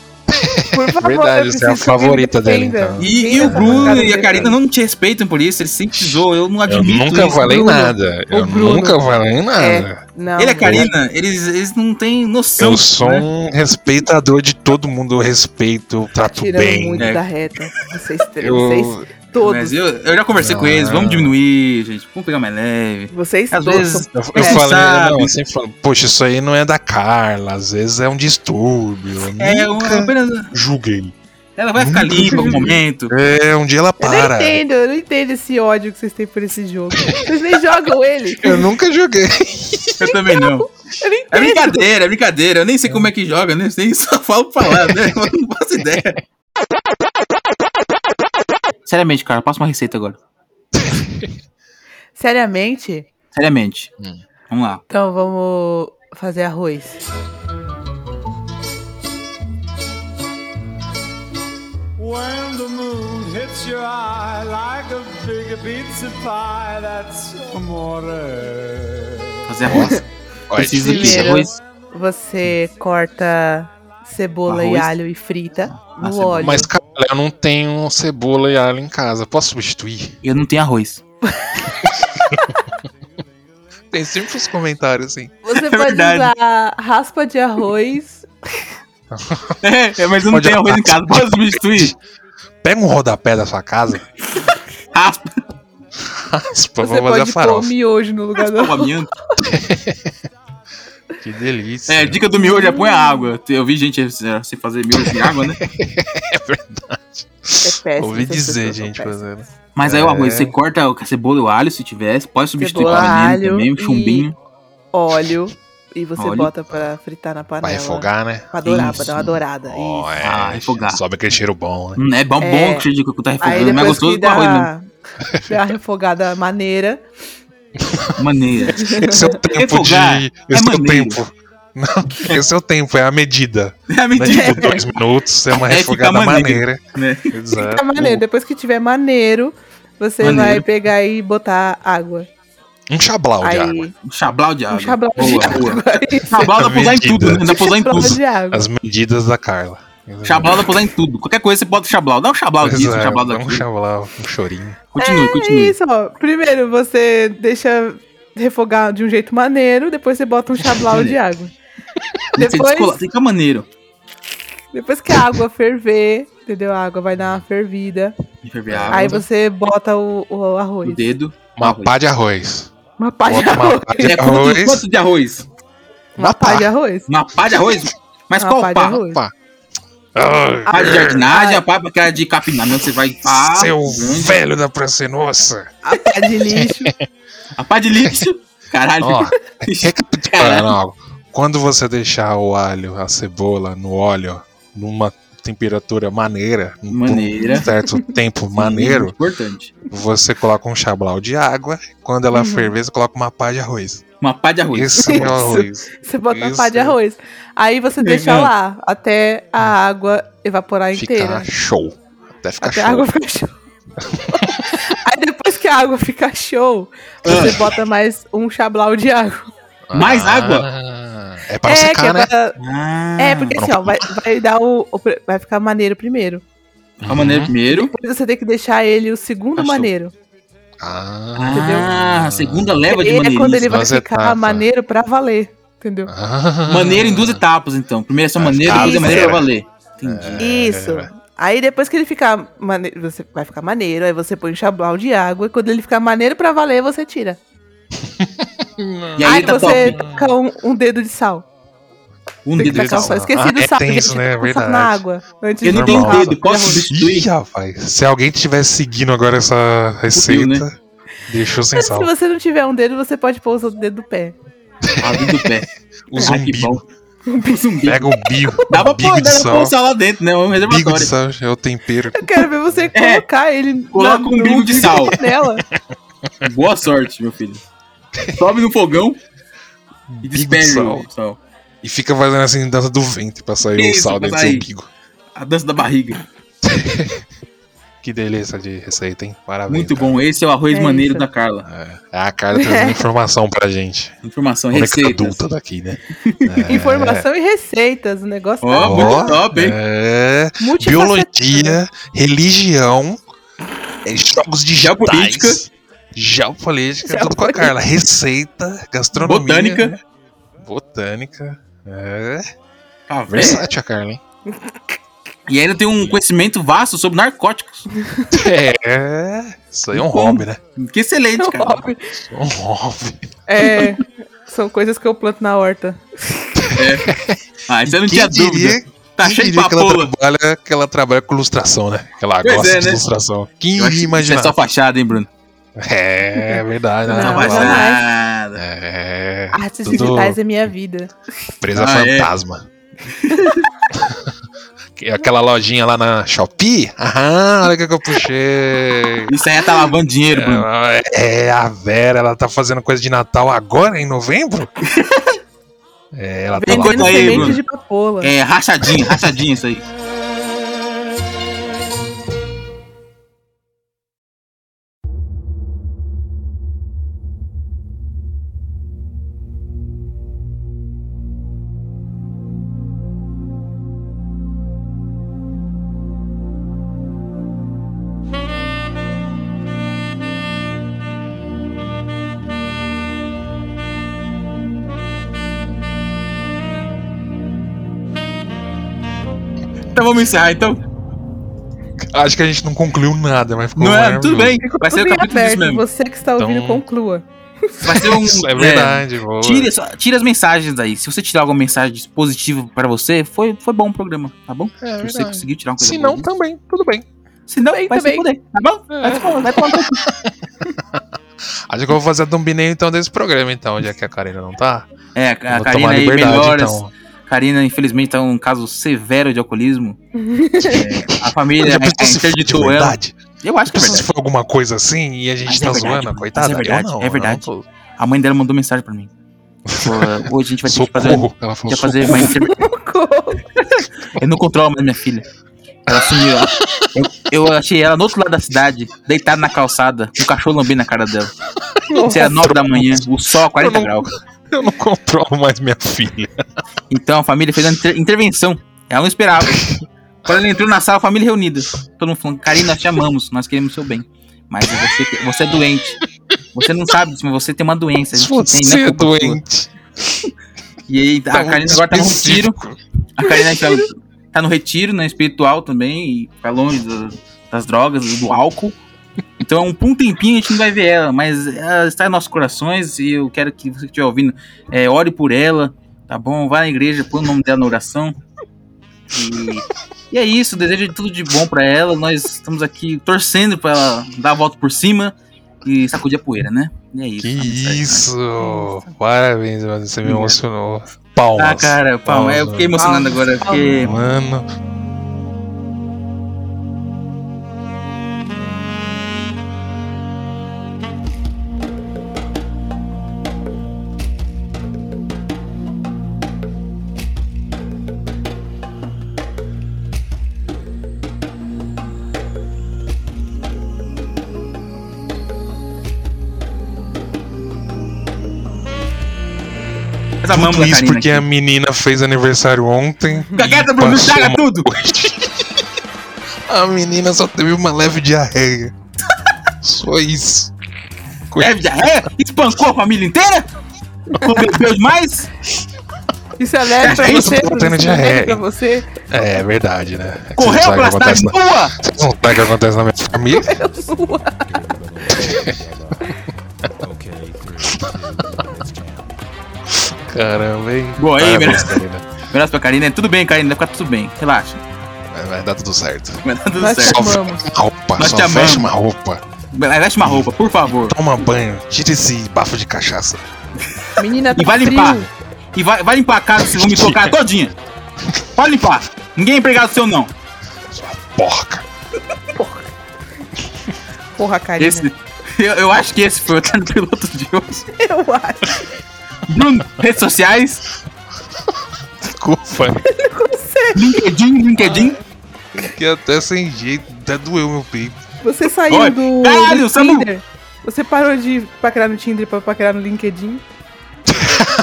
[SPEAKER 5] Por favor,
[SPEAKER 4] Verdade,
[SPEAKER 5] eu
[SPEAKER 4] você é
[SPEAKER 5] preciso
[SPEAKER 4] a
[SPEAKER 5] que
[SPEAKER 4] favorita
[SPEAKER 5] alguém
[SPEAKER 4] dele,
[SPEAKER 5] me
[SPEAKER 4] então.
[SPEAKER 5] defenda.
[SPEAKER 6] E,
[SPEAKER 5] Quem
[SPEAKER 6] e o
[SPEAKER 5] nessa bancada
[SPEAKER 6] Bruno e a
[SPEAKER 5] defende?
[SPEAKER 6] Karina não te respeitam por isso, eles sempre zoam, eu não admito
[SPEAKER 4] nunca
[SPEAKER 6] isso,
[SPEAKER 4] falei
[SPEAKER 6] Bruno.
[SPEAKER 4] nada, eu nunca falei nada.
[SPEAKER 5] Não,
[SPEAKER 6] Ele e a
[SPEAKER 5] não. né?
[SPEAKER 6] Karina, eles, eles não têm noção.
[SPEAKER 4] Eu sou
[SPEAKER 6] né?
[SPEAKER 4] um respeitador de todo mundo, eu respeito, eu trato
[SPEAKER 5] Tirando
[SPEAKER 4] bem. né?
[SPEAKER 5] muito
[SPEAKER 6] É.
[SPEAKER 5] da reta. Vocês três,
[SPEAKER 4] Eu-
[SPEAKER 5] vocês todos.
[SPEAKER 6] Mas eu, eu já conversei com eles, vamos diminuir, gente. Vamos pegar mais leve.
[SPEAKER 5] Vocês
[SPEAKER 6] Às
[SPEAKER 5] todos.
[SPEAKER 6] vezes
[SPEAKER 5] são-
[SPEAKER 4] Eu, eu
[SPEAKER 6] É,
[SPEAKER 4] falei,
[SPEAKER 6] sabe?
[SPEAKER 4] não, assim, eu sempre falo, poxa, isso aí não é da Carla, às vezes é um distúrbio. Eu
[SPEAKER 6] É, eu
[SPEAKER 4] nunca
[SPEAKER 6] apenas,
[SPEAKER 4] julguei.
[SPEAKER 6] ela vai ficar
[SPEAKER 4] Nunca
[SPEAKER 6] limpa no
[SPEAKER 4] julguei.
[SPEAKER 6] momento.
[SPEAKER 4] É, um dia ela
[SPEAKER 5] Eu não
[SPEAKER 4] para.
[SPEAKER 5] entendo, eu não entendo esse ódio que vocês têm por esse jogo.
[SPEAKER 6] [laughs]
[SPEAKER 5] Vocês nem jogam ele.
[SPEAKER 4] Eu nunca [laughs] joguei.
[SPEAKER 6] Eu também não.
[SPEAKER 5] Eu não
[SPEAKER 6] É
[SPEAKER 5] entendo.
[SPEAKER 6] brincadeira, é brincadeira. Eu nem sei como é que joga, nem sei, só [laughs] falo pra lá, né? Eu não faço ideia. Seriamente, cara, passa uma receita agora.
[SPEAKER 5] Seriamente?
[SPEAKER 6] Seriamente. Vamos lá.
[SPEAKER 5] Então vamos fazer arroz.
[SPEAKER 13] When the moon hits your eye like a big pizza pie, that's amore.
[SPEAKER 6] Fazer arroz.
[SPEAKER 4] Ó,
[SPEAKER 6] Preciso
[SPEAKER 4] é
[SPEAKER 6] de
[SPEAKER 4] difícil.
[SPEAKER 6] arroz.
[SPEAKER 5] Você corta cebola e
[SPEAKER 4] Arroz.
[SPEAKER 5] alho e frita no
[SPEAKER 4] Nossa,
[SPEAKER 5] óleo.
[SPEAKER 4] Mas, cara, eu não tenho cebola e alho em casa. Posso substituir?
[SPEAKER 6] Eu não tenho arroz.
[SPEAKER 4] Tem sempre os comentários assim.
[SPEAKER 6] [laughs]
[SPEAKER 5] Você pode
[SPEAKER 4] verdade.
[SPEAKER 5] usar raspa de arroz.
[SPEAKER 6] [laughs] É, é, mas eu não
[SPEAKER 4] Pode
[SPEAKER 6] tenho arroz em casa,
[SPEAKER 4] arrasar.
[SPEAKER 6] posso substituir?
[SPEAKER 4] Pega um rodapé da sua casa.
[SPEAKER 6] Raspa.
[SPEAKER 4] Raspa
[SPEAKER 5] Você
[SPEAKER 4] pra fazer a
[SPEAKER 5] pode pôr
[SPEAKER 4] farofa.
[SPEAKER 5] miojo no lugar do
[SPEAKER 6] [laughs] Pô, [laughs]
[SPEAKER 5] arroz.
[SPEAKER 6] minha-
[SPEAKER 4] Que delícia.
[SPEAKER 6] É, dica do miojo é põe a água. Eu vi gente eh, sem fazer miojo sem água, né?
[SPEAKER 4] É verdade.
[SPEAKER 5] É péssimo.
[SPEAKER 4] Ouvi
[SPEAKER 5] essas
[SPEAKER 4] dizer,
[SPEAKER 5] pessoas são
[SPEAKER 4] gente, é
[SPEAKER 5] péssimas.
[SPEAKER 4] fazendo.
[SPEAKER 6] [laughs] Mas aí o arroz,
[SPEAKER 4] É.
[SPEAKER 6] você corta o cebola e o alho se tivesse, pode substituir
[SPEAKER 5] Cebola,
[SPEAKER 6] com
[SPEAKER 5] alho
[SPEAKER 6] alho também, um
[SPEAKER 5] e-
[SPEAKER 6] chumbinho.
[SPEAKER 5] Óleo. E você
[SPEAKER 6] Óleo.
[SPEAKER 5] bota pra fritar na panela.
[SPEAKER 4] Vai refogar, né?
[SPEAKER 5] Pra dourar, pra dar uma
[SPEAKER 6] Isso.
[SPEAKER 5] dourada.
[SPEAKER 4] Ó,
[SPEAKER 5] Isso.
[SPEAKER 4] é,
[SPEAKER 6] Ah, refogar.
[SPEAKER 4] Sobe aquele cheiro bom, né?
[SPEAKER 6] Hum, É bom,
[SPEAKER 5] É.
[SPEAKER 6] bom que cheio de coco tá
[SPEAKER 5] Aí
[SPEAKER 6] refogando, mas é
[SPEAKER 5] depois que
[SPEAKER 6] gostoso com arroz mesmo.
[SPEAKER 5] dá, [laughs] dá uma refogada maneira.
[SPEAKER 6] Maneira.
[SPEAKER 4] Esse é o tempo
[SPEAKER 6] Refogar
[SPEAKER 4] de.
[SPEAKER 6] é
[SPEAKER 4] Esse é, o
[SPEAKER 6] maneiro.
[SPEAKER 4] tempo. Não, esse é o tempo, é a medida.
[SPEAKER 6] É a
[SPEAKER 4] Né?
[SPEAKER 6] medida.
[SPEAKER 4] Tipo, dois minutos, é uma
[SPEAKER 6] É, fica
[SPEAKER 4] refogada maneira.
[SPEAKER 6] maneiro. Né?
[SPEAKER 4] Exato.
[SPEAKER 5] Tá maneiro. Depois que tiver maneiro, você
[SPEAKER 6] Maneiro.
[SPEAKER 5] vai pegar e botar água.
[SPEAKER 4] Um chablau de água.
[SPEAKER 5] Aí,
[SPEAKER 6] Um chablau de água.
[SPEAKER 5] um chablau de
[SPEAKER 6] Boa,
[SPEAKER 5] água.
[SPEAKER 6] boa.
[SPEAKER 5] [laughs]
[SPEAKER 6] Chablau dá pra usar em tudo, né? Dá pra usar em
[SPEAKER 5] Chablau
[SPEAKER 6] tudo.
[SPEAKER 5] de água.
[SPEAKER 4] As medidas da Carla. Exato.
[SPEAKER 6] Chablau dá pra usar em tudo. Qualquer coisa você bota chablau. Dá um chablau disso, um
[SPEAKER 4] Exato,
[SPEAKER 6] chablau
[SPEAKER 4] Um
[SPEAKER 6] daquilo.
[SPEAKER 4] chablau, um chorinho.
[SPEAKER 6] Continue,
[SPEAKER 5] É
[SPEAKER 6] continue.
[SPEAKER 5] isso, ó. Primeiro você deixa refogar de um jeito maneiro, depois você bota um
[SPEAKER 6] [laughs]
[SPEAKER 5] chablau de água.
[SPEAKER 6] Tem que ser
[SPEAKER 5] Depois-
[SPEAKER 6] descolado, Tem que ficar maneiro.
[SPEAKER 5] Depois que a água ferver, entendeu? A água vai dar uma fervida.
[SPEAKER 6] Tem que ferver a água,
[SPEAKER 5] Aí você bota o, o arroz.
[SPEAKER 6] o dedo.
[SPEAKER 4] Uma
[SPEAKER 6] arroz.
[SPEAKER 4] pá de arroz.
[SPEAKER 5] Uma pá de
[SPEAKER 4] Bota uma
[SPEAKER 5] arroz.
[SPEAKER 4] pá de
[SPEAKER 6] É quanto,
[SPEAKER 4] arroz.
[SPEAKER 6] quanto de arroz?
[SPEAKER 5] Uma pá de
[SPEAKER 4] Ah,
[SPEAKER 5] arroz.
[SPEAKER 6] Uma pá de arroz? Mas
[SPEAKER 5] Uma
[SPEAKER 6] qual
[SPEAKER 5] pá de
[SPEAKER 6] pá?
[SPEAKER 5] arroz. Ah.
[SPEAKER 4] Pá.
[SPEAKER 6] Pá de jardinagem, a pá que é de capinamento, você vai pá.
[SPEAKER 4] Seu
[SPEAKER 6] grande.
[SPEAKER 4] velho da praça
[SPEAKER 5] A pá de lixo.
[SPEAKER 6] A pá de lixo. Caralho. [laughs]
[SPEAKER 4] Ó,
[SPEAKER 6] Ixi,
[SPEAKER 4] recapitulando, ó, quando você deixar o alho, a cebola no óleo, numa temperatura maneira, num
[SPEAKER 6] Maneira.
[SPEAKER 4] certo tempo maneiro,
[SPEAKER 6] Importante.
[SPEAKER 4] você coloca um chablau de água, quando ela ferver, você coloca uma pá de arroz.
[SPEAKER 6] Uma pá de arroz.
[SPEAKER 4] Esse é o arroz.
[SPEAKER 5] Você bota uma
[SPEAKER 4] Isso.
[SPEAKER 5] pá de arroz. Aí você deixa
[SPEAKER 6] Legal.
[SPEAKER 5] lá até a água evaporar inteira.
[SPEAKER 4] Fica show. Até
[SPEAKER 5] Tá
[SPEAKER 4] ficar
[SPEAKER 5] Até
[SPEAKER 4] show.
[SPEAKER 5] a água ficar show. Aí depois que a água fica show, você bota mais um chablau de água.
[SPEAKER 6] Mais água?
[SPEAKER 4] Ah. É para
[SPEAKER 5] é, que
[SPEAKER 4] secar,
[SPEAKER 5] é,
[SPEAKER 4] né?
[SPEAKER 5] pra-
[SPEAKER 6] Ah,
[SPEAKER 5] é, porque assim, ó, vai, vai dar o, o pr- Vai ficar maneiro primeiro.
[SPEAKER 6] A maneira primeiro.
[SPEAKER 5] Depois você tem que deixar ele o segundo
[SPEAKER 6] Achou.
[SPEAKER 5] maneiro.
[SPEAKER 4] Ah,
[SPEAKER 5] Entendeu?
[SPEAKER 6] Ah, a segunda leva de
[SPEAKER 5] Ele é quando ele
[SPEAKER 6] maneirinhas.
[SPEAKER 5] vai
[SPEAKER 4] Duas
[SPEAKER 5] ficar
[SPEAKER 4] etapas.
[SPEAKER 5] maneiro pra valer. Entendeu?
[SPEAKER 4] ah.
[SPEAKER 6] Maneira em duas etapas, então. Primeiro é só maneira,
[SPEAKER 4] ficar
[SPEAKER 6] depois é maneira pra valer. É.
[SPEAKER 5] Isso. Aí depois que ele ficar maneiro, você vai ficar maneiro, aí você põe um chablau de água e quando ele ficar maneiro pra valer, você tira.
[SPEAKER 6] E
[SPEAKER 5] aí
[SPEAKER 6] aí tá
[SPEAKER 5] você
[SPEAKER 6] top.
[SPEAKER 5] taca um, um dedo de sal.
[SPEAKER 6] Um
[SPEAKER 5] Tem que
[SPEAKER 6] dedo de
[SPEAKER 5] tacar o sal.
[SPEAKER 6] sal.
[SPEAKER 5] Esqueci
[SPEAKER 4] Ah,
[SPEAKER 5] do
[SPEAKER 4] é
[SPEAKER 5] sal,
[SPEAKER 4] tenso,
[SPEAKER 5] gente.
[SPEAKER 4] né?
[SPEAKER 5] Taca o sal
[SPEAKER 4] Verdade.
[SPEAKER 5] na água. Antes
[SPEAKER 6] Eu
[SPEAKER 5] de é
[SPEAKER 6] não tenho
[SPEAKER 5] colocar.
[SPEAKER 6] dedo, tipo posso
[SPEAKER 4] Ih,
[SPEAKER 6] substituir?
[SPEAKER 4] rapaz. Se alguém tiver seguindo agora essa receita,
[SPEAKER 6] né?
[SPEAKER 4] deixou sem
[SPEAKER 5] Mas Se
[SPEAKER 4] sal.
[SPEAKER 5] você não tiver um dedo, você pode pôr o outro dedo do pé.
[SPEAKER 6] Ah, do pé.
[SPEAKER 4] Os
[SPEAKER 6] Ah, que bom.
[SPEAKER 4] umbigo.
[SPEAKER 6] zumbi.
[SPEAKER 4] Pega o bico. um
[SPEAKER 6] Dá pra
[SPEAKER 4] bico
[SPEAKER 6] pôr,
[SPEAKER 4] de
[SPEAKER 6] dá pra pôr
[SPEAKER 4] sal.
[SPEAKER 6] o sal lá dentro, né? Um
[SPEAKER 4] Bico de
[SPEAKER 6] reservatório.
[SPEAKER 4] sal é
[SPEAKER 6] [laughs]
[SPEAKER 4] o tempero.
[SPEAKER 5] Eu quero ver você colocar ele.
[SPEAKER 6] É. Coloca
[SPEAKER 5] na-
[SPEAKER 6] um bico de sal.
[SPEAKER 4] [laughs]
[SPEAKER 5] Nela.
[SPEAKER 6] Boa sorte, meu filho. Sobe no fogão e
[SPEAKER 4] Bico de
[SPEAKER 6] despede
[SPEAKER 4] sal.
[SPEAKER 6] o sal.
[SPEAKER 4] E fica fazendo assim dança do ventre pra sair o
[SPEAKER 6] Isso,
[SPEAKER 4] sal
[SPEAKER 6] pra
[SPEAKER 4] dentro do seu
[SPEAKER 6] sair.
[SPEAKER 4] bico.
[SPEAKER 6] A dança da barriga.
[SPEAKER 4] Que delícia de receita, hein? Parabéns.
[SPEAKER 6] Muito bom. Esse é o arroz
[SPEAKER 4] É
[SPEAKER 6] maneiro
[SPEAKER 4] isso.
[SPEAKER 6] da Carla.
[SPEAKER 4] É a cara
[SPEAKER 6] [laughs]
[SPEAKER 4] trazendo informação pra gente.
[SPEAKER 6] Informação,
[SPEAKER 4] Como é que tá
[SPEAKER 6] receitas.
[SPEAKER 4] adulta daqui, né?
[SPEAKER 5] Informação e receitas. O negócio
[SPEAKER 4] Ó,
[SPEAKER 5] tá
[SPEAKER 4] muito top, hein? É...
[SPEAKER 5] Multifacetado.
[SPEAKER 4] Biologia, religião, é, jogos digitais,
[SPEAKER 6] Geopolítica.
[SPEAKER 4] geopolítica, tudo com a Carla. Receita, gastronomia.
[SPEAKER 6] Botânica.
[SPEAKER 4] né? Botânica. É.
[SPEAKER 6] Tá vendo?
[SPEAKER 4] Versátil a Carla, hein?
[SPEAKER 6] E ainda tem um conhecimento vasto sobre narcóticos.
[SPEAKER 4] É. Isso
[SPEAKER 6] Então,
[SPEAKER 4] aí é um hobby, né?
[SPEAKER 6] Que excelente, cara.
[SPEAKER 4] Um hobby.
[SPEAKER 5] É. São coisas que eu planto na horta.
[SPEAKER 6] Ah, você não
[SPEAKER 4] Quem
[SPEAKER 6] tinha
[SPEAKER 4] diria-
[SPEAKER 6] dúvida. Tá
[SPEAKER 4] quem
[SPEAKER 6] cheio de
[SPEAKER 4] diria que ela,
[SPEAKER 6] papoula.
[SPEAKER 4] trabalha, que ela trabalha com ilustração, né? Que ela
[SPEAKER 6] Pois
[SPEAKER 4] gosta
[SPEAKER 6] é,
[SPEAKER 4] de
[SPEAKER 6] né?
[SPEAKER 4] ilustração. Quem
[SPEAKER 6] Eu acho que
[SPEAKER 4] ia
[SPEAKER 6] isso
[SPEAKER 4] imaginar?
[SPEAKER 6] É só fachada, hein, Bruno?
[SPEAKER 4] É, é verdade. né?
[SPEAKER 6] Não,
[SPEAKER 4] Ela-
[SPEAKER 6] fachada.
[SPEAKER 4] É.
[SPEAKER 5] Artes
[SPEAKER 4] tudo
[SPEAKER 5] digitais é minha vida.
[SPEAKER 4] Presa
[SPEAKER 6] Ah, é.
[SPEAKER 4] fantasma. [laughs] Que- Aquela lojinha lá na Shopee? Aham, olha o que que eu puxei.
[SPEAKER 6] Isso aí tá lavando dinheiro, Bruno.
[SPEAKER 4] É, a Vera, ela tá fazendo coisa de Natal agora, em
[SPEAKER 5] [laughs]
[SPEAKER 4] novembro? É, ela tá lá.
[SPEAKER 5] Vendendo
[SPEAKER 6] Conta aí,
[SPEAKER 5] semente
[SPEAKER 6] Bruno.
[SPEAKER 5] de papoula.
[SPEAKER 6] É, rachadinho, rachadinho isso aí. Então vamos encerrar, então.
[SPEAKER 4] Acho que a gente não concluiu nada, mas ficou um
[SPEAKER 6] Não é?
[SPEAKER 4] maravilhoso.
[SPEAKER 6] Tudo bem. Vai ser o
[SPEAKER 5] Tudo em
[SPEAKER 6] capítulo disso
[SPEAKER 5] aberto.
[SPEAKER 6] mesmo.
[SPEAKER 5] Você que está ouvindo,
[SPEAKER 4] Então-
[SPEAKER 5] conclua.
[SPEAKER 6] Vai ser um.
[SPEAKER 4] Isso [laughs] é verdade, boa.
[SPEAKER 6] Tire, só- tire as mensagens aí. Se você tirar alguma mensagem positiva pra você, foi, foi bom o programa, tá bom?
[SPEAKER 4] É
[SPEAKER 6] Se você
[SPEAKER 4] verdade.
[SPEAKER 6] conseguiu tirar uma coisa
[SPEAKER 4] Se
[SPEAKER 6] boa
[SPEAKER 4] não,
[SPEAKER 6] disso.
[SPEAKER 4] também, É. tudo bem.
[SPEAKER 6] Se não,
[SPEAKER 5] Bem,
[SPEAKER 6] vai se
[SPEAKER 5] também.
[SPEAKER 6] fuder, tá bom? Vai se fuder, vai pra lá.
[SPEAKER 4] [laughs] Acho que eu vou fazer a thumbnail então desse programa, então, já que a Karina não tá.
[SPEAKER 6] É,
[SPEAKER 4] Eu
[SPEAKER 6] a
[SPEAKER 4] vou
[SPEAKER 6] Karina
[SPEAKER 4] tomar
[SPEAKER 6] aí,
[SPEAKER 4] liberdade,
[SPEAKER 6] melhoras.
[SPEAKER 4] então.
[SPEAKER 6] Karina, infelizmente, tá um caso severo de
[SPEAKER 4] [laughs]
[SPEAKER 6] alcoolismo. É, a família
[SPEAKER 4] Já pensou se foi de
[SPEAKER 6] interditou ela.
[SPEAKER 4] verdade?
[SPEAKER 6] Eu acho que é
[SPEAKER 4] Pensou se
[SPEAKER 6] verdade.
[SPEAKER 4] foi alguma coisa assim e a gente
[SPEAKER 6] Mas
[SPEAKER 4] tá
[SPEAKER 6] é verdade,
[SPEAKER 4] zoando, a
[SPEAKER 6] mano.
[SPEAKER 4] coitada?
[SPEAKER 6] Mas é
[SPEAKER 4] Eu
[SPEAKER 6] verdade,
[SPEAKER 4] não,
[SPEAKER 6] é
[SPEAKER 4] eu
[SPEAKER 6] verdade.
[SPEAKER 4] não tô-
[SPEAKER 6] A mãe dela mandou mensagem pra mim. Falou, Hoje a gente vai ter que fazer,
[SPEAKER 4] Socorro. Ela falou,
[SPEAKER 6] já fazer
[SPEAKER 4] socorro.
[SPEAKER 6] uma intervenção. Eu não controlo mais minha filha. Ela sumiu. Eu, eu achei ela no outro lado da cidade, deitada na calçada, com o cachorro lambendo na cara dela. Isso era 9 da manhã, o sol a 40
[SPEAKER 4] Eu não-
[SPEAKER 6] graus.
[SPEAKER 4] [laughs] Eu não controlo mais minha filha.
[SPEAKER 6] Então a família fez a inter- intervenção. Ela não esperava. Quando ela entrou na sala, a família reunida. Todo mundo falando, Karina, nós te amamos, nós queremos o seu bem. Mas você, você é doente. Você não sabe disso, mas você tem uma doença. A gente tem, não
[SPEAKER 4] Você é
[SPEAKER 6] culpa sua."
[SPEAKER 4] doente.
[SPEAKER 6] E aí a
[SPEAKER 4] muito
[SPEAKER 6] Karina agora tá num retiro.
[SPEAKER 4] específico.
[SPEAKER 6] A Karina tá, tá no retiro, né? Espiritual também, e tá longe do- das drogas, do álcool. Então, por um tempinho a gente não vai ver ela, mas ela está em nossos corações e eu quero que você que estiver ouvindo, é, ore por ela, tá bom? Vá na igreja, põe o nome dela na oração. E, e é isso, desejo tudo de bom pra ela. Nós estamos aqui torcendo pra ela dar a volta por cima e sacudir a poeira, né? E é isso.
[SPEAKER 4] Que
[SPEAKER 6] a mensagem.
[SPEAKER 4] isso. Parabéns, mano. Você me
[SPEAKER 6] Obrigado.
[SPEAKER 4] emocionou. Palmas.
[SPEAKER 6] Ah, cara, pau, é, eu fiquei
[SPEAKER 4] mano.
[SPEAKER 6] emocionado agora, porque.
[SPEAKER 4] Mano,
[SPEAKER 6] Nós amamos
[SPEAKER 4] tudo
[SPEAKER 6] a
[SPEAKER 4] isso
[SPEAKER 6] Karina.
[SPEAKER 4] porque é
[SPEAKER 6] aqui.
[SPEAKER 4] a menina fez aniversário ontem.
[SPEAKER 6] [laughs] Fica quieta,
[SPEAKER 4] Bruno,
[SPEAKER 6] Bruno,
[SPEAKER 4] Passou
[SPEAKER 6] traga
[SPEAKER 4] traga uma-
[SPEAKER 6] tudo!
[SPEAKER 4] [laughs] A menina só teve uma leve diarreia. [laughs] Só isso.
[SPEAKER 6] Leve diarreia? É, Espancou a família inteira? Bebeu demais?
[SPEAKER 5] Isso
[SPEAKER 6] [laughs]
[SPEAKER 5] é leve pra
[SPEAKER 4] É isso,
[SPEAKER 5] você,
[SPEAKER 4] tô
[SPEAKER 5] Bruno,
[SPEAKER 4] tendo
[SPEAKER 5] isso é leve
[SPEAKER 4] diarreia.
[SPEAKER 5] pra você.
[SPEAKER 4] É, é verdade, né? É que
[SPEAKER 6] Correu
[SPEAKER 4] vocês não
[SPEAKER 6] pela
[SPEAKER 4] sabem o que
[SPEAKER 6] cidade
[SPEAKER 4] acontece
[SPEAKER 6] boa?
[SPEAKER 4] na- Vocês não sabem o que acontece na minha [laughs] família? Caramba, hein?
[SPEAKER 6] Boa, hein,
[SPEAKER 4] Parabéns,
[SPEAKER 6] beleza?
[SPEAKER 4] Karina.
[SPEAKER 6] Abraço pra Karina. é Tudo bem, Karina, vai ficar tudo bem. Relaxa.
[SPEAKER 4] Vai, vai dar tudo certo.
[SPEAKER 6] Vai dar tudo
[SPEAKER 5] Nós te
[SPEAKER 6] certo.
[SPEAKER 4] Só veste
[SPEAKER 5] amamos.
[SPEAKER 4] uma roupa,
[SPEAKER 6] Nós te
[SPEAKER 4] só
[SPEAKER 6] amamos.
[SPEAKER 4] veste uma roupa.
[SPEAKER 6] Vai, Veste uma roupa, por favor.
[SPEAKER 4] Toma banho, tira esse bafo de cachaça.
[SPEAKER 5] Menina, tá
[SPEAKER 6] E vai
[SPEAKER 5] frio.
[SPEAKER 6] limpar. e vai, vai limpar a casa, vocês vão me tocar todinha. Pode limpar. Ninguém é empregado seu, não.
[SPEAKER 4] Porca.
[SPEAKER 5] Porra, Karina.
[SPEAKER 6] Esse, eu, eu acho que esse foi o Eterno Piloto de hoje.
[SPEAKER 5] Eu acho.
[SPEAKER 6] Bruno, redes sociais,
[SPEAKER 4] Desculpa.
[SPEAKER 6] LinkedIn, LinkedIn.
[SPEAKER 4] Que até sem jeito, até doeu meu peito.
[SPEAKER 5] Você saiu
[SPEAKER 4] Oi.
[SPEAKER 5] do,
[SPEAKER 4] Caralho,
[SPEAKER 5] do
[SPEAKER 4] Samu!
[SPEAKER 5] Tinder. Você parou de paquerar no Tinder pra paquerar no LinkedIn.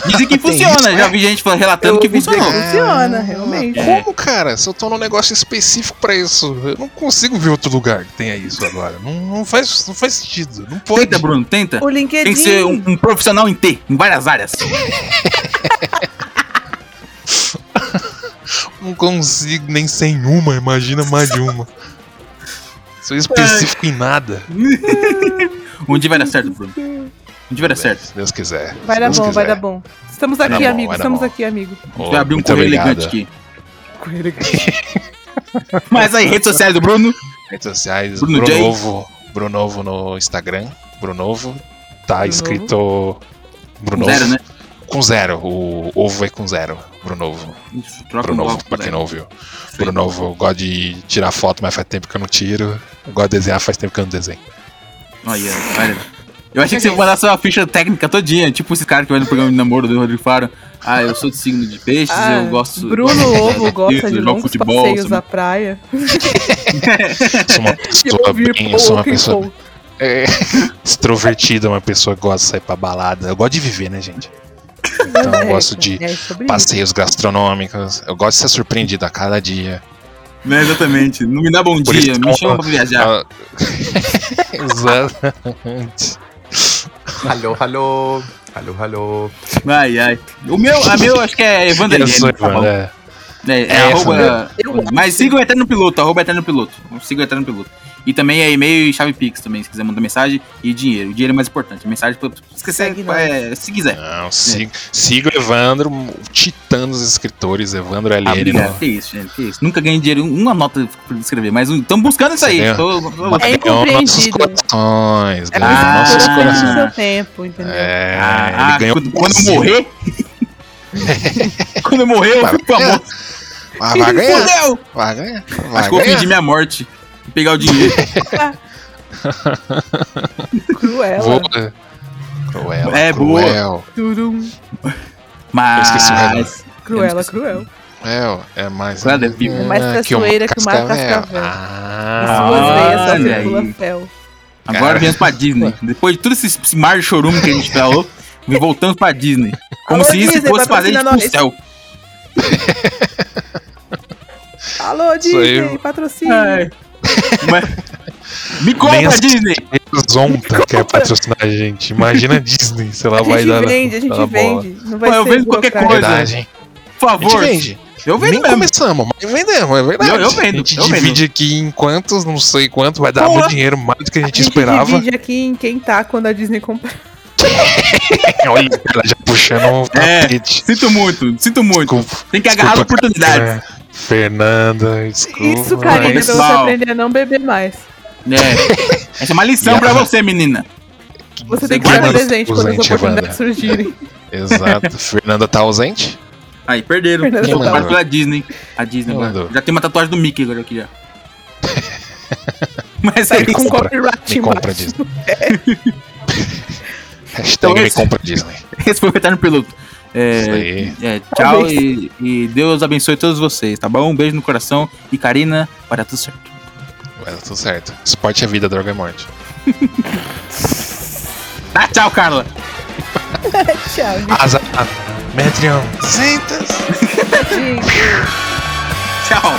[SPEAKER 6] Dizem que funciona.
[SPEAKER 5] né?
[SPEAKER 6] Já vi gente falando- relatando que funcionou.
[SPEAKER 5] Funciona, realmente.
[SPEAKER 6] É.
[SPEAKER 4] Como, cara? Se eu tô num negócio específico pra isso, eu não consigo ver outro lugar que tenha isso agora. Não, não faz, não faz sentido. Não pode.
[SPEAKER 6] Tenta, Bruno, tenta.
[SPEAKER 5] O LinkedIn.
[SPEAKER 6] Tem que ser um, um profissional em T, em várias áreas.
[SPEAKER 4] Não consigo nem sem uma, imagina mais de uma. Sou específico em nada.
[SPEAKER 6] um dia vai dar certo, Bruno. Um dia vai dar certo. Se
[SPEAKER 4] Deus quiser.
[SPEAKER 5] Vai dar bom, vai dar bom. Estamos
[SPEAKER 6] Vai dar
[SPEAKER 5] aqui,
[SPEAKER 6] Tá bom,
[SPEAKER 5] amigo.
[SPEAKER 6] vai dar
[SPEAKER 5] Estamos
[SPEAKER 6] bom.
[SPEAKER 5] aqui, amigo.
[SPEAKER 6] A gente vai abrir um
[SPEAKER 14] Muito
[SPEAKER 6] correio
[SPEAKER 14] obrigado.
[SPEAKER 6] elegante aqui. [laughs] Mas aí, redes sociais do Bruno.
[SPEAKER 4] Redes sociais,
[SPEAKER 6] Bruno
[SPEAKER 4] Bruno,
[SPEAKER 6] J.
[SPEAKER 4] Novo. Bruno Novo no Instagram. Bruno Novo. Tá escrito. Bruno
[SPEAKER 6] Com zero,
[SPEAKER 4] Novo.
[SPEAKER 6] né?
[SPEAKER 4] Com zero. O ovo é com zero. Bruno Novo.
[SPEAKER 6] Isso, troca
[SPEAKER 4] Bruno
[SPEAKER 6] um
[SPEAKER 4] Novo,
[SPEAKER 6] bloco,
[SPEAKER 4] pra quem
[SPEAKER 6] né?
[SPEAKER 4] não ouviu. Bruno Novo, eu gosto de tirar foto, mas faz tempo que eu não tiro. Eu gosto de desenhar, faz tempo que eu não desenho.
[SPEAKER 6] Olha, olha. Eu achei que você ia mandar sua ficha técnica todinha, tipo esse cara que vai no programa de namoro do Rodrigo Faro. Ah, eu sou de signo de peixes,
[SPEAKER 5] Ah,
[SPEAKER 6] eu gosto.
[SPEAKER 5] Bruno
[SPEAKER 6] gosto [laughs] de-
[SPEAKER 5] Ovo gosta de
[SPEAKER 6] jogo
[SPEAKER 5] longos
[SPEAKER 6] futebol,
[SPEAKER 5] passeios
[SPEAKER 6] sabe?
[SPEAKER 5] à praia.
[SPEAKER 4] Sou
[SPEAKER 6] [laughs]
[SPEAKER 4] uma pessoa
[SPEAKER 5] ouvir
[SPEAKER 4] bem, eu sou uma
[SPEAKER 5] pouco,
[SPEAKER 4] pessoa
[SPEAKER 5] pouco.
[SPEAKER 4] é, [laughs] extrovertida, uma pessoa que gosta de sair pra balada. Eu gosto de viver, né, gente? Então eu gosto de
[SPEAKER 5] É sobre
[SPEAKER 4] passeios gastronômicos. Eu gosto de ser surpreendido a cada dia.
[SPEAKER 6] Né, exatamente. Não me dá bom
[SPEAKER 4] Por
[SPEAKER 6] dia,
[SPEAKER 4] isso que
[SPEAKER 6] me
[SPEAKER 4] eu-
[SPEAKER 6] chama pra viajar.
[SPEAKER 5] [laughs]
[SPEAKER 4] Ah,
[SPEAKER 6] [laughs]
[SPEAKER 4] Exatamente.
[SPEAKER 15] Alô, alô. Alô, alô.
[SPEAKER 6] Ai, ai. O meu, a meu acho que é Evandro
[SPEAKER 4] Eu sou
[SPEAKER 6] Helene, tá bom?
[SPEAKER 4] Evandro,
[SPEAKER 6] É, é
[SPEAKER 4] É,
[SPEAKER 6] arroba.
[SPEAKER 5] eu acho
[SPEAKER 6] Mas siga o Eterno Piloto, arroba Eterno Piloto. Siga o Eterno Piloto. E também é e-mail e chave Pix também, se quiser mandar mensagem. E dinheiro. O dinheiro é mais importante. Mensagem pra, se, quiser, é, se quiser.
[SPEAKER 4] Não, siga, siga o Evandro, o titã dos escritores, Evandro
[SPEAKER 6] Ah,
[SPEAKER 4] LN.
[SPEAKER 6] obrigado.
[SPEAKER 4] no-
[SPEAKER 6] Que isso, gente. Que isso. Nunca ganhei dinheiro, uma nota pra escrever, mas estamos buscando isso aí.
[SPEAKER 4] Entendeu?
[SPEAKER 6] Tô- tô- tô-
[SPEAKER 5] É
[SPEAKER 4] Ganhou nossos
[SPEAKER 5] incompreendido.
[SPEAKER 4] corações,
[SPEAKER 5] É
[SPEAKER 4] ganhou
[SPEAKER 5] uma
[SPEAKER 4] nossos
[SPEAKER 5] escultura feita no
[SPEAKER 4] corações.
[SPEAKER 5] seu tempo, entendeu?
[SPEAKER 4] É,
[SPEAKER 6] Ah,
[SPEAKER 4] ele ganhou
[SPEAKER 6] quando, quando eu
[SPEAKER 4] Brasil. [laughs]
[SPEAKER 6] morrer. quando eu morrer, eu fico famoso.
[SPEAKER 4] Ah, vai ganhar.
[SPEAKER 6] Fudeu!
[SPEAKER 4] Vai ganhar. Vai
[SPEAKER 6] Acho que eu vou
[SPEAKER 4] ganhar.
[SPEAKER 6] fingir minha morte e pegar o dinheiro.
[SPEAKER 5] Cruela.
[SPEAKER 4] Vou- Cruel.
[SPEAKER 6] É, boa.
[SPEAKER 4] cruel.
[SPEAKER 5] Turum.
[SPEAKER 4] [laughs] Eu esqueci o
[SPEAKER 6] Mas.
[SPEAKER 4] resto.
[SPEAKER 5] Cruela, cruel.
[SPEAKER 4] É, é mais. um
[SPEAKER 6] Claro, é vivo.
[SPEAKER 5] É mais traiçoeira que o tá Mar
[SPEAKER 4] é
[SPEAKER 5] Cascavel.
[SPEAKER 4] Ah,
[SPEAKER 5] Suas
[SPEAKER 6] olha
[SPEAKER 5] veias,
[SPEAKER 6] aí.
[SPEAKER 5] só circula fel.
[SPEAKER 6] Agora viemos pra Disney. Depois de todo esse, esse mar de chorume que a gente
[SPEAKER 5] [laughs]
[SPEAKER 6] falou, voltamos pra Disney. Como
[SPEAKER 5] Alô,
[SPEAKER 6] se isso
[SPEAKER 5] Disney,
[SPEAKER 6] fosse fazer
[SPEAKER 5] patrocina
[SPEAKER 6] de
[SPEAKER 5] nós.
[SPEAKER 6] céu.
[SPEAKER 5] Alô,
[SPEAKER 4] Isso aí,
[SPEAKER 5] Disney,
[SPEAKER 4] mano.
[SPEAKER 5] patrocínio.
[SPEAKER 6] Me compra,
[SPEAKER 4] Nem-
[SPEAKER 6] Disney!
[SPEAKER 4] Zonta quer patrocinar a gente. Imagina a Disney, se ela
[SPEAKER 5] A
[SPEAKER 4] vai
[SPEAKER 5] gente
[SPEAKER 4] dar.
[SPEAKER 5] vende, a
[SPEAKER 4] dar
[SPEAKER 5] gente
[SPEAKER 4] bola.
[SPEAKER 5] vende. Não vai
[SPEAKER 6] Pô, eu
[SPEAKER 5] ser
[SPEAKER 6] vendo
[SPEAKER 5] o
[SPEAKER 6] qualquer
[SPEAKER 5] contrário.
[SPEAKER 6] coisa.
[SPEAKER 4] Verdade, hein?
[SPEAKER 6] Por
[SPEAKER 4] A gente
[SPEAKER 6] favor.
[SPEAKER 4] vende.
[SPEAKER 6] Eu vendo
[SPEAKER 4] Nem
[SPEAKER 6] mesmo.
[SPEAKER 4] começamos, mas vendemos, é verdade.
[SPEAKER 6] Eu- eu vendo,
[SPEAKER 4] A gente
[SPEAKER 6] eu
[SPEAKER 4] divide aqui em quantos, não sei quanto, vai dar
[SPEAKER 6] Porra.
[SPEAKER 4] muito dinheiro, mais do que a gente,
[SPEAKER 5] A gente
[SPEAKER 4] esperava.
[SPEAKER 5] divide aqui em quem tá quando a Disney comprar.
[SPEAKER 4] [laughs] Olha, ela já puxando o
[SPEAKER 6] É,
[SPEAKER 4] tapete.
[SPEAKER 6] sinto muito, sinto muito.
[SPEAKER 4] Desculpa.
[SPEAKER 6] Tem que agarrar as
[SPEAKER 4] Desculpa,
[SPEAKER 6] oportunidades.
[SPEAKER 4] Karina. Fernanda, desculpa.
[SPEAKER 5] Isso, Karina, pra você
[SPEAKER 6] pessoal.
[SPEAKER 5] aprender a não beber mais.
[SPEAKER 6] É. Essa é uma lição pra você, menina.
[SPEAKER 5] Você tem que
[SPEAKER 4] guarda
[SPEAKER 5] estar
[SPEAKER 4] os-
[SPEAKER 5] presente
[SPEAKER 4] os
[SPEAKER 5] quando as
[SPEAKER 4] entes,
[SPEAKER 5] oportunidades
[SPEAKER 4] Wanda.
[SPEAKER 5] surgirem.
[SPEAKER 4] Exato. Fernanda tá ausente?
[SPEAKER 6] Aí, perderam.
[SPEAKER 5] Fernando
[SPEAKER 6] Quem
[SPEAKER 4] Total.
[SPEAKER 6] mandou? pela Disney. A Disney
[SPEAKER 4] Quem
[SPEAKER 6] agora.
[SPEAKER 4] mandou?
[SPEAKER 6] Já tem uma tatuagem do Mickey agora
[SPEAKER 4] [laughs]
[SPEAKER 6] aqui já. Mas é aí,
[SPEAKER 4] Me
[SPEAKER 5] Com
[SPEAKER 4] compra,
[SPEAKER 5] copyright
[SPEAKER 4] me compra
[SPEAKER 5] embaixo.
[SPEAKER 4] Disney. Hashtag
[SPEAKER 6] Então,
[SPEAKER 4] me
[SPEAKER 6] esse-
[SPEAKER 4] compra Disney.
[SPEAKER 6] [laughs] esse foi o Eterno Piloto.
[SPEAKER 4] Isso
[SPEAKER 6] É,
[SPEAKER 4] aí.
[SPEAKER 6] é, tchau e, e Deus abençoe todos vocês, tá bom? Um beijo no coração e Karina, vai dar tudo certo.
[SPEAKER 4] Vai dar tudo certo. Esporte é vida, droga é morte.
[SPEAKER 6] Ah, tchau, Carla.
[SPEAKER 5] Tchau, gente.
[SPEAKER 4] Asa. Metrion. Sentas.
[SPEAKER 6] Tchau.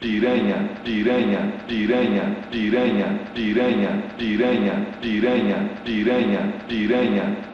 [SPEAKER 13] Piranha, piranha, piranha, piranha, piranha, piranha, piranha, piranha, piranha, piranha.